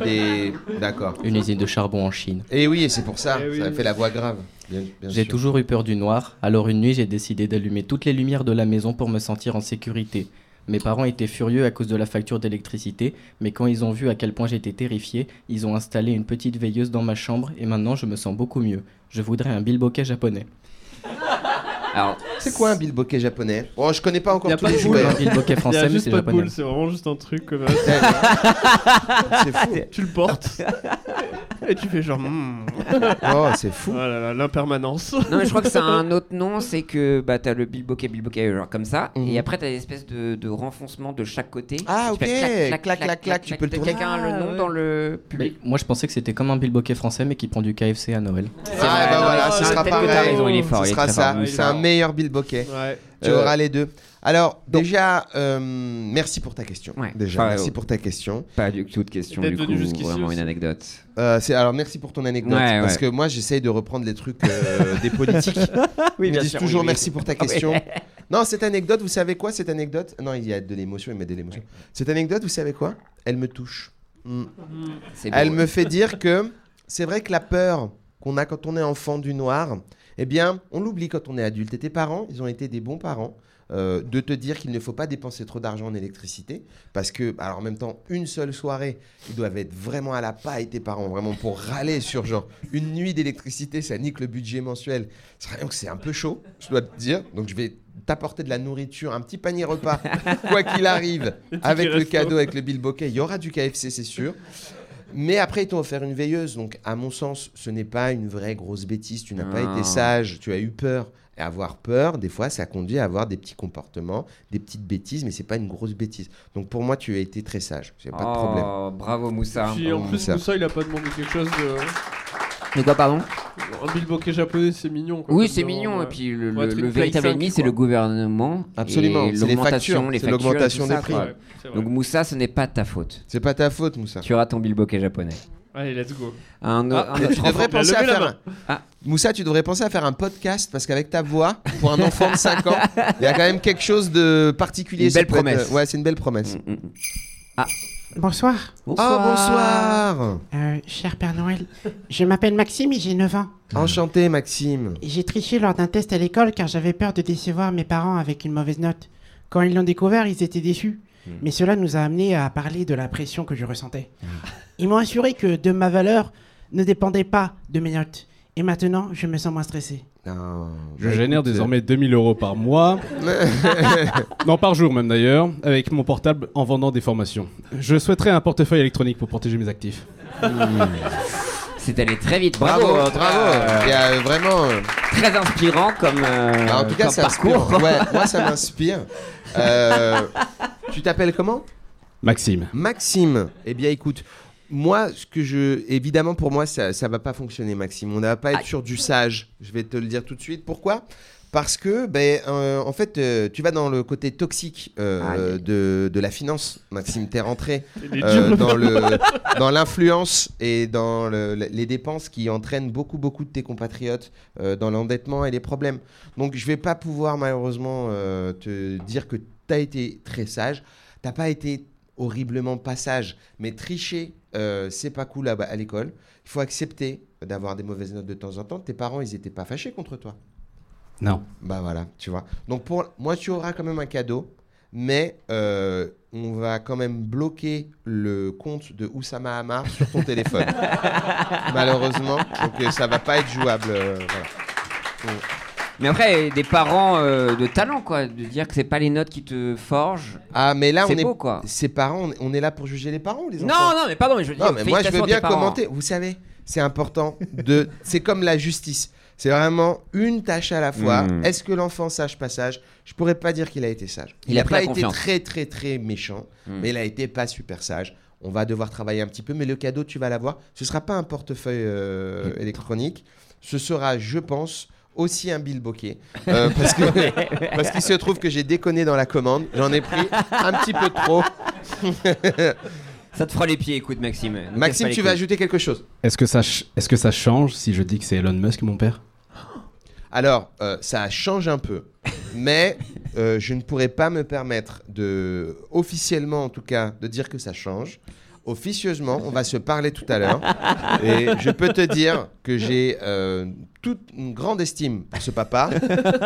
Speaker 6: des... D'accord.
Speaker 12: Une usine de charbon en Chine.
Speaker 6: Et oui, et c'est pour ça,
Speaker 12: Eh oui.
Speaker 6: ça fait la voix grave. Bien- bien
Speaker 12: J'ai
Speaker 6: sûr.
Speaker 12: toujours eu peur du noir, alors une nuit j'ai décidé d'allumer toutes les lumières de la maison pour me sentir en sécurité. Mes parents étaient furieux à cause de la facture d'électricité, mais quand ils ont vu à quel point j'étais terrifié, ils ont installé une petite veilleuse dans ma chambre et maintenant je me sens beaucoup mieux. Je voudrais un bilboquet japonais.
Speaker 2: Alors,
Speaker 6: c'est quoi un bilboquet japonais Oh, je connais pas encore
Speaker 3: Il y a
Speaker 6: tous
Speaker 3: pas
Speaker 6: les
Speaker 3: de boule,
Speaker 6: jouets.
Speaker 3: hein.
Speaker 12: bilboquet
Speaker 3: Il y
Speaker 12: français,
Speaker 3: a
Speaker 12: mais
Speaker 3: juste
Speaker 12: c'est
Speaker 3: pas de
Speaker 12: japonais.
Speaker 3: boule, c'est vraiment juste un truc comme
Speaker 6: [LAUGHS] C'est fou.
Speaker 3: [LAUGHS] Tu
Speaker 6: [LAUGHS]
Speaker 3: le portes. Et tu fais genre. hmm.
Speaker 6: Oh, c'est fou.
Speaker 3: Oh là là, l'impermanence.
Speaker 2: Non, mais je crois que c'est un autre nom, c'est que bah, t'as le bilboquet, bilboquet, genre comme ça, et après t'as des espèces de, de renfoncements de chaque côté.
Speaker 6: Ah,
Speaker 2: Tu
Speaker 6: ok,
Speaker 2: fais
Speaker 6: clac, clac, clac, tu peux le Ah,
Speaker 2: T'as
Speaker 6: tourner.
Speaker 2: Quelqu'un a le
Speaker 3: Ah,
Speaker 2: nom dans le public.
Speaker 12: Moi je pensais que c'était comme un bilboquet français mais qui prend du KFC à Noël.
Speaker 6: Ah, bah voilà, ce sera
Speaker 2: peut-être que
Speaker 6: pareil.
Speaker 2: t'as raison, il est fort,
Speaker 6: Ce
Speaker 2: il est
Speaker 6: sera
Speaker 2: très
Speaker 6: ça.
Speaker 2: fort.
Speaker 6: C'est un meilleur bilboquet. Tu
Speaker 2: Euh,
Speaker 6: auras les deux. Alors, déjà, euh, merci pour ta question. Déjà,
Speaker 2: Enfin,
Speaker 6: merci
Speaker 2: euh,
Speaker 6: pour ta question.
Speaker 2: Pas du tout de question,
Speaker 6: D'être
Speaker 2: du
Speaker 6: venu
Speaker 2: coup,
Speaker 6: jusqu'ici
Speaker 2: vraiment
Speaker 6: aussi.
Speaker 2: une anecdote.
Speaker 6: Euh, c'est- alors merci pour ton anecdote
Speaker 2: Ouais,
Speaker 6: parce
Speaker 2: ouais.
Speaker 6: que moi j'essaye de reprendre les trucs euh, des politiques.
Speaker 2: [LAUGHS] Oui,
Speaker 6: Ils me
Speaker 2: bien
Speaker 6: disent
Speaker 2: sûr,
Speaker 6: toujours
Speaker 2: oui, oui.
Speaker 6: merci pour ta
Speaker 2: Ah ouais. [LAUGHS]
Speaker 6: question. non cette anecdote vous savez quoi cette anecdote Non il y a de l'émotion il met de l'émotion. Cette anecdote vous savez quoi Elle me touche. Mm.
Speaker 2: C'est beau,
Speaker 6: Elle
Speaker 2: ouais.
Speaker 6: me fait dire que c'est vrai que la peur qu'on a quand on est enfant du noir, eh bien on l'oublie quand on est adulte. Et tes parents ils ont été des bons parents. euh, de te dire qu'il ne faut pas dépenser trop d'argent en électricité parce que alors en même temps une seule soirée ils doivent être vraiment à la paille tes parents vraiment pour râler sur genre une nuit d'électricité ça nique le budget mensuel c'est vrai que c'est un peu chaud je dois te dire donc je vais t'apporter de la nourriture un petit panier repas quoi qu'il arrive
Speaker 3: Les tickets
Speaker 6: avec le
Speaker 3: resto.
Speaker 6: cadeau avec le bill bokeh il y aura du KFC c'est sûr mais après, ils t'ont offert une veilleuse. Donc, à mon sens, ce n'est pas une vraie grosse bêtise. Tu n'as pas
Speaker 2: Ah.
Speaker 6: été sage, tu as eu peur. Et avoir peur, des fois, ça conduit à avoir des petits comportements, des petites bêtises, mais c'est pas une grosse bêtise. Donc, pour moi, tu as été très sage. Il n'y a pas de problème.
Speaker 2: Oh, bravo Moussa.
Speaker 3: Puis en
Speaker 6: Ah, Bravo,
Speaker 3: plus,
Speaker 6: Moussa. Oh.
Speaker 3: Moussa, il a pas demandé quelque chose de.
Speaker 2: De quoi, pardon
Speaker 3: Un bilboquet japonais, c'est mignon. quoi,
Speaker 2: Oui,
Speaker 3: comme euh,
Speaker 2: c'est
Speaker 3: nom,
Speaker 2: mignon.
Speaker 3: ouais.
Speaker 2: Et puis le,
Speaker 3: Ouais,
Speaker 2: le-
Speaker 3: truc
Speaker 2: le
Speaker 3: Play
Speaker 2: véritable
Speaker 3: 5,
Speaker 2: ennemi, c'est le gouvernement.
Speaker 6: Absolument,
Speaker 2: et
Speaker 6: c'est les
Speaker 2: l'augmentation,
Speaker 6: factures,
Speaker 2: les
Speaker 6: c'est
Speaker 2: factures et
Speaker 6: l'augmentation
Speaker 2: tout ça,
Speaker 6: des prix.
Speaker 2: quoi.
Speaker 6: Ouais, c'est vrai.
Speaker 2: Donc Moussa, ce n'est pas de ta faute.
Speaker 6: C'est pas ta faute, Moussa.
Speaker 2: Tu auras ton bilboquet japonais.
Speaker 3: Allez, let's go.
Speaker 2: Un,
Speaker 6: Ah,
Speaker 2: un
Speaker 6: mais
Speaker 2: autre
Speaker 6: tu devrais
Speaker 2: enfant-
Speaker 6: penser à
Speaker 2: Levez la
Speaker 6: faire.
Speaker 2: main.
Speaker 6: un- Moussa, tu devrais penser à faire un podcast parce qu'avec ta voix, pour un enfant de 5 ans, il y a quand même quelque chose de particulier.
Speaker 2: Une
Speaker 6: Ça
Speaker 2: belle
Speaker 6: peut être- euh,
Speaker 2: promesse.
Speaker 6: Ouais, c'est une belle promesse.
Speaker 2: Ah.
Speaker 13: Bonsoir.
Speaker 6: Ah, Oh, bonsoir.
Speaker 13: Euh, cher Père Noël, je m'appelle Maxime et j'ai 9 ans.
Speaker 2: Mmh.
Speaker 6: Enchanté, Maxime.
Speaker 13: Et J'ai triché lors d'un test à l'école car j'avais peur de décevoir mes parents avec une mauvaise note. Quand ils l'ont découvert, ils étaient déçus. Mais cela nous a amené à parler de la pression que je ressentais. Ils m'ont assuré que de ma valeur ne dépendait pas de mes notes. Et maintenant, je me sens moins stressé.
Speaker 14: Je génère désormais 2000 euros par
Speaker 6: [LAUGHS]
Speaker 14: mois. non, par jour même d'ailleurs, avec mon portable en vendant des formations. Je souhaiterais un portefeuille électronique pour protéger mes actifs.
Speaker 2: Hmm.
Speaker 6: Hmm.
Speaker 2: C'est allé très vite.
Speaker 6: Bravo,
Speaker 2: Bravo.
Speaker 6: bravo.
Speaker 2: en tout cas,
Speaker 6: Il y a vraiment. euh,
Speaker 2: Très inspirant comme, euh,
Speaker 6: Bah, en tout cas,
Speaker 2: comme
Speaker 6: ça
Speaker 2: parcours.
Speaker 6: inspire. Ouais, moi, ça
Speaker 2: [LAUGHS]
Speaker 6: m'inspire. Euh, tu t'appelles comment
Speaker 14: Maxime.
Speaker 6: Maxime. Eh bien, écoute. Moi, ce que je. Évidemment, pour moi, ça ne va pas fonctionner, Maxime. On ne va pas être sur du sage. Je vais te le dire tout de suite. Pourquoi Parce que, ben, euh, en fait, euh, tu vas dans le côté toxique euh, de, de la finance, Maxime. Tu es rentré
Speaker 3: Il est
Speaker 6: euh,
Speaker 3: dur, le
Speaker 6: dans le,
Speaker 3: Père
Speaker 6: dans l'influence et dans le- le- les dépenses qui entraînent beaucoup, beaucoup de tes compatriotes euh, dans l'endettement et les problèmes. Donc, je vais pas pouvoir malheureusement euh, te dire que tu as été très sage. T'as pas été horriblement pas sage, mais tricher, euh, c'est pas cool à, à l'école. Il faut accepter d'avoir des mauvaises notes de temps en temps. Tes parents, ils étaient pas fâchés contre toi.
Speaker 14: Non.
Speaker 6: Bah voilà, tu vois. Donc pour moi, tu auras quand même un cadeau. mais euh, on va quand même bloquer le compte de Oussama Hamar sur ton téléphone. Malheureusement, donc euh, ça va pas être jouable. euh, voilà. Donc,
Speaker 2: Mais après, des parents euh, de talent, quoi, de dire que c'est pas les notes qui te forgent.
Speaker 6: Ah, mais là, on est-
Speaker 2: beau, quoi.
Speaker 6: Ses parents, on- on est là pour juger les parents, ou les
Speaker 2: Non,
Speaker 6: enfants.
Speaker 2: non, mais pardon, mais je veux dire,
Speaker 6: Non, mais moi, je
Speaker 2: félicitations
Speaker 6: veux
Speaker 2: à
Speaker 6: bien
Speaker 2: tes parents. hein.
Speaker 6: commenter. Vous savez, c'est important de. [LAUGHS] c'est comme la justice. C'est vraiment une tâche à la fois.
Speaker 2: Mm.
Speaker 6: Est-ce que l'enfant sage pas sage Je pourrais pas dire qu'il a été sage.
Speaker 2: Il
Speaker 6: n'a
Speaker 2: a pris
Speaker 6: pas
Speaker 2: la
Speaker 6: été
Speaker 2: confiance.
Speaker 6: très très très méchant,
Speaker 2: Mm.
Speaker 6: mais il a été pas super sage. On va devoir travailler un petit peu, mais le cadeau tu vas l'avoir. Ce sera pas un portefeuille euh,
Speaker 2: Hmm.
Speaker 6: électronique. Ce sera, je pense, aussi un bill bokeh Euh, parce que
Speaker 2: [LAUGHS]
Speaker 6: parce qu'il se trouve que j'ai déconné dans la commande. J'en ai pris un petit peu trop.
Speaker 2: [LAUGHS] Ça te fera les pieds, écoute, Maxime. Ne casse pas
Speaker 6: Maxime,
Speaker 2: les
Speaker 6: tu vas
Speaker 2: couilles.
Speaker 6: ajouter quelque chose
Speaker 14: Est-ce que, ça ch- est-ce que ça change si je dis que c'est Elon Musk, mon père
Speaker 6: Alors, euh, ça change un peu, mais euh, je ne pourrais pas me permettre de, officiellement en tout cas, de dire que ça change. Officieusement, on va se parler tout à l'heure, et je peux te dire que j'ai euh, toute une grande estime pour ce papa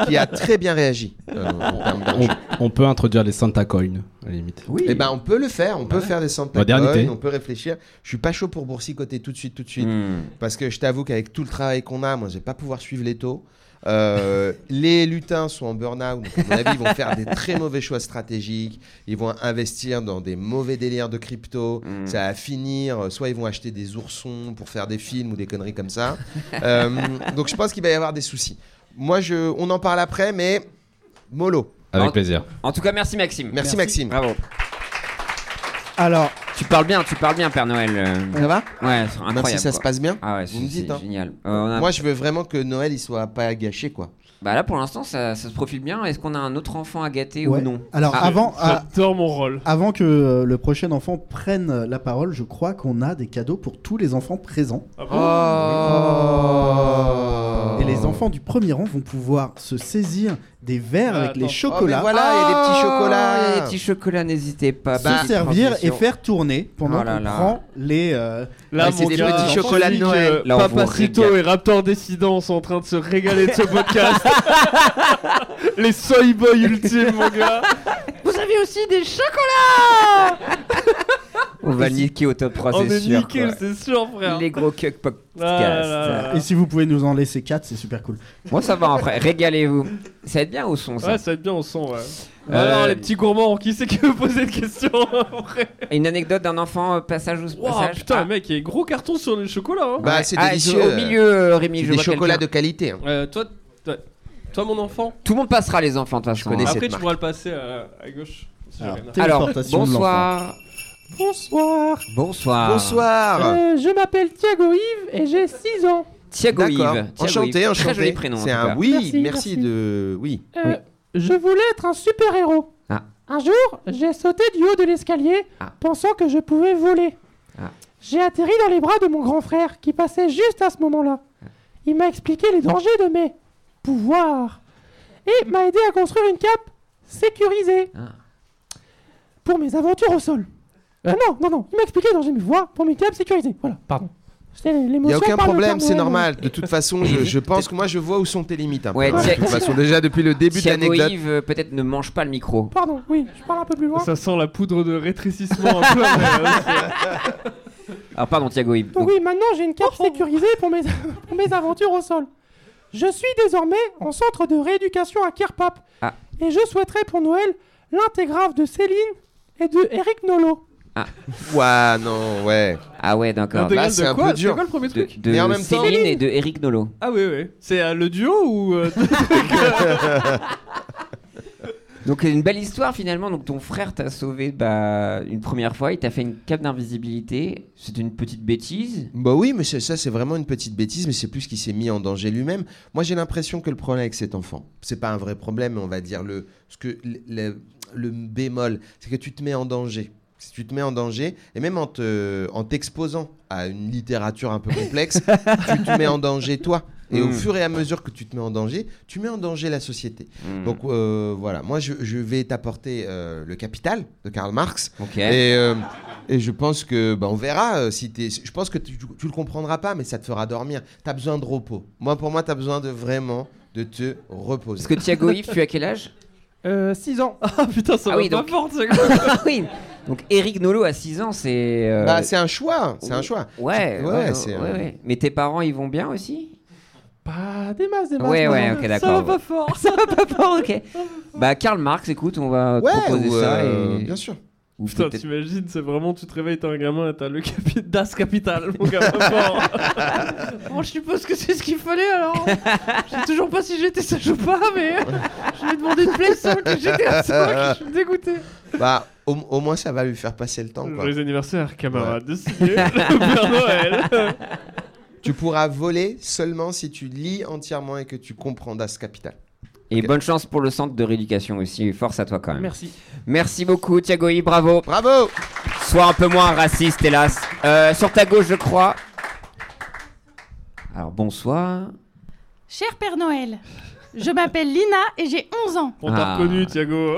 Speaker 6: qui a très bien réagi. euh, en termes de-
Speaker 14: on, on peut introduire les Santa Coins, à la limite.
Speaker 6: Eh ben, on peut le faire, on peut faire des Santa
Speaker 14: Modernité.
Speaker 6: Claus, on peut réfléchir. Je suis pas chaud pour boursicoter tout de suite, tout de suite,
Speaker 2: Hmm.
Speaker 6: parce que je t'avoue qu'avec tout le travail qu'on a, moi, je vais pas pouvoir suivre les taux. Euh, [LAUGHS] les lutins sont en burn-out, donc à mon avis, ils vont faire des très mauvais choix stratégiques. Ils vont investir dans des mauvais délires de crypto.
Speaker 2: Hmm.
Speaker 6: Ça va finir. euh, Soit ils vont acheter des oursons pour faire des films ou des conneries
Speaker 2: [LAUGHS]
Speaker 6: comme ça. Euh, donc je pense qu'il va y avoir des soucis. Moi, je, on en parle après, mais mollo.
Speaker 14: Avec plaisir.
Speaker 2: En tout cas, merci, Maxime.
Speaker 6: Merci, Maxime.
Speaker 2: Bravo.
Speaker 1: Alors,
Speaker 2: Tu parles bien, tu parles bien, Père Noël. euh.
Speaker 6: Ça va
Speaker 2: Ouais, c'est incroyable.
Speaker 6: Merci, ça
Speaker 2: quoi.
Speaker 6: se passe bien
Speaker 2: Ah ouais,
Speaker 6: Vous me
Speaker 2: c'est
Speaker 6: dites, hein.
Speaker 2: c'est génial. Euh, on a-
Speaker 6: Moi, je veux vraiment que Noël, il soit pas gâché, quoi.
Speaker 2: Bah là, pour l'instant, ça, ça se profile bien. Est-ce qu'on a un autre enfant à gâter
Speaker 1: Ouais.
Speaker 2: ou non
Speaker 1: Alors,
Speaker 2: Ah.
Speaker 1: avant, ah,
Speaker 3: mon rôle.
Speaker 1: avant que euh, le prochain enfant prenne euh, la parole, je crois qu'on a des cadeaux pour tous les enfants présents.
Speaker 3: Ah
Speaker 2: Oh.
Speaker 1: Et les enfants du premier rang vont pouvoir se saisir des verres
Speaker 2: Ah,
Speaker 1: avec les
Speaker 2: attends.
Speaker 1: chocolats.
Speaker 2: Oh, mais voilà, il y a des
Speaker 3: Ah.
Speaker 2: petits chocolats.
Speaker 1: il y a
Speaker 2: Les petits chocolats, n'hésitez pas.
Speaker 1: se
Speaker 2: Bah,
Speaker 1: servir et
Speaker 2: transmission.
Speaker 1: faire tourner pendant
Speaker 2: Oh là
Speaker 1: qu'on
Speaker 2: là.
Speaker 1: prend les. euh,
Speaker 3: Là,
Speaker 1: les-
Speaker 3: mon
Speaker 1: les
Speaker 3: gars,
Speaker 1: petits
Speaker 3: je
Speaker 1: chocolats
Speaker 3: suis
Speaker 1: de Noël.
Speaker 3: que Papa Cito et Raptor Décident sont en train de se régaler
Speaker 2: [LAUGHS]
Speaker 3: de ce podcast. [LAUGHS] les soy boys ultimes, mon
Speaker 2: [LAUGHS]
Speaker 3: gars.
Speaker 7: Vous avez aussi des chocolats
Speaker 2: On va niquer au top 3,
Speaker 3: On
Speaker 2: c'est
Speaker 3: est
Speaker 2: sûr.
Speaker 3: Oh, nickel,
Speaker 2: quoi.
Speaker 3: c'est sûr, frère.
Speaker 2: Les gros cuck
Speaker 3: Ah là là là.
Speaker 1: Et si vous pouvez nous en laisser 4, c'est super cool.
Speaker 2: Moi, ça va, en vrai. Régalez-vous. Ça va être bien au son, ça.
Speaker 3: Ouais, ça va être bien, on sent, ouais.
Speaker 2: Euh,
Speaker 3: Alors, les petits gourmands, qui c'est qui veut poser de questions [LAUGHS]
Speaker 2: Une anecdote d'un enfant, euh, passage ou
Speaker 3: Waouh,
Speaker 2: passage
Speaker 3: putain, mec, il y a gros carton sur les chocolats. hein.
Speaker 6: Bah, c'est
Speaker 2: Ah,
Speaker 6: délicieux.
Speaker 2: au milieu, euh, Rémi,
Speaker 6: C'est
Speaker 2: je
Speaker 6: des
Speaker 2: vois
Speaker 6: chocolats de
Speaker 2: quelqu'un.
Speaker 6: qualité. hein.
Speaker 3: Euh, toi, toi, toi, mon enfant.
Speaker 2: Tout le monde passera, les enfants, de toute façon.
Speaker 6: connais
Speaker 2: hein.
Speaker 6: cette
Speaker 3: Après, Ah, tu pourras le passer à, à gauche. si
Speaker 2: Alors,
Speaker 3: jamais.
Speaker 2: Alors, bonsoir.
Speaker 15: Bonsoir.
Speaker 2: Bonsoir.
Speaker 15: Euh, je m'appelle Thiago Yves et j'ai 6 ans.
Speaker 2: Thiago Yves.
Speaker 6: D'accord.
Speaker 2: Thiago
Speaker 6: Enchanté,
Speaker 2: Yves.
Speaker 6: enchanté.
Speaker 2: Très joli prénom. en
Speaker 6: C'est
Speaker 2: tout
Speaker 6: un
Speaker 2: cas.
Speaker 6: oui, merci,
Speaker 15: Merci, merci.
Speaker 6: de. Oui.
Speaker 15: Euh, Je voulais être un super-héros.
Speaker 2: Ah.
Speaker 15: Un jour, j'ai sauté du haut de l'escalier pensant que je pouvais voler.
Speaker 2: Ah.
Speaker 15: J'ai atterri dans les bras de mon grand frère qui passait juste à ce moment-là. Il m'a expliqué les dangers de mes pouvoirs et m'a aidé à construire une cape sécurisée
Speaker 6: Ah.
Speaker 15: pour mes aventures au sol. Euh, non, non, non, il m'a expliqué les dangers de mes pouvoirs pour mes capes sécurisées. Voilà, pardon.
Speaker 6: Il n'y a aucun problème, c'est normal. De toute façon, je, je
Speaker 2: [LAUGHS]
Speaker 6: pense que moi, je vois où sont tes limites. un peu,
Speaker 2: Ouais,
Speaker 6: hein, de
Speaker 2: Thi- [LAUGHS]
Speaker 6: toute façon, déjà depuis le début de
Speaker 2: Thiago
Speaker 6: l'anecdote.
Speaker 2: Yves, euh, peut-être ne mange pas le micro.
Speaker 15: Pardon, oui, je parle un peu plus loin.
Speaker 3: Ça sent la poudre de rétrécissement un peu. mais, euh,
Speaker 2: [LAUGHS] Ah, pardon, Thiago Yves.
Speaker 15: Donc oui, maintenant j'ai une cape sécurisée pour mes, [LAUGHS] pour mes aventures au sol. Je suis désormais en centre de rééducation à Kerpap.
Speaker 2: Ah.
Speaker 15: Et je souhaiterais pour Noël l'intégrave de Céline et de Eric Nolo.
Speaker 6: Ouah, non, ouais. Bah,
Speaker 2: Ah ouais, d'accord.
Speaker 3: L'intégrale Là, c'est de un quoi peu dur. C'est quoi le premier truc
Speaker 2: De, de
Speaker 3: Mais en même temps-
Speaker 2: Céline et
Speaker 6: [LAUGHS]
Speaker 2: de Eric Nolo.
Speaker 3: Ah oui, oui. C'est euh, le duo ou... euh, [LAUGHS]
Speaker 2: Donc une belle histoire finalement. Donc ton frère t'a sauvé bah, une première fois, il t'a fait une cape d'invisibilité. C'est une petite bêtise.
Speaker 6: Bah oui, mais c'est- ça, c'est vraiment une petite bêtise, mais c'est plus qu'il s'est mis en danger lui-même. Moi, j'ai l'impression que le problème avec cet enfant, c'est pas un vrai problème, on va dire le, ce que, le, le- le bémol, c'est que tu te mets en danger. Si tu te mets en danger, et même en, te, en t'exposant à une littérature un peu
Speaker 2: [LAUGHS]
Speaker 6: complexe, tu te mets en danger toi. Et au
Speaker 2: Mm.
Speaker 6: fur et à mesure que tu te mets en danger, tu mets en danger la société.
Speaker 2: Mm.
Speaker 6: Donc euh, voilà, moi je, je vais t'apporter euh, le capital de Karl Marx.
Speaker 2: Ok.
Speaker 6: Et, euh, et je pense que bah, on verra euh, si t'es. Je pense que tu, tu- tu le comprendras pas, mais ça te fera dormir. T'as besoin de repos. Moi, pour moi, t'as besoin de vraiment de te reposer.
Speaker 2: Parce que Thiago Yves, tu as quel âge
Speaker 15: Euh, 6 ans.
Speaker 3: [LAUGHS] Ah putain,
Speaker 15: ça
Speaker 2: Ah oui, donc- [LAUGHS] Ah oui. Donc Eric Nolo à 6 ans, c'est. euh,
Speaker 6: Bah, c'est un choix, c'est un choix.
Speaker 2: Ouais,
Speaker 6: C'est-
Speaker 2: ouais,
Speaker 6: ouais,
Speaker 2: ouais,
Speaker 6: c'est,
Speaker 2: ouais,
Speaker 6: euh,
Speaker 2: ouais. Mais tes parents, ils vont bien aussi
Speaker 15: Pas des masses, des masses.
Speaker 2: Ouais,
Speaker 15: non.
Speaker 2: ouais, ok,
Speaker 15: Ça va
Speaker 2: d'accord.
Speaker 15: pas fort, ça va pas fort,
Speaker 2: ok. Bah, Karl Marx, écoute, on va
Speaker 3: Ouais,
Speaker 2: proposer
Speaker 3: ou,
Speaker 2: ça.
Speaker 3: euh,
Speaker 2: et...
Speaker 3: bien sûr.
Speaker 2: [LAUGHS] Ou
Speaker 3: Putain,
Speaker 2: peut-être-
Speaker 3: t'imagines, c'est vraiment, tu te réveilles, t'es un gamin et t'as le capi- [LAUGHS] Das Capital, mon gars,
Speaker 2: [LAUGHS]
Speaker 3: pas fort.
Speaker 15: [LAUGHS] Bon, je suppose que c'est ce qu'il fallait alors. Je sais toujours pas si j'étais sage ou pas, mais euh, je lui ai demandé une play 5 et j'étais à 5. Je suis dégoûté.
Speaker 6: [LAUGHS] Bah, au, au moins, ça va lui faire passer le temps.
Speaker 3: Joyeux anniversaire, camarade.
Speaker 6: Ouais.
Speaker 3: Signé,
Speaker 6: [LAUGHS]
Speaker 3: le Père Noël.
Speaker 6: tu pourras voler seulement si tu lis entièrement et que tu comprends Das Capital.
Speaker 2: Et bonne chance pour le centre de rééducation aussi. Force à toi quand même.
Speaker 6: Merci.
Speaker 2: Merci beaucoup, Thiagoï. Bravo.
Speaker 6: Bravo.
Speaker 2: Sois un peu moins raciste, hélas. Euh, sur ta gauche, je crois. Alors bonsoir.
Speaker 16: Cher Père Noël, je m'appelle Lina et j'ai 11 ans.
Speaker 3: On t'a
Speaker 2: Ah.
Speaker 3: reconnu, Thiago.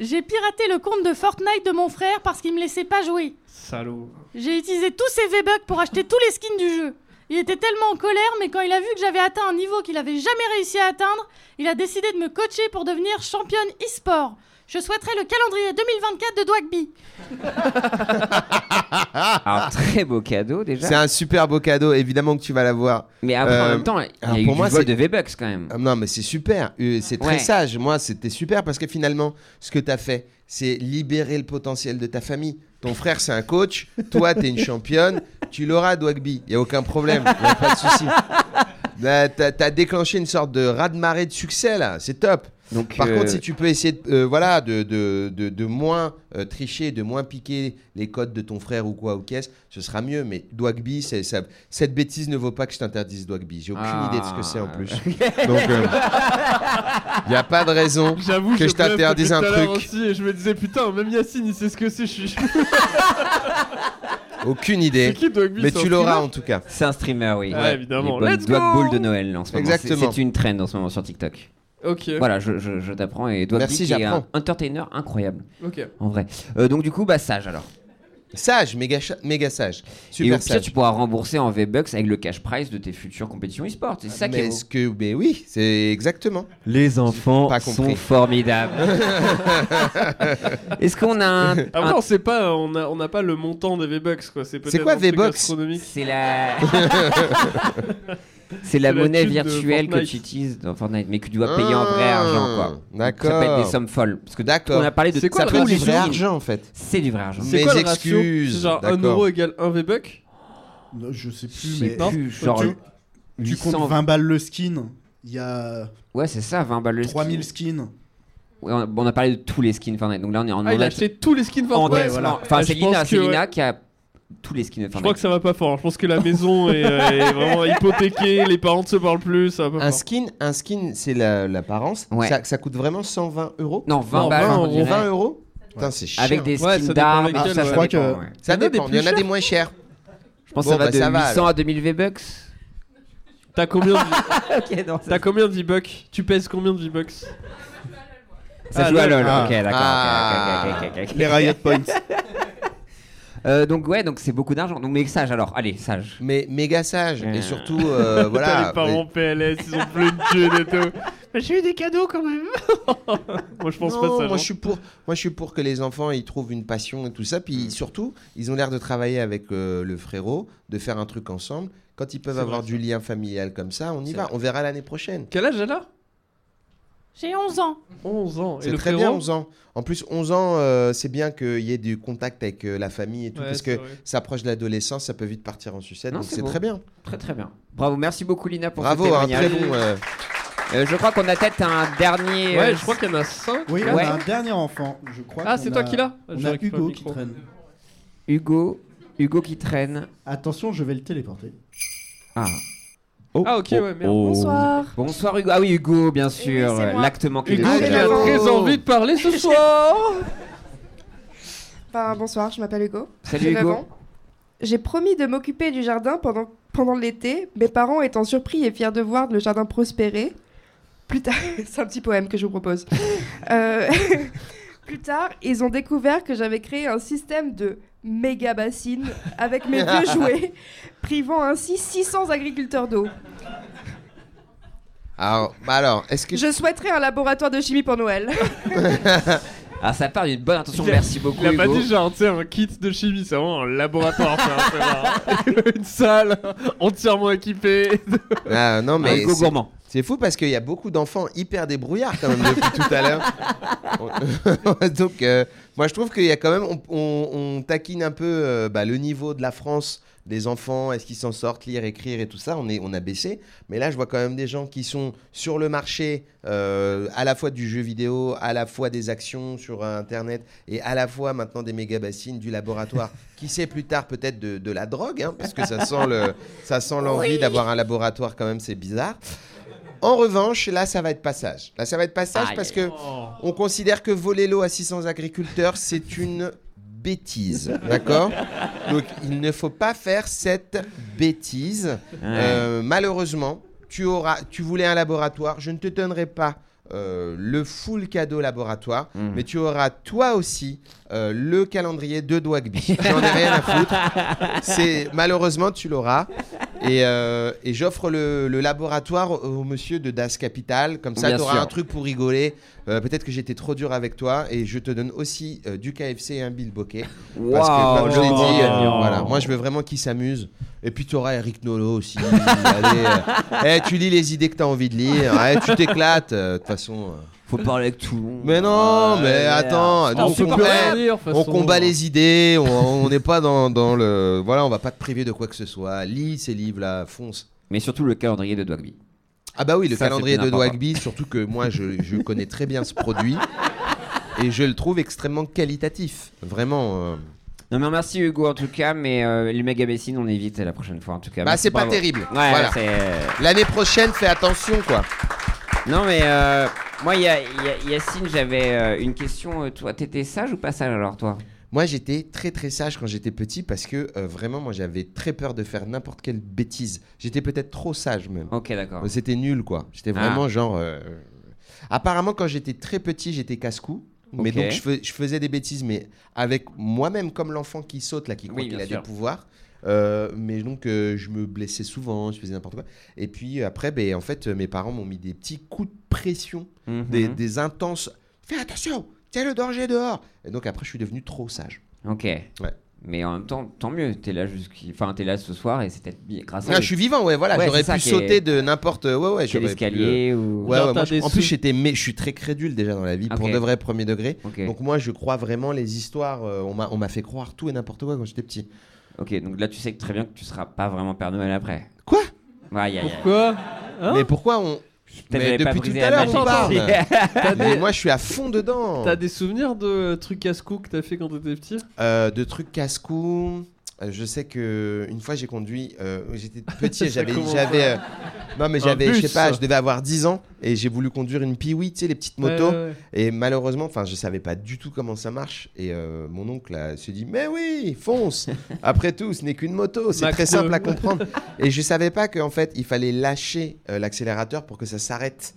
Speaker 16: J'ai piraté le compte de Fortnite de mon frère parce qu'il me laissait pas jouer.
Speaker 3: Salaud.
Speaker 16: J'ai utilisé tous ses V-Bucks pour acheter tous les skins du jeu. Il était tellement en colère, mais quand il a vu que j'avais atteint un niveau qu'il avait jamais réussi à atteindre, il a décidé de me coacher pour devenir championne e-sport. Je souhaiterais le calendrier 2024 de Dwagby.
Speaker 2: Un Ah, très beau cadeau déjà.
Speaker 6: Ah. C'est un Euh, super beau cadeau, évidemment que tu vas l'avoir.
Speaker 2: Mais après, en même temps, il y a eu du vol de V-Bucks quand même.
Speaker 6: Ah, non, mais c'est super, Euh, c'est très
Speaker 2: Ouais.
Speaker 6: sage. Moi, c'était super parce que finalement, ce que tu as fait, c'est libérer le potentiel de ta famille. Ton frère, c'est un coach, toi, tu es une championne, tu l'auras, Dwagby, il n'y a aucun problème, y a pas de souci. Là, T'as t'as déclenché une sorte de raz-de-marée de succès là, c'est top.
Speaker 2: Donc,
Speaker 6: Par
Speaker 2: euh,
Speaker 6: contre, si tu peux essayer de, euh, voilà, de, de, de- de moins euh, tricher, de moins piquer les codes de ton frère ou quoi ou qu'est-ce, ce sera mieux. Mais Dwagby, c'est- ça- cette bêtise ne vaut pas que je t'interdise Dwagby. J'ai aucune
Speaker 2: Ah.
Speaker 6: idée de ce que c'est en
Speaker 2: [LAUGHS]
Speaker 6: plus. Donc, euh, il n'y a pas de raison
Speaker 3: J'avoue,
Speaker 6: que je
Speaker 3: bluffe
Speaker 6: t'interdise
Speaker 3: depuis
Speaker 6: un
Speaker 3: tout à l'heure
Speaker 6: truc.
Speaker 3: Aussi, et je me disais, putain, même Yacine, il sait ce que c'est. Je [LAUGHS] suis.
Speaker 6: Aucune idée.
Speaker 3: C'est qui Dwagby,
Speaker 6: Mais
Speaker 3: c'est
Speaker 6: tu
Speaker 3: un
Speaker 6: l'auras
Speaker 3: streamer
Speaker 6: en tout cas.
Speaker 2: C'est un streamer, oui.
Speaker 6: Ouais, évidemment.
Speaker 2: Les bonnes
Speaker 6: Let's
Speaker 2: doigts
Speaker 6: go
Speaker 2: de boule de Noël en ce moment. C'est-
Speaker 6: Exactement.
Speaker 2: C'est une trend en ce moment sur TikTok.
Speaker 3: Ok.
Speaker 2: Voilà, je, je- je t'apprends et doigt
Speaker 6: Merci,
Speaker 2: un
Speaker 6: j'apprends.
Speaker 2: entertainer incroyable.
Speaker 3: Ok.
Speaker 2: En vrai. Euh, donc du coup, bah sage alors.
Speaker 6: Sage, méga, cha-
Speaker 2: [LAUGHS]
Speaker 6: méga sage.
Speaker 2: et
Speaker 6: Super
Speaker 2: au pire,
Speaker 6: sage.
Speaker 2: tu pourras rembourser en V-Bucks avec le cash prize de tes futures compétitions e-sport. C'est ça qui
Speaker 6: mais
Speaker 2: est beau.
Speaker 6: est-ce que mais oui, c'est exactement.
Speaker 2: Les enfants
Speaker 6: Pas
Speaker 2: sont
Speaker 6: compris. [LAUGHS]
Speaker 2: formidables. Est-ce qu'on a
Speaker 3: [LAUGHS]
Speaker 2: un.
Speaker 6: Ah,
Speaker 3: Après, Ah on sait pas, on n'a on n'a pas le montant des V-Bucks quoi. C'est
Speaker 2: C'est quoi, V-Bucks [LAUGHS]
Speaker 3: C'est
Speaker 2: la. C'est la monnaie virtuelle que tu utilises dans Fortnite, mais que tu dois payer en vrai
Speaker 6: Ah,
Speaker 2: argent, quoi.
Speaker 6: D'accord.
Speaker 2: Ça peut être des sommes folles. Parce que
Speaker 6: D'accord.
Speaker 2: on a parlé de
Speaker 6: C'est quoi
Speaker 2: tous
Speaker 6: le ratio
Speaker 2: les
Speaker 6: du vrai
Speaker 2: skins.
Speaker 6: argent, en fait
Speaker 2: C'est du vrai argent.
Speaker 6: C'est Mes quoi le ratio excuses,
Speaker 3: C'est genre 1
Speaker 6: d'accord.
Speaker 3: euro égale 1 V-Buck
Speaker 1: Je sais plus,
Speaker 2: Je
Speaker 1: mais.
Speaker 2: sais plus, genre
Speaker 1: tu, tu
Speaker 2: 800.
Speaker 1: comptes 20 balles le skin, il y a
Speaker 2: Ouais, c'est ça, 20 balles le
Speaker 1: 3000
Speaker 2: skin.
Speaker 1: skins.
Speaker 2: Ouais, on, a, bon, on a parlé de tous les skins Fortnite. Donc là, on est en
Speaker 3: Ah, il
Speaker 2: on
Speaker 3: a acheté tous les skins Fortnite.
Speaker 2: En
Speaker 3: Ouais,
Speaker 2: décembre.
Speaker 3: voilà.
Speaker 2: Enfin,
Speaker 3: Ouais,
Speaker 2: c'est
Speaker 3: je pense
Speaker 2: Lina, c'est
Speaker 3: que,
Speaker 2: Lina
Speaker 3: ouais.
Speaker 2: qui a tous les skins de
Speaker 3: Je crois
Speaker 2: Fortnite.
Speaker 3: que ça va pas fort. Je pense que la maison est, euh, est vraiment hypothéquée, les parents ne se parlent plus. Ça va pas
Speaker 6: Un
Speaker 3: fort.
Speaker 6: skin, un skin, c'est la- l'apparence.
Speaker 3: Ouais.
Speaker 6: Ça, ça coûte vraiment 120 euros.
Speaker 2: Non, 20 Non, balles, 20 on
Speaker 6: euros.
Speaker 2: dirait.
Speaker 6: 20 euros. Putain,
Speaker 2: Ouais.
Speaker 6: c'est cher.
Speaker 2: Avec des skins Ouais, ça dépend d'armes, lesquels, ça, ouais. ça
Speaker 6: crois
Speaker 2: dépend,
Speaker 6: que-
Speaker 2: ouais.
Speaker 6: Ça
Speaker 2: Il y en a des
Speaker 6: dépend. Il y en a
Speaker 2: plus
Speaker 6: des
Speaker 2: chers.
Speaker 6: moins chers.
Speaker 2: Je pense que
Speaker 6: Bon,
Speaker 2: ça va
Speaker 6: bah,
Speaker 2: de 800
Speaker 6: alors.
Speaker 2: à 2000 V-Bucks.
Speaker 3: T'as combien
Speaker 2: [LAUGHS]
Speaker 3: de...
Speaker 2: Ok, non, ça-
Speaker 3: T'as combien de V-Bucks Tu pèses combien de V-Bucks
Speaker 2: Ça
Speaker 3: Ah,
Speaker 2: joue à
Speaker 3: LOL.
Speaker 2: LOL.
Speaker 3: Ah.
Speaker 2: Ok, d'accord.
Speaker 3: Ah.
Speaker 2: ok, ok, ok, ok, ok, ok.
Speaker 3: Les
Speaker 2: [LAUGHS]
Speaker 3: Riot Points.
Speaker 2: Euh, donc ouais, donc c'est beaucoup d'argent. Donc mais sage alors, allez sage.
Speaker 6: Mais méga sage
Speaker 2: et
Speaker 6: surtout,
Speaker 2: [LAUGHS]
Speaker 6: euh, voilà,
Speaker 3: T'as les parents PLS, ils ont plus de thunes et tout.
Speaker 15: Mais j'ai eu des cadeaux quand même.
Speaker 3: Moi, je pense
Speaker 6: Non,
Speaker 3: pas ça.
Speaker 6: Moi, je suis pour. Moi, je suis pour que les enfants ils trouvent une passion et tout ça.
Speaker 3: Mm.
Speaker 6: Puis surtout, ils ont l'air de travailler avec euh, le frérot, de faire un truc ensemble. Quand ils peuvent
Speaker 3: C'est
Speaker 6: avoir
Speaker 3: vrai,
Speaker 6: du lien familial comme ça, on y
Speaker 3: C'est
Speaker 6: va.
Speaker 3: vrai.
Speaker 6: On verra l'année prochaine.
Speaker 3: Quel âge elle a
Speaker 16: J'ai 11 ans.
Speaker 3: 11 ans.
Speaker 6: C'est très bien 11 ans. En plus, 11 ans, euh, c'est bien qu'il y ait du contact avec euh, la famille et tout,
Speaker 2: Ouais,
Speaker 6: parce
Speaker 2: c'est
Speaker 6: que
Speaker 2: vrai.
Speaker 6: ça approche de l'adolescence, ça peut vite partir en sucette,
Speaker 2: Non,
Speaker 6: donc
Speaker 2: c'est
Speaker 6: c'est
Speaker 2: beau.
Speaker 6: très bien.
Speaker 2: Très très bien. Bravo, merci beaucoup Lina pour
Speaker 6: Bravo,
Speaker 2: ce
Speaker 6: hein,
Speaker 2: témoignage.
Speaker 6: très bon. euh,
Speaker 2: Euh, je crois qu'on a peut-être un dernier.
Speaker 3: Ouais,
Speaker 2: euh,
Speaker 3: je crois qu'il y en a 5.
Speaker 1: Oui, on a un dernier enfant, je crois.
Speaker 3: Ah,
Speaker 1: qu'on
Speaker 3: c'est toi
Speaker 1: a-
Speaker 3: qui l'as
Speaker 1: On
Speaker 3: Je
Speaker 1: a
Speaker 3: récupère le
Speaker 1: Hugo qui
Speaker 3: micro.
Speaker 1: traîne.
Speaker 2: Hugo, Hugo qui traîne.
Speaker 1: Attention, je vais le téléporter.
Speaker 2: Ah.
Speaker 6: Oh.
Speaker 3: Ah, ok, ouais, merde.
Speaker 1: Oh. Bonsoir.
Speaker 2: Bonsoir Hugo. Ah oui, Hugo, bien sûr.
Speaker 1: c'est moi.
Speaker 2: L'acte manqué.
Speaker 3: Hugo
Speaker 2: de
Speaker 3: qui
Speaker 2: Lina.
Speaker 3: a très envie de
Speaker 15: [LAUGHS]
Speaker 3: parler ce soir.
Speaker 10: Ben, bonsoir, je m'appelle Hugo.
Speaker 2: Salut,
Speaker 10: J'ai neuf
Speaker 2: Hugo.
Speaker 10: ans. J'ai promis de m'occuper du jardin pendant, pendant l'été, mes parents étant surpris et fiers de voir le jardin prospérer. Plus tard, [LAUGHS] c'est un petit poème que je vous propose. Euh, [LAUGHS] plus tard, ils ont découvert que j'avais créé un système de méga bassines avec mes vieux jouets, privant ainsi 600 agriculteurs d'eau.
Speaker 6: Alors, bah alors est-ce que. [LAUGHS]
Speaker 10: Je souhaiterais un laboratoire de chimie pour Noël.
Speaker 2: Ah, ça part d'une bonne intention, merci beaucoup.
Speaker 3: Il a pas
Speaker 2: Hugo.
Speaker 3: dit genre, tu sais, un kit de chimie, c'est vraiment un laboratoire. ça,
Speaker 6: [LAUGHS]
Speaker 3: c'est vraiment Une salle entièrement équipée.
Speaker 6: Ah, non, mais
Speaker 3: Hugo
Speaker 6: c'est-
Speaker 3: gourmand.
Speaker 6: C'est fou parce qu'il y a beaucoup d'enfants hyper débrouillards quand même depuis tout à l'heure. [LAUGHS] Donc, euh, moi je trouve qu'il y a quand même, on, on- on taquine un peu euh, bah, le niveau de la France des enfants, est-ce qu'ils s'en sortent, lire, écrire et tout ça, on, est, on a baissé. Mais là, je vois quand même des gens qui sont sur le marché euh, à la fois du jeu vidéo, à la fois des actions sur euh, Internet et à la fois maintenant des méga bassines, du laboratoire, qui sait plus tard peut-être de, de la drogue, hein, parce que ça sent le- ça sent l'envie
Speaker 4: Oui.
Speaker 6: d'avoir un laboratoire quand même, c'est bizarre. En revanche, là, ça va être passage. Là, ça va être passage
Speaker 4: Aïe.
Speaker 6: parce que
Speaker 15: Oh.
Speaker 6: on considère que voler l'eau à 600 agriculteurs, c'est une bêtise, d'accord Donc, il ne faut pas faire cette bêtise. Euh, malheureusement, tu auras, tu voulais un laboratoire, je ne te donnerai pas. euh, le full cadeau laboratoire,
Speaker 4: Mm.
Speaker 6: mais tu auras toi aussi euh, le calendrier de Dwagby. J'en ai rien à foutre. C'est malheureusement tu l'auras. Et, euh, et j'offre le, le laboratoire au au monsieur de Das Capital. Comme ça,
Speaker 2: Bien
Speaker 6: tu auras
Speaker 2: sûr.
Speaker 6: un truc pour rigoler. Euh, Peut-être que j'étais trop dur avec toi. Et je te donne aussi euh, du KFC et un Bill Bokeh. Parce que, comme je l'ai
Speaker 2: le
Speaker 6: dit,
Speaker 2: gagnant.
Speaker 6: euh, voilà, moi, je veux vraiment qu'il s'amuse. Et puis, tu auras Eric Nolo aussi. Allez, euh, eh, tu lis les idées que tu as envie de lire. Eh, tu t'éclates. euh, De toute façon.
Speaker 2: Faut parler avec tout le monde.
Speaker 6: Mais non,
Speaker 2: Ouais,
Speaker 6: mais
Speaker 2: merde.
Speaker 6: attends,
Speaker 2: Ah,
Speaker 6: nous,
Speaker 2: on
Speaker 6: on,
Speaker 2: peut
Speaker 6: combat,
Speaker 2: pas rien dire, de toute
Speaker 6: on
Speaker 2: façon.
Speaker 6: combat les idées, on- on n'est pas dans, dans le. Voilà, on va pas te priver de quoi que ce soit. Lis ces livres-là, fonce.
Speaker 2: Mais surtout le calendrier de Dwagby.
Speaker 6: Ah bah oui, le
Speaker 2: Ça, c'est
Speaker 6: calendrier
Speaker 2: bien
Speaker 6: de
Speaker 2: important.
Speaker 6: Dwagby, surtout
Speaker 2: [LAUGHS]
Speaker 6: que moi je, je connais très bien ce produit et je le trouve extrêmement qualitatif, vraiment. euh.
Speaker 2: Non mais merci Hugo en tout cas, mais euh, les méga bassines on évite la prochaine fois en tout cas.
Speaker 6: Bah
Speaker 2: Merci,
Speaker 6: c'est pas
Speaker 2: bravo.
Speaker 6: terrible.
Speaker 2: Ouais,
Speaker 6: Voilà.
Speaker 2: c'est-
Speaker 6: L'année prochaine, fais attention quoi.
Speaker 2: Non mais euh, moi il y a- il y a- Yacine j'avais euh, une question. euh, toi t'étais sage ou pas sage alors toi
Speaker 6: Moi, j'étais très très sage quand j'étais petit parce que euh, vraiment, moi, j'avais très peur de faire n'importe quelle bêtise. J'étais peut-être trop sage même.
Speaker 2: Ok, d'accord.
Speaker 6: Euh, C'était nul, quoi. J'étais
Speaker 2: Ah.
Speaker 6: vraiment genre. euh, Apparemment, quand j'étais très petit, j'étais casse-cou. Mais
Speaker 2: Ok.
Speaker 6: donc, je, fais- je faisais des bêtises, mais avec moi-même, comme l'enfant qui saute là, qui croit
Speaker 2: Oui,
Speaker 6: qu'il
Speaker 2: bien
Speaker 6: a
Speaker 2: sûr.
Speaker 6: des pouvoirs. Euh, mais donc euh, je me blessais souvent, je faisais n'importe quoi. Et puis après, ben, en fait, euh, mes parents m'ont mis des petits coups de pression,
Speaker 2: Mhm.
Speaker 6: des, des intenses. Fais attention, tiens le danger dehors. Et donc après, je suis devenu trop sage.
Speaker 2: Ok. Mais en même temps tant mieux. T'es là jusqu'il, enfin t'es là ce soir et c'est peut-être bi- grâce à.
Speaker 6: Ah,
Speaker 2: eux.
Speaker 6: je suis vivant, ouais, voilà.
Speaker 2: Ouais,
Speaker 6: j'aurais
Speaker 2: c'est ça
Speaker 6: pu
Speaker 2: qui est-
Speaker 6: sauter de n'importe. Ouais, ouais,
Speaker 2: Quel
Speaker 6: j'aurais pu,
Speaker 2: escalier
Speaker 6: euh,
Speaker 2: ou-
Speaker 6: Ouais,
Speaker 2: Genre,
Speaker 6: ouais, moi,
Speaker 2: t'as
Speaker 6: je-
Speaker 2: des
Speaker 6: En plus,
Speaker 2: sous-
Speaker 6: j'étais, mais je suis très crédule déjà dans la vie, pour
Speaker 2: Ok.
Speaker 6: de vrai premier degré.
Speaker 2: Ok.
Speaker 6: Donc moi, je crois vraiment les histoires. euh, on m'a, on m'a fait croire tout et n'importe quoi quand j'étais petit.
Speaker 2: Ok donc là tu sais que très bien que tu seras pas vraiment Père Noël après.
Speaker 6: Quoi
Speaker 2: ouais, Hein
Speaker 6: Mais pourquoi on
Speaker 2: que
Speaker 6: Mais
Speaker 2: j'avais pas
Speaker 6: depuis tout
Speaker 2: brisé
Speaker 6: à
Speaker 2: la
Speaker 6: l'heure,
Speaker 2: [LAUGHS]
Speaker 6: on parle.
Speaker 2: magie.
Speaker 3: T'as
Speaker 6: Mais
Speaker 3: des-
Speaker 6: moi, je suis à fond dedans.
Speaker 3: T'as des souvenirs de trucs casse-cou que t'as fait quand t'étais petit
Speaker 6: Euh, de trucs casse-cou. euh, Je sais que une fois j'ai conduit, euh,
Speaker 3: [LAUGHS]
Speaker 6: j'étais petit,
Speaker 3: Ça
Speaker 6: j'avais,
Speaker 3: commence.
Speaker 6: j'avais, euh, non mais
Speaker 3: Un
Speaker 6: j'avais, je sais
Speaker 3: bus.
Speaker 6: pas, je devais avoir 10 ans et j'ai voulu conduire une Piwi, tu sais les petites motos.
Speaker 3: Ouais, ouais, ouais.
Speaker 6: Et malheureusement, enfin je savais pas du tout comment ça marche et euh, mon oncle a- se dit mais oui,
Speaker 3: [LAUGHS]
Speaker 6: fonce. Après tout, ce n'est qu'une moto, c'est
Speaker 3: Max
Speaker 6: très simple à
Speaker 3: deux.
Speaker 6: comprendre.
Speaker 3: [LAUGHS]
Speaker 6: et je savais pas qu'en fait il fallait lâcher euh, l'accélérateur pour que ça s'arrête.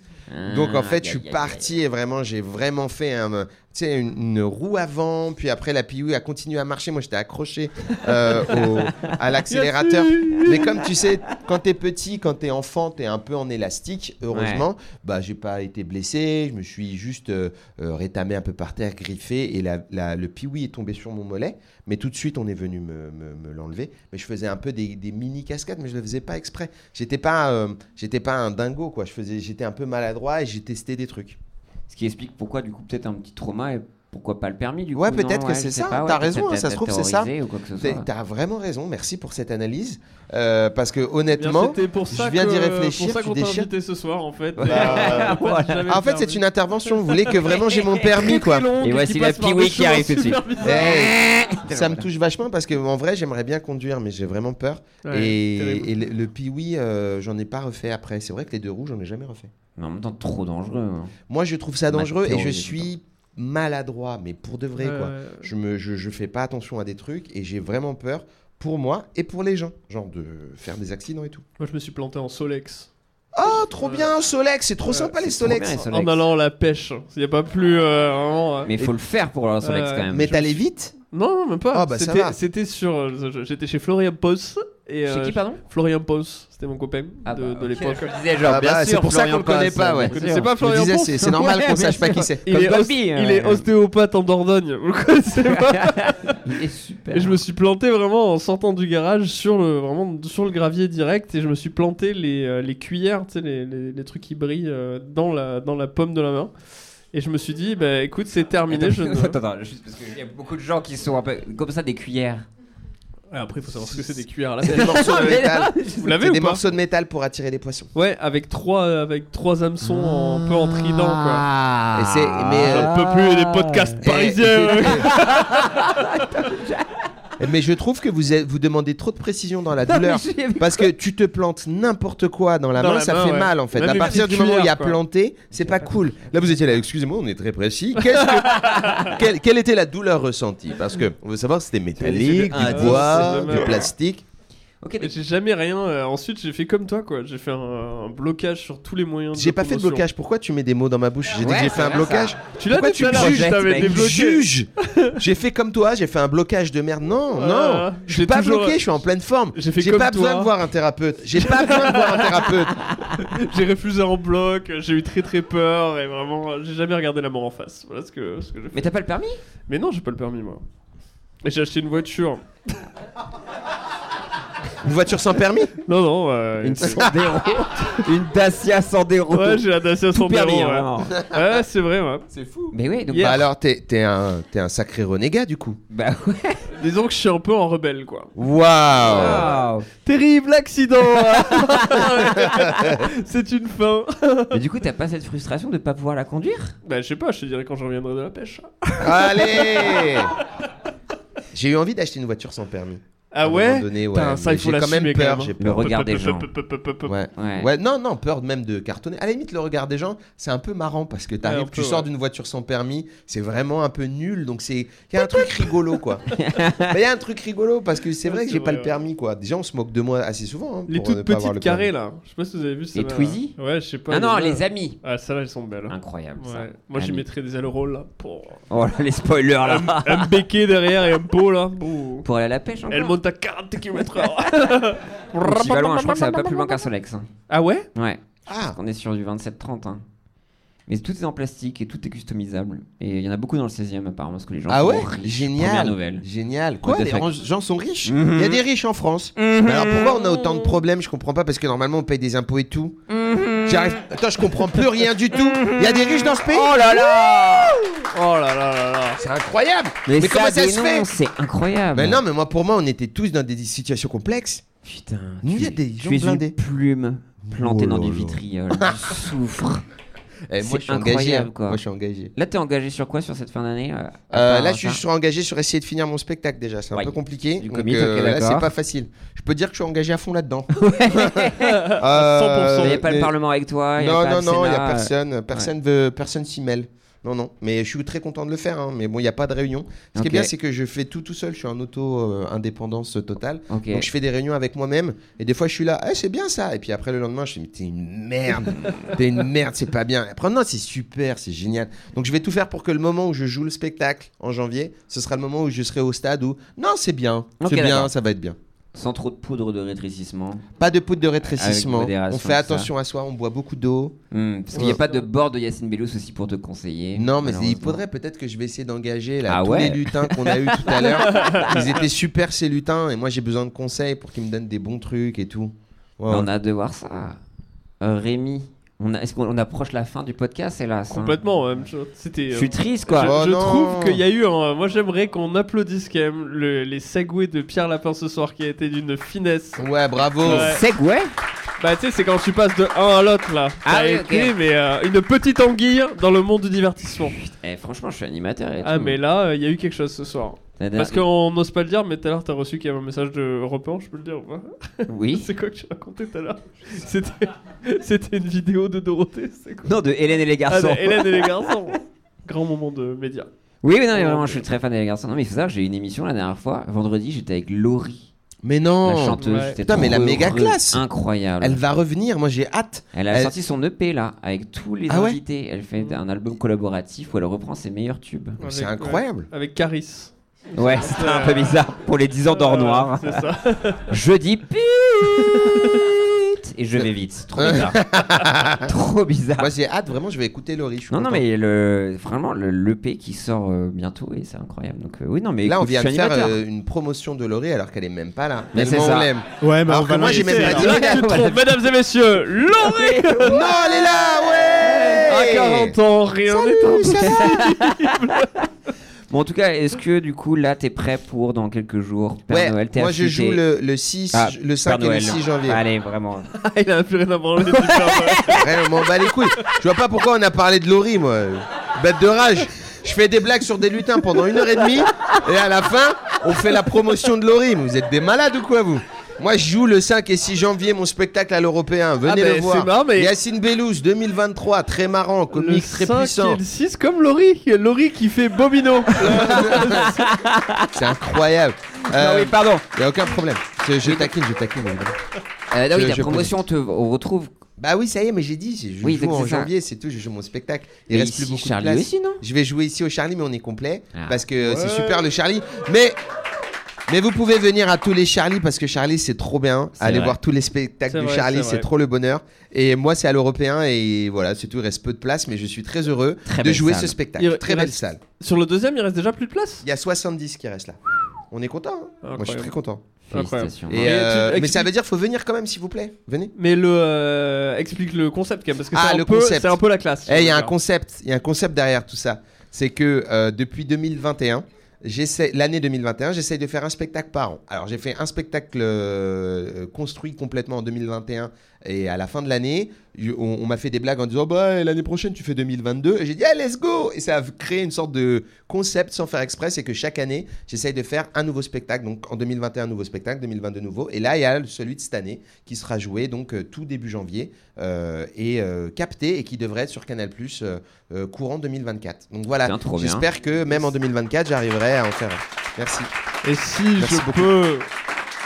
Speaker 6: Donc en
Speaker 2: Ah,
Speaker 6: fait, je suis
Speaker 2: aïe, aïe,
Speaker 6: parti et vraiment, j'ai vraiment fait un, tu sais, une, une roue avant, puis après la Piwi a continué à marcher. Moi, j'étais accroché euh, au- à l'accélérateur.
Speaker 4: Yassine
Speaker 6: Mais comme tu sais, quand t'es petit, quand t'es enfant, t'es un peu en élastique. Heureusement,
Speaker 2: Ouais.
Speaker 6: bah j'ai pas été blessé. Je me suis juste euh, euh, rétamé un peu par terre, griffé, et la, la- le Piwi est tombé sur mon mollet. Mais tout de suite, on est venu me, me- me l'enlever. Mais je faisais un peu des, des mini cascades, mais je le faisais pas exprès. J'étais pas, euh, j'étais pas un dingo quoi. Je faisais, j'étais un peu maladroit et j'ai testé des trucs.
Speaker 2: Ce qui explique pourquoi, du coup, peut-être un petit trauma et pourquoi pas le permis, du
Speaker 6: Ouais,
Speaker 2: coup.
Speaker 6: peut-être
Speaker 2: non,
Speaker 6: que
Speaker 2: je
Speaker 6: c'est
Speaker 2: sais
Speaker 6: ça.
Speaker 2: pas, ouais,
Speaker 6: t'as
Speaker 2: peut-être
Speaker 6: raison, hein,
Speaker 2: t'as-
Speaker 6: ça se
Speaker 2: t'as
Speaker 6: trouve, c'est ça.
Speaker 2: terrorisé ou quoi que ce
Speaker 6: T'es-
Speaker 2: soit.
Speaker 6: T'as vraiment raison. Merci pour cette analyse. Euh, parce que
Speaker 3: Eh Bien,
Speaker 6: honnêtement,
Speaker 3: c'était pour ça
Speaker 6: je viens d'y
Speaker 3: que- euh,
Speaker 6: réfléchir.
Speaker 3: Pour ça
Speaker 6: tu
Speaker 3: qu'on t'a
Speaker 6: déchires.
Speaker 3: invité ce soir, en fait.
Speaker 6: Bah,
Speaker 3: Et, [LAUGHS] euh,
Speaker 6: voilà.
Speaker 3: j'avais
Speaker 6: en fait,
Speaker 3: perdu.
Speaker 6: c'est une intervention. Vous voulez que vraiment j'ai mon permis,
Speaker 3: Très,
Speaker 6: quoi.
Speaker 3: très longue Et et voici qui la passe par Piwi des qui arrive choses tout de suite. super bizarres.
Speaker 6: Hey, Eh, ça
Speaker 3: [LAUGHS] Voilà.
Speaker 6: me touche vachement parce que en vrai, j'aimerais bien conduire, mais j'ai vraiment peur.
Speaker 2: Ouais, terrible.
Speaker 6: et, et le, le Piwi, euh, j'en ai pas refait après. C'est vrai que les deux roues, j'en ai jamais refait.
Speaker 2: Mais en même temps, trop dangereux. hein.
Speaker 6: Moi, je trouve ça
Speaker 2: On m'a
Speaker 6: dangereux et je
Speaker 2: terrorisé tout
Speaker 6: suis maladroit, mais pour de vrai,
Speaker 2: Ouais,
Speaker 6: quoi.
Speaker 2: ouais, ouais.
Speaker 6: Je, me, je, je fais pas attention à des trucs et j'ai vraiment peur pour moi et pour les gens, genre de faire des accidents et tout.
Speaker 3: Moi, je me suis planté en Solex.
Speaker 6: Oh, trop bien, Solex, c'est trop
Speaker 3: Ouais,
Speaker 6: sympa les
Speaker 3: c'est trop
Speaker 6: Solex.
Speaker 2: Oh,
Speaker 3: bien, les Solex. En allant à la pêche, il n'y a pas plus euh, vraiment.
Speaker 2: Mais faut le faire pour aller en Solex, quand même.
Speaker 6: Mais
Speaker 3: je
Speaker 6: t'allais
Speaker 3: me suis-
Speaker 6: vite
Speaker 3: Non, non, même pas.
Speaker 6: Ah, bah, ça
Speaker 3: C'était-
Speaker 6: va.
Speaker 3: C'était sur. euh, je- J'étais chez Florian Poss Et,
Speaker 2: C'est qui, pardon Ah, bah,
Speaker 3: Florian Pons, c'était mon copain de, de l'époque.
Speaker 2: Je disais, genre, Ah bien bah, sûr,
Speaker 6: c'est pour ça Florian qu'on le connaît Pons, pas, ouais.
Speaker 3: Vous
Speaker 6: Bien
Speaker 3: connaissez
Speaker 6: sûr.
Speaker 3: pas
Speaker 6: Je
Speaker 3: Florian
Speaker 6: disais,
Speaker 3: Pons
Speaker 6: c'est- c'est normal
Speaker 3: Ouais,
Speaker 6: qu'on sache
Speaker 3: bien
Speaker 6: pas
Speaker 3: sûr.
Speaker 6: qui c'est.
Speaker 3: Il
Speaker 6: Comme
Speaker 3: est os-
Speaker 6: Bobby,
Speaker 3: il
Speaker 2: hein.
Speaker 6: ouais.
Speaker 3: est ostéopathe en Dordogne, vous le
Speaker 2: [LAUGHS]
Speaker 3: connaissez pas
Speaker 2: Il est super.
Speaker 3: Et je me suis planté vraiment en sortant du garage sur le, vraiment, sur le gravier direct et je me suis planté les, euh, les cuillères, tu sais, les, les- les trucs qui brillent euh, dans, la, dans la paume de la main. Et je me suis dit, bah écoute, c'est terminé.
Speaker 2: [LAUGHS] Attends,
Speaker 3: je ne-
Speaker 2: attends, attends, juste parce qu'il y a beaucoup de gens qui sont un peu comme ça des cuillères.
Speaker 3: après, il faut savoir ce que c'est des cuillères. Là,
Speaker 6: C'est
Speaker 3: [LAUGHS]
Speaker 6: des [LAUGHS] morceaux de métal.
Speaker 3: Vous l'avez
Speaker 6: C'est
Speaker 3: ou
Speaker 6: des
Speaker 3: pas
Speaker 6: morceaux de métal pour attirer les poissons.
Speaker 3: Ouais, avec trois, euh, avec trois hameçons en- un peu en trident, quoi.
Speaker 6: Et c'est- mais,
Speaker 3: J'en
Speaker 6: euh,
Speaker 3: peux plus les podcasts
Speaker 6: Et-
Speaker 3: parisiens.
Speaker 6: [LAUGHS] Mais je trouve que vous, êtes- vous demandez trop de précision dans la
Speaker 3: Non,
Speaker 6: douleur.
Speaker 3: mais j'ai-
Speaker 6: Parce que tu te plantes n'importe quoi dans la
Speaker 3: Dans
Speaker 6: main,
Speaker 3: la
Speaker 6: ça
Speaker 3: main,
Speaker 6: fait
Speaker 3: ouais.
Speaker 6: mal en fait.
Speaker 3: Même
Speaker 6: à
Speaker 3: une
Speaker 6: partir
Speaker 3: petite
Speaker 6: du moment où il y a
Speaker 3: cuillère, quoi.
Speaker 6: planté, c'est pas cool. Là vous étiez là, excusez-moi, on est très
Speaker 3: [LAUGHS]
Speaker 6: précis. Qu'est-ce que- quelle, quelle était la douleur ressentie Parce que on veut savoir si c'était métallique,
Speaker 3: Ah,
Speaker 6: du bois,
Speaker 3: c'est dommage.
Speaker 6: du plastique.
Speaker 3: Mais j'ai jamais rien. euh, ensuite, j'ai fait comme toi, quoi. J'ai fait un, un blocage sur tous les moyens.
Speaker 6: J'ai pas fait de blocage. Pourquoi tu mets des mots dans ma bouche J'ai dit
Speaker 3: Ouais,
Speaker 6: que j'ai
Speaker 3: c'est
Speaker 6: fait un
Speaker 3: vrai,
Speaker 6: blocage.
Speaker 3: ça. Tu l'as
Speaker 6: Pourquoi
Speaker 3: dit tout à l'heure,
Speaker 6: juges
Speaker 3: je t'avais
Speaker 6: mec
Speaker 3: débloqué. [LAUGHS]
Speaker 6: Juge J'ai fait comme toi, j'ai fait un blocage de merde. Non,
Speaker 3: Ah,
Speaker 6: non. Je
Speaker 3: j'ai
Speaker 6: suis pas
Speaker 3: toujours-
Speaker 6: bloqué, je suis en pleine forme. J'ai
Speaker 3: fait comme
Speaker 6: pas besoin
Speaker 3: toi.
Speaker 6: de voir un thérapeute. J'ai
Speaker 3: [LAUGHS]
Speaker 6: pas besoin de voir un thérapeute.
Speaker 3: j'ai refusé en bloc. J'ai eu très très peur et vraiment, euh, j'ai jamais regardé la mort en face. Voilà ce que, ce que j'ai fait.
Speaker 2: Mais t'as pas le permis
Speaker 3: Mais non, j'ai pas le permis, moi. Et j'ai acheté une voiture.
Speaker 6: Une voiture sans permis
Speaker 3: Non, non. euh,
Speaker 2: Une
Speaker 3: [LAUGHS]
Speaker 2: Sandero. Une Dacia Sandero.
Speaker 3: Ouais, j'ai la Dacia
Speaker 2: Tout
Speaker 3: Sandero.
Speaker 2: permis,
Speaker 3: ouais.
Speaker 2: hein.
Speaker 3: Ouais, c'est vrai, ouais.
Speaker 2: C'est fou. Mais oui, donc
Speaker 6: Bah alors, t'es t'es un, t'es un sacré renégat du coup.
Speaker 2: Bah ouais.
Speaker 3: Disons que je suis un peu en rebelle, quoi.
Speaker 6: Waouh
Speaker 3: Terrible accident hein. [LAUGHS] C'est une fin
Speaker 2: [LAUGHS] Mais du coup, t'as pas cette frustration de pas pouvoir la conduire
Speaker 3: Bah, je sais pas, je te dirai quand je reviendrai de la pêche.
Speaker 6: Allez J'ai eu envie d'acheter une voiture sans permis.
Speaker 3: Ah
Speaker 6: À un
Speaker 3: ouais
Speaker 6: moment donné, ouais.
Speaker 3: Putain, ça, il
Speaker 6: Mais
Speaker 3: faut
Speaker 6: j'ai quand
Speaker 3: l'assumer
Speaker 6: même
Speaker 3: quand
Speaker 6: peur.
Speaker 3: même, hein.
Speaker 6: j'ai peur.
Speaker 2: Le regard des gens.
Speaker 6: Ouais.
Speaker 2: Ouais.
Speaker 6: Ouais, non, non, peur même de cartonner. À la limite, le regard des gens, c'est un peu marrant parce que t'arrives,
Speaker 3: Ouais, un peu,
Speaker 6: tu sors
Speaker 3: ouais.
Speaker 6: d'une voiture sans permis, c'est vraiment un peu nul, donc c'est, il y a un truc
Speaker 2: [LAUGHS]
Speaker 6: rigolo quoi. Mais Il y a un truc rigolo parce que c'est
Speaker 3: Ouais,
Speaker 6: vrai que
Speaker 3: c'est
Speaker 6: j'ai pas
Speaker 3: vrai,
Speaker 6: le permis quoi. Déjà, on se moque de moi assez souvent. hein,
Speaker 3: [LAUGHS] Les
Speaker 6: pour ne
Speaker 3: toutes
Speaker 6: pas avoir
Speaker 3: petites
Speaker 6: le permis.
Speaker 3: carrées là, je sais pas si vous avez vu ça.
Speaker 2: Les Twizy
Speaker 3: Ouais, je sais pas.
Speaker 2: Ah non,
Speaker 3: là.
Speaker 2: les amis.
Speaker 3: Ah, ça là, elles sont belles.
Speaker 2: Incroyable, ça.
Speaker 3: Ouais. Moi, j'y
Speaker 2: Amis.
Speaker 3: mettrais des ailerons là pour.
Speaker 2: Oh là, les spoilers là.
Speaker 3: Un, un béquet derrière et un pot là. Ouh.
Speaker 2: Pour aller à la pêche encore
Speaker 3: Elle monte à
Speaker 2: [LAUGHS]
Speaker 3: 40 km/h.
Speaker 2: Tu vas loin, je crois que ça va pas plus loin qu'un Solex. hein.
Speaker 3: Ah ouais
Speaker 2: Ouais.
Speaker 6: Ah.
Speaker 2: On est sur du 27-30. hein. Mais tout est en plastique et tout est customisable. Et il y en a beaucoup dans le 16 e apparemment, parce que les gens
Speaker 6: Ah
Speaker 2: sont
Speaker 6: ouais
Speaker 2: riches. Première
Speaker 6: Génial.
Speaker 2: nouvelle.
Speaker 6: Génial.
Speaker 2: What
Speaker 6: Quoi
Speaker 2: the
Speaker 6: Les
Speaker 2: fuck.
Speaker 6: gens- gens sont riches Il
Speaker 2: Mhm.
Speaker 6: y a des riches en France.
Speaker 2: Mm-hmm.
Speaker 6: Mais alors pourquoi on a autant de problèmes Je comprends pas parce que normalement on paye des impôts et tout.
Speaker 2: Mm-hmm.
Speaker 6: J'arrive. Attends, je comprends plus rien du tout. Il y a des riches dans ce pays
Speaker 2: Oh là là
Speaker 3: Oh là là là là
Speaker 6: C'est incroyable
Speaker 2: Mais,
Speaker 6: comment ça se
Speaker 2: dénonce,
Speaker 6: fait
Speaker 2: C'est incroyable.
Speaker 6: Mais non, mais moi pour moi on était tous dans des situations complexes.
Speaker 2: Putain.
Speaker 6: Nous, il y a
Speaker 2: tu-
Speaker 6: des gens
Speaker 2: tu es
Speaker 6: blindés.
Speaker 2: une plume plantée
Speaker 6: Oh
Speaker 2: dans
Speaker 6: là
Speaker 2: du
Speaker 6: là.
Speaker 2: vitriol, du
Speaker 6: [LAUGHS]
Speaker 2: soufre.
Speaker 6: Eh, moi,
Speaker 2: C'est
Speaker 6: je suis engagé,
Speaker 2: incroyable,
Speaker 6: hein.
Speaker 2: quoi.
Speaker 6: Moi, je suis engagé.
Speaker 2: Là, t'es engagé sur quoi sur cette fin d'année euh, à
Speaker 6: Euh,
Speaker 2: part
Speaker 6: là,
Speaker 2: ça
Speaker 6: je suis, je suis engagé sur essayer de finir mon spectacle déjà. C'est un
Speaker 2: Ouais.
Speaker 6: peu compliqué.
Speaker 2: Du
Speaker 6: donc, euh,
Speaker 2: comique, ok,
Speaker 6: là,
Speaker 2: d'accord.
Speaker 6: c'est pas facile. Je peux dire que je suis engagé à fond
Speaker 2: [LAUGHS]
Speaker 6: là-dedans. [LAUGHS] Euh,
Speaker 2: Il n'y a pas
Speaker 6: mais-
Speaker 2: le Parlement avec toi. il y a
Speaker 6: non,
Speaker 2: pas
Speaker 6: non,
Speaker 2: le
Speaker 6: non, il n'y a
Speaker 2: Sénat, euh,
Speaker 6: personne. Personne veut, personne s'y mêle. Non, non. Mais je suis très content de le faire. hein. Mais bon, il n'y a pas de réunion. Ce qui
Speaker 2: Ok.
Speaker 6: est bien, c'est que je fais tout tout seul. Je suis en auto-indépendance totale.
Speaker 2: Ok.
Speaker 6: Donc, je fais des réunions avec moi-même. Et des fois, je suis là. Eh, c'est bien ça. Et puis après, le lendemain, je suis, mais t'es une [LAUGHS]
Speaker 2: [LAUGHS]
Speaker 6: merde.
Speaker 15: [LAUGHS]
Speaker 6: t'es une merde, c'est pas bien. Et après, non, c'est super, c'est génial. Donc, je vais tout faire pour que le moment où je joue le spectacle en janvier, ce sera le moment où je serai au stade où, non, c'est bien.
Speaker 2: Ok,
Speaker 6: c'est bien,
Speaker 2: d'accord.
Speaker 6: ça va être bien.
Speaker 2: Sans trop de poudre de rétrécissement.
Speaker 6: Pas de poudre de
Speaker 2: Avec
Speaker 6: rétrécissement.
Speaker 2: modération,
Speaker 6: On
Speaker 2: tout
Speaker 6: fait
Speaker 2: ça.
Speaker 6: attention à soi, on boit beaucoup d'eau. Euh,
Speaker 2: Hmm, parce qu'il n'y a pas de bord de Yacine Bellous aussi pour te conseiller.
Speaker 6: Non, mais il
Speaker 2: malheureusement.
Speaker 6: faudrait peut-être que je vais essayer d'engager là,
Speaker 2: Ah
Speaker 6: tous
Speaker 2: ouais.
Speaker 6: les lutins qu'on a eu tout
Speaker 2: [LAUGHS]
Speaker 6: à l'heure. Ils étaient super ces lutins et moi j'ai besoin de conseils pour qu'ils me donnent des bons trucs et tout.
Speaker 2: Mais
Speaker 6: Ouais, ouais.
Speaker 2: On a hâte de voir ça. Euh, Rémi, on a- est-ce qu'on on approche la fin du podcast, hélas hein
Speaker 3: Complètement, même. Je- C'était.
Speaker 2: Je
Speaker 3: euh,
Speaker 2: suis triste, quoi.
Speaker 3: Je,
Speaker 2: Oh
Speaker 3: je
Speaker 2: non.
Speaker 3: trouve qu'il y a eu. un- moi, j'aimerais qu'on applaudisse quand même le- les segways de Pierre Lapin ce soir, qui a été d'une finesse.
Speaker 6: Ouais, bravo.
Speaker 2: Segway
Speaker 3: Bah, tu sais, c'est quand tu passes de un à l'autre là.
Speaker 2: Ah
Speaker 3: T'as
Speaker 2: oui,
Speaker 3: écrit,
Speaker 2: ok.
Speaker 3: mais euh, une petite anguille dans le monde du divertissement.
Speaker 2: Eh, franchement, je suis animateur et
Speaker 3: Ah,
Speaker 2: tout.
Speaker 3: mais là, euh, il y a eu quelque chose ce soir.
Speaker 2: La dernière-
Speaker 3: Parce qu'on n'ose pas le dire, mais tout à l'heure, t'as reçu qu'il y avait un message de Europe 1, je peux le dire ou pas
Speaker 2: Oui.
Speaker 3: [LAUGHS] c'est quoi que tu racontais tout à l'heure [LAUGHS] C'était c'était une vidéo de Dorothée, c'est quoi
Speaker 2: Non, de Hélène et les garçons.
Speaker 3: Ah, de
Speaker 2: [LAUGHS]
Speaker 3: Hélène et les garçons. Grand moment de média.
Speaker 2: Oui, mais non,
Speaker 6: Oh,
Speaker 2: mais vraiment, je suis très fan des garçons. Non, mais il faut savoir que j'ai eu une émission la dernière fois. Vendredi, j'étais avec Laurie.
Speaker 6: Mais non
Speaker 2: La chanteuse.
Speaker 6: Ouais.
Speaker 2: j'étais
Speaker 6: Putain, mais la
Speaker 2: trop
Speaker 6: méga
Speaker 2: heureux,
Speaker 6: classe.
Speaker 2: Incroyable.
Speaker 6: Elle va revenir, moi j'ai hâte.
Speaker 2: Elle a sorti son EP là, avec tous les
Speaker 6: Ah ouais
Speaker 2: invités. Elle fait un album collaboratif où elle reprend ses meilleurs tubes.
Speaker 6: C'est Avec- incroyable.
Speaker 3: euh, Avec Caris.
Speaker 2: Ouais, c'était un peu bizarre pour les 10 ans d'or noir.
Speaker 3: c'est ça.
Speaker 2: [LAUGHS] Je dis pute et je vais vite. Trop
Speaker 6: [LAUGHS]
Speaker 2: bizarre. Trop bizarre.
Speaker 6: Moi j'ai hâte, vraiment, je vais écouter Laurie. je suis
Speaker 2: Non, non,
Speaker 6: content.
Speaker 2: mais le, vraiment, le- l'EP qui sort euh, bientôt et c'est incroyable. Donc, euh, oui, non, mais
Speaker 6: là, on
Speaker 2: écoute,
Speaker 6: vient
Speaker 2: je
Speaker 6: de
Speaker 2: suis
Speaker 6: faire
Speaker 2: animateur.
Speaker 6: euh, une promotion de Laurie alors qu'elle est même pas là.
Speaker 2: Mais
Speaker 6: Tellement
Speaker 2: c'est ça.
Speaker 6: on l'aime.
Speaker 2: Ouais,
Speaker 3: bah,
Speaker 2: mais
Speaker 6: alors
Speaker 2: on
Speaker 6: que
Speaker 2: va
Speaker 6: moi, j'ai même pas dit.
Speaker 3: Là, tu te trompes, mesdames et messieurs,
Speaker 2: [LAUGHS]
Speaker 3: Laurie
Speaker 6: Non, elle est là, ouais
Speaker 3: À 40 ans, rien n'est impossible
Speaker 2: Bon, en tout cas, est-ce que du coup, là, t'es prêt pour dans quelques jours Père
Speaker 6: Ouais,
Speaker 2: Noël, t'es
Speaker 6: moi, je
Speaker 2: affûté. Ah,
Speaker 6: joue le- le 6, le
Speaker 2: Père
Speaker 6: 5 et le
Speaker 2: Noël.
Speaker 6: 6 janvier.
Speaker 2: Allez, vraiment.
Speaker 3: [LAUGHS] Il a plus rien à branler depuis
Speaker 6: Ouais, on m'en bat les couilles. Je vois pas pourquoi on a parlé de Laurie, moi. Bête de rage. Je fais des blagues sur des lutins pendant une heure et demie, et à la fin, on fait la promotion de Laurie. Mais Vous êtes des malades ou quoi, vous Moi, je joue le 5 et 6 janvier mon spectacle à l'européen. Venez
Speaker 3: Ah,
Speaker 6: le
Speaker 3: ben, c'est
Speaker 6: voir.
Speaker 3: marrant, mais-
Speaker 6: Yacine Bellouz, 2023, très marrant, comique, très
Speaker 3: 5
Speaker 6: puissant.
Speaker 3: et le 6 comme Laurie, Laurie qui fait Bobino.
Speaker 6: C'est incroyable.
Speaker 2: oui, pardon.
Speaker 6: Il a aucun problème. Je, je taquine, je taquine.
Speaker 2: Euh, non, oui, la promotion, te, on retrouve.
Speaker 6: Bah oui, ça y est, mais j'ai dit, je
Speaker 2: Oui,
Speaker 6: joue
Speaker 2: donc
Speaker 6: en
Speaker 2: c'est ça.
Speaker 6: janvier, c'est tout, je joue mon spectacle. Il
Speaker 2: Mais
Speaker 6: reste
Speaker 2: ici,
Speaker 6: plus beaucoup
Speaker 2: Charlie
Speaker 6: de place.
Speaker 2: aussi, non
Speaker 6: je vais jouer ici au Charlie, mais on est complet
Speaker 2: Ah.
Speaker 6: parce que euh, c'est
Speaker 2: Ouais.
Speaker 6: super le Charlie. Mais mais vous pouvez venir à tous les Charlie parce que Charlie c'est trop bien.
Speaker 2: C'est
Speaker 6: Allez
Speaker 2: vrai.
Speaker 6: voir tous les spectacles
Speaker 2: C'est
Speaker 6: du
Speaker 2: vrai,
Speaker 6: Charlie,
Speaker 2: c'est
Speaker 6: c'est
Speaker 2: vrai.
Speaker 6: trop le bonheur. Et moi c'est à l'Européen et voilà, c'est tout. Il reste peu de place, mais je suis très heureux
Speaker 2: Très
Speaker 6: de
Speaker 2: belle
Speaker 6: jouer
Speaker 2: salle.
Speaker 6: ce spectacle.
Speaker 3: Il-
Speaker 6: très
Speaker 3: il
Speaker 6: belle
Speaker 3: reste-
Speaker 6: salle.
Speaker 3: Sur le deuxième, il reste déjà plus de place.
Speaker 6: Il y a 70 qui restent là. On est content. hein Moi je suis
Speaker 3: Incroyable.
Speaker 6: très content.
Speaker 3: Incroyable.
Speaker 6: Et,
Speaker 3: Et
Speaker 6: euh,
Speaker 3: tu-
Speaker 6: mais ça
Speaker 3: explique-
Speaker 6: veut dire faut venir quand même s'il vous plaît. Venez.
Speaker 3: Mais le euh, explique le concept quand même parce que
Speaker 6: Ah,
Speaker 3: c'est un
Speaker 6: le
Speaker 3: peu
Speaker 6: concept.
Speaker 3: c'est un peu la classe.
Speaker 6: Eh, Il y a un concept, il y a un concept derrière tout ça. C'est que euh, depuis 2021, j'essaie l'année 2021, j'essaye de faire un spectacle par an. Alors j'ai fait un spectacle euh, construit complètement en 2021 et à la fin de l'année, je- on, on m'a fait des blagues en disant bah l'année prochaine tu fais 2022 et j'ai dit ah, let's go et ça a créé une sorte de concept sans faire exprès, c'est que chaque année j'essaye de faire un nouveau spectacle. Donc en 2021 nouveau spectacle, 2022 nouveau et là il y a celui de cette année qui sera joué donc euh, tout début janvier euh, et euh, capté et qui devrait être sur Canal Plus courant 2024. Donc voilà,
Speaker 2: Putain, trop bien.
Speaker 6: j'espère que même en 2024 j'arriverai à en faire. un. Merci.
Speaker 3: Et si
Speaker 6: Merci
Speaker 3: je
Speaker 6: beaucoup.
Speaker 3: peux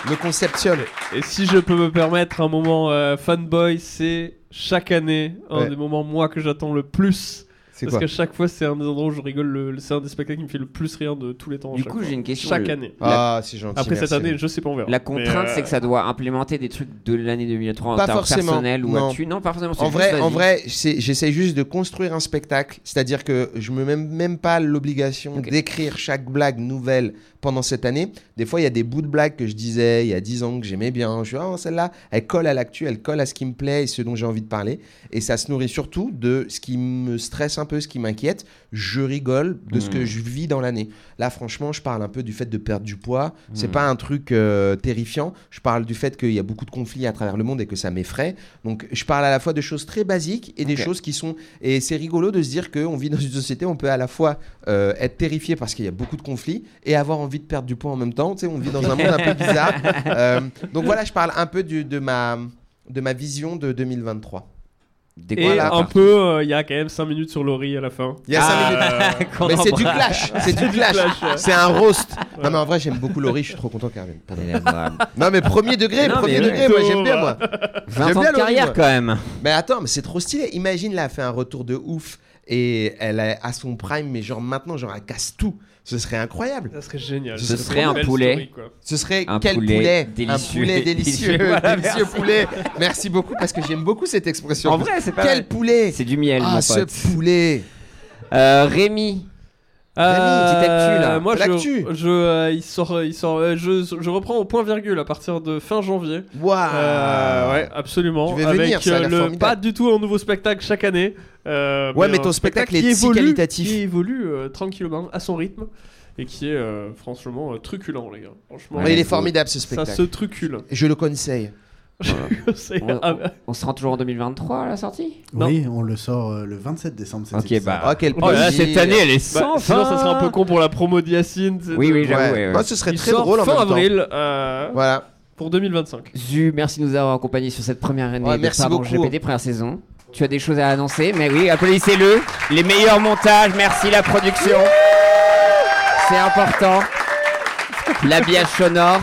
Speaker 6: le conception.
Speaker 3: Et si je peux me permettre un moment euh, fanboy, c'est chaque année un
Speaker 6: Ouais.
Speaker 3: des moments moi que j'attends le plus.
Speaker 6: C'est
Speaker 3: Parce
Speaker 6: quoi
Speaker 3: qu'à chaque fois, c'est un des endroits où je rigole. le- le- c'est un des spectacles qui me fait le plus rire de tous les temps. à
Speaker 2: Du
Speaker 3: chaque
Speaker 2: coup,
Speaker 3: fois.
Speaker 2: j'ai une question.
Speaker 3: Chaque
Speaker 2: Le-
Speaker 3: année.
Speaker 6: Ah, c'est gentil,
Speaker 3: Après cette
Speaker 6: merci.
Speaker 3: année, je sais pas, on verra.
Speaker 2: La contrainte,
Speaker 3: Mais, euh,
Speaker 2: c'est que ça doit implémenter des trucs de l'année 2003 en
Speaker 6: pas
Speaker 2: termes
Speaker 6: forcément.
Speaker 2: personnels ou
Speaker 6: non.
Speaker 2: actu. Non, pas forcément. c'est
Speaker 6: En vrai,
Speaker 2: juste,
Speaker 6: en
Speaker 2: vas-y.
Speaker 6: vrai, c'est- j'essaie juste de construire un spectacle. C'est-à-dire que je me mets même pas l'obligation d'écrire chaque blague nouvelle pendant cette année. Des fois, il y a des bouts de blagues que je disais il y a 10 ans que j'aimais bien. Je suis ah celle-là, elle colle à l'actu, elle colle à ce qui me plaît et ce dont j'ai envie de parler. Et ça se nourrit surtout de ce qui me stresse un peu, ce qui m'inquiète. Je rigole de ce que
Speaker 2: Mhm.
Speaker 6: je vis dans l'année. Là, franchement, je parle un peu du fait de perdre du poids. C'est
Speaker 2: Mhm.
Speaker 6: pas un truc euh, terrifiant. Je parle du fait qu'il y a beaucoup de conflits à travers le monde et que ça m'effraie. Donc, je parle à la fois de choses très basiques et des
Speaker 2: Ok.
Speaker 6: choses qui sont. Et c'est rigolo de se dire qu'on vit dans une société où on peut à la fois euh, être terrifié parce qu'il y a beaucoup de conflits et avoir envie de perdre du poids en même temps. Tu sais, on vit dans un monde un peu bizarre. Euh, donc voilà, je parle un peu du- de, ma, de ma vision de 2023.
Speaker 3: Et un peu, euh, il y a quand même 5 minutes sur Laurie à la fin.
Speaker 6: Il y a cinq
Speaker 2: Ah. [LAUGHS]
Speaker 6: [LAUGHS] minutes. Mais c'est du clash, c'est du
Speaker 3: [LAUGHS]
Speaker 6: clash. C'est un roast. Non mais en vrai, j'aime beaucoup Laurie, je suis trop content qu'elle revienne. Pardon. Non mais premier degré,
Speaker 2: Non,
Speaker 6: premier
Speaker 2: mais
Speaker 6: degré,
Speaker 2: oui.
Speaker 6: moi j'aime bien moi.
Speaker 2: 20
Speaker 6: J'aime
Speaker 2: ans
Speaker 6: bien
Speaker 2: de
Speaker 6: Laurie,
Speaker 2: carrière,
Speaker 6: moi.
Speaker 2: quand même.
Speaker 6: Mais attends, mais c'est trop stylé. Imagine là, elle a fait un retour de ouf et elle est à son prime, mais genre maintenant, genre elle casse tout. Ce serait incroyable.
Speaker 3: Ça serait génial.
Speaker 2: Ce serait un poulet.
Speaker 6: Ce serait
Speaker 2: Un
Speaker 6: quel
Speaker 2: poulet
Speaker 6: poulet,
Speaker 2: délicieux. [LAUGHS]
Speaker 6: Un poulet délicieux.
Speaker 2: Voilà,
Speaker 6: délicieux
Speaker 2: merci.
Speaker 6: poulet. Merci beaucoup parce que j'aime beaucoup cette expression.
Speaker 2: En vrai, c'est pas
Speaker 6: Quel
Speaker 2: mal.
Speaker 6: poulet
Speaker 2: C'est du miel,
Speaker 6: Ah,
Speaker 2: mon
Speaker 6: ce
Speaker 2: pote.
Speaker 6: poulet.
Speaker 2: Euh, Rémi. Petite actu, là.
Speaker 3: Euh, Moi,
Speaker 2: L'actu.
Speaker 3: je, je, euh, il sort, euh, il sort, euh, je, je reprends au point virgule à partir de fin janvier.
Speaker 6: Waouh.
Speaker 3: Euh, ouais, absolument.
Speaker 6: Tu vas
Speaker 3: Avec
Speaker 6: venir, ça a
Speaker 3: euh,
Speaker 6: l'air
Speaker 3: le-
Speaker 6: formidable.
Speaker 3: pas du tout un nouveau spectacle chaque année. euh,
Speaker 6: Ouais, mais
Speaker 3: un
Speaker 6: ton spectacle est
Speaker 3: qui
Speaker 6: si
Speaker 3: évolue,
Speaker 6: qualitatif.
Speaker 3: Qui évolue euh, tranquillement à son rythme et qui est euh, franchement euh, truculent, les gars. Franchement, euh,
Speaker 6: Mais il est formidable ce spectacle.
Speaker 3: Ça se trucule.
Speaker 6: Je le
Speaker 3: [LAUGHS]
Speaker 6: conseille.
Speaker 3: C'est-
Speaker 2: On,
Speaker 3: ah,
Speaker 2: on- on sera toujours en 2023 à la sortie
Speaker 17: Oui, on le sort euh, le 27 décembre. cet
Speaker 2: Ok,
Speaker 17: épisode.
Speaker 2: bah. Ah, quel Oh là là, plaisir. cette année, elle est sans
Speaker 3: Bah, sinon, ça
Speaker 2: fin.
Speaker 3: serait un peu con pour la promo de Yacine. c'est
Speaker 2: Oui,
Speaker 3: de-
Speaker 2: oui, j'avoue, ouais, ouais.
Speaker 6: Ah, ce serait
Speaker 3: Il
Speaker 6: très
Speaker 3: sort
Speaker 6: drôle en
Speaker 3: fin
Speaker 6: même temps.
Speaker 3: avril. euh,
Speaker 6: Voilà.
Speaker 3: Pour 2025.
Speaker 2: Zu, merci de nous avoir accompagnés sur cette première année
Speaker 3: Ouais,
Speaker 2: de
Speaker 3: merci
Speaker 2: Pardon
Speaker 3: beaucoup.
Speaker 2: GPT première saison. Tu as des choses à annoncer, mais oui, applaudissez-le. Les meilleurs montages, merci la production. C'est important. L'habillage sonore.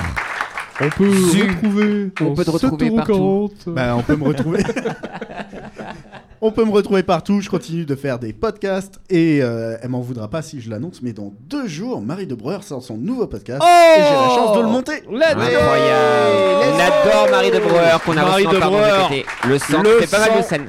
Speaker 17: On peut
Speaker 2: Zu.
Speaker 17: retrouver.
Speaker 2: On peut te retrouver partout.
Speaker 17: [LAUGHS] Bah, on peut me retrouver. On peut me retrouver partout, je continue de faire des podcasts et euh, elle m'en voudra pas si je l'annonce, mais dans deux jours, Marie de Breuer sort son nouveau podcast
Speaker 1: Oh
Speaker 17: et j'ai la chance de le monter.
Speaker 1: Let's go
Speaker 2: Incroyable. On adore Marie de Breuer qu'on a
Speaker 6: Oh Marie
Speaker 2: reçu
Speaker 6: de
Speaker 2: encore
Speaker 6: Breuer.
Speaker 2: Le sang,
Speaker 6: Le
Speaker 2: c'est pas mal de
Speaker 6: sang.
Speaker 2: scènes.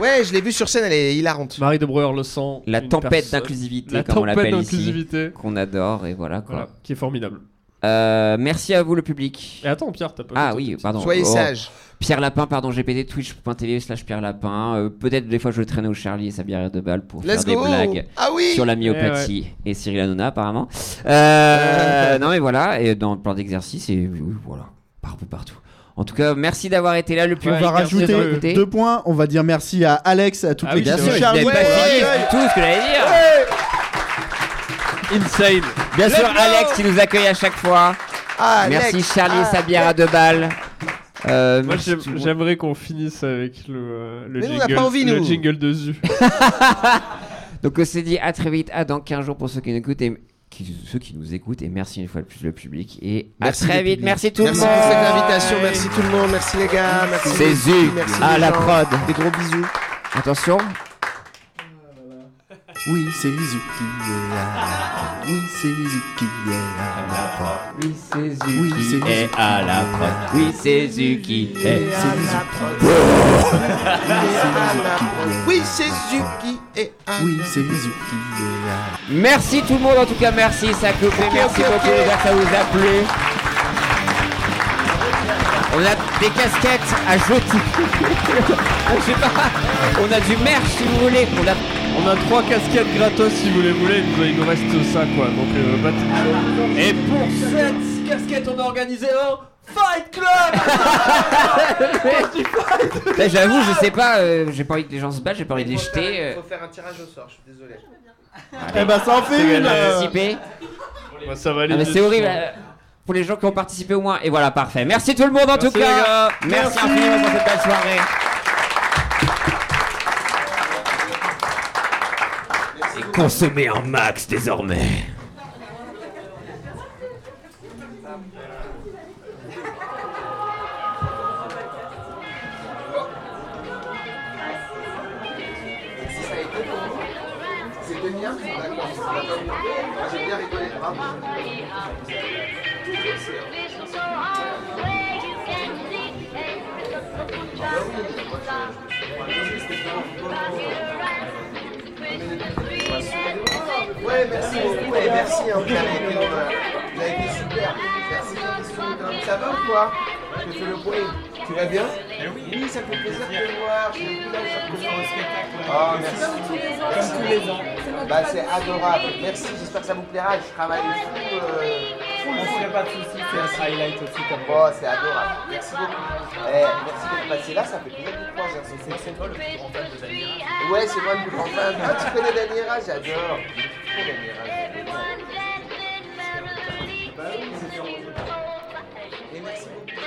Speaker 6: Ouais, je l'ai vue sur scène, elle est hilarante.
Speaker 3: Marie de Breuer, le sang.
Speaker 2: La
Speaker 6: Une
Speaker 2: tempête
Speaker 6: personne-
Speaker 2: d'inclusivité,
Speaker 6: La
Speaker 2: comme on
Speaker 6: tempête
Speaker 2: l'appelle
Speaker 3: d'inclusivité.
Speaker 2: ici, qu'on adore et voilà quoi.
Speaker 3: Voilà, qui est formidable.
Speaker 2: Euh, merci à vous le public.
Speaker 3: Et attends, Pierre, t'as pas fait
Speaker 2: Ah
Speaker 3: ton
Speaker 2: oui,
Speaker 3: petit-
Speaker 2: pardon.
Speaker 3: Soyez sage.
Speaker 2: Pierre Lapin, pardon, GPT twitch.tv slash Pierre Lapin. Euh, Peut-être des fois je traîne au Charlie et sa bière de balle pour
Speaker 6: Let's
Speaker 2: faire
Speaker 6: go.
Speaker 2: des blagues
Speaker 6: Ah oui.
Speaker 2: sur la
Speaker 6: Eh
Speaker 2: myopathie et Cyril Hanouna apparemment.
Speaker 6: [LAUGHS]
Speaker 2: Euh, non mais voilà, et dans plein d'exercices et oui, voilà, partout, partout. En tout cas, merci d'avoir été là le plus
Speaker 1: On va rajouter deux
Speaker 17: points. On va dire merci à Alex, à toutes
Speaker 2: Ah
Speaker 17: les
Speaker 2: oui, c'est
Speaker 17: personnes.
Speaker 2: vrai, je l'avais pas fini du tout ce que j'allais dire.
Speaker 3: Insane.
Speaker 2: Bien
Speaker 6: Let's
Speaker 2: sûr,
Speaker 6: go.
Speaker 2: Alex qui nous accueille à chaque fois.
Speaker 6: Alex.
Speaker 2: merci Charlie et sa
Speaker 6: Ah.
Speaker 2: bière à deux balles. Euh,
Speaker 3: Moi,
Speaker 2: merci
Speaker 3: j'aime-
Speaker 2: tout le monde.
Speaker 3: j'aimerais qu'on finisse avec le, euh, le
Speaker 2: Mais nous, on
Speaker 3: jingle,
Speaker 2: n'a pas envie,
Speaker 3: le
Speaker 2: nous.
Speaker 3: jingle de Zu.
Speaker 2: [LAUGHS] Donc on s'est dit à très vite, à dans 15 jours pour ceux qui nous écoutent et qui- ceux qui nous écoutent et merci une fois de plus le public et à
Speaker 6: Merci
Speaker 2: très
Speaker 6: le
Speaker 2: vite,
Speaker 6: public.
Speaker 2: merci tout le monde.
Speaker 6: Merci pour cette invitation, merci tout le monde, merci les gars, merci.
Speaker 2: C'est
Speaker 6: les
Speaker 2: Zu,
Speaker 6: filles, merci
Speaker 2: à
Speaker 6: les
Speaker 2: Ah, la
Speaker 6: gens.
Speaker 2: prod.
Speaker 6: Des gros bisous.
Speaker 2: Attention.
Speaker 4: Oui, c'est Izu qui est à la Oui, c'est Izu qui est à la
Speaker 2: Oui, c'est Zu
Speaker 4: Oui,
Speaker 2: qui
Speaker 4: c'est Zu
Speaker 2: est à la prod. Oui, c'est Zu qui est.
Speaker 6: [LAUGHS] Oui, c'est Zuki et
Speaker 4: Oui, c'est Izu qui est à
Speaker 2: Merci tout le monde en tout cas, merci ça a coupé, merci beaucoup les gars, ça vous a plu. On a des casquettes à jeter. Je sais pas, on a du merch si vous voulez. On a,
Speaker 3: on a trois casquettes gratos si vous les voulez. Il nous- Il nous reste ça quoi. Donc, euh, pas de-
Speaker 2: Eh
Speaker 3: Et pour
Speaker 2: cette casquette, on a organisé un Fight [LAUGHS] Club Là, J'avoue, je sais pas, euh, j'ai pas envie que les gens se battent, j'ai pas envie de les jeter. euh.
Speaker 6: Faut faire un tirage au sort, je suis désolé. Eh
Speaker 2: Allez.
Speaker 6: ben,
Speaker 2: Ceux qui ont
Speaker 6: euh.
Speaker 2: participé.
Speaker 3: Bah, ça va
Speaker 2: Ah,
Speaker 3: aller.
Speaker 2: mais
Speaker 3: vite.
Speaker 2: c'est horrible. euh, Pour les gens qui ont participé au moins. Et voilà, parfait. Merci tout le monde en
Speaker 3: Merci,
Speaker 2: tout
Speaker 3: les
Speaker 2: cas.
Speaker 3: gars.
Speaker 2: Merci,
Speaker 3: Merci.
Speaker 2: infiniment pour cette belle soirée. Et consommer en max désormais.
Speaker 6: C'était bien, d'accord. J'ai bien rigolé, Ouais, merci beaucoup et merci. Hein, vous avez été, euh, vous avez été super. Merci pour tes souvenirs. Ça va ou quoi Je fais le bruit. Tu vas bien Eh Oui, ça fait plaisir de te voir. Je suis beaucoup là, je suis au spectacle. Ah, merci. Comme tous les ans. Bah, c'est adorable. Merci, j'espère que ça vous plaira. Je travaille fou. Euh, ne ferait pas de soucis, c'est un highlight aussi comme Oh, c'est adorable. Merci beaucoup. Eh, merci d'être passé là, ça fait plaisir de te voir. C'est, c'est toi le plus grand fan de Daniela Ouais, c'est moi le plus grand fan. Ah, tu connais Daniela J'adore. Je connais Daniela, j'adore. Bah oui, c'est sûr. Et merci beaucoup.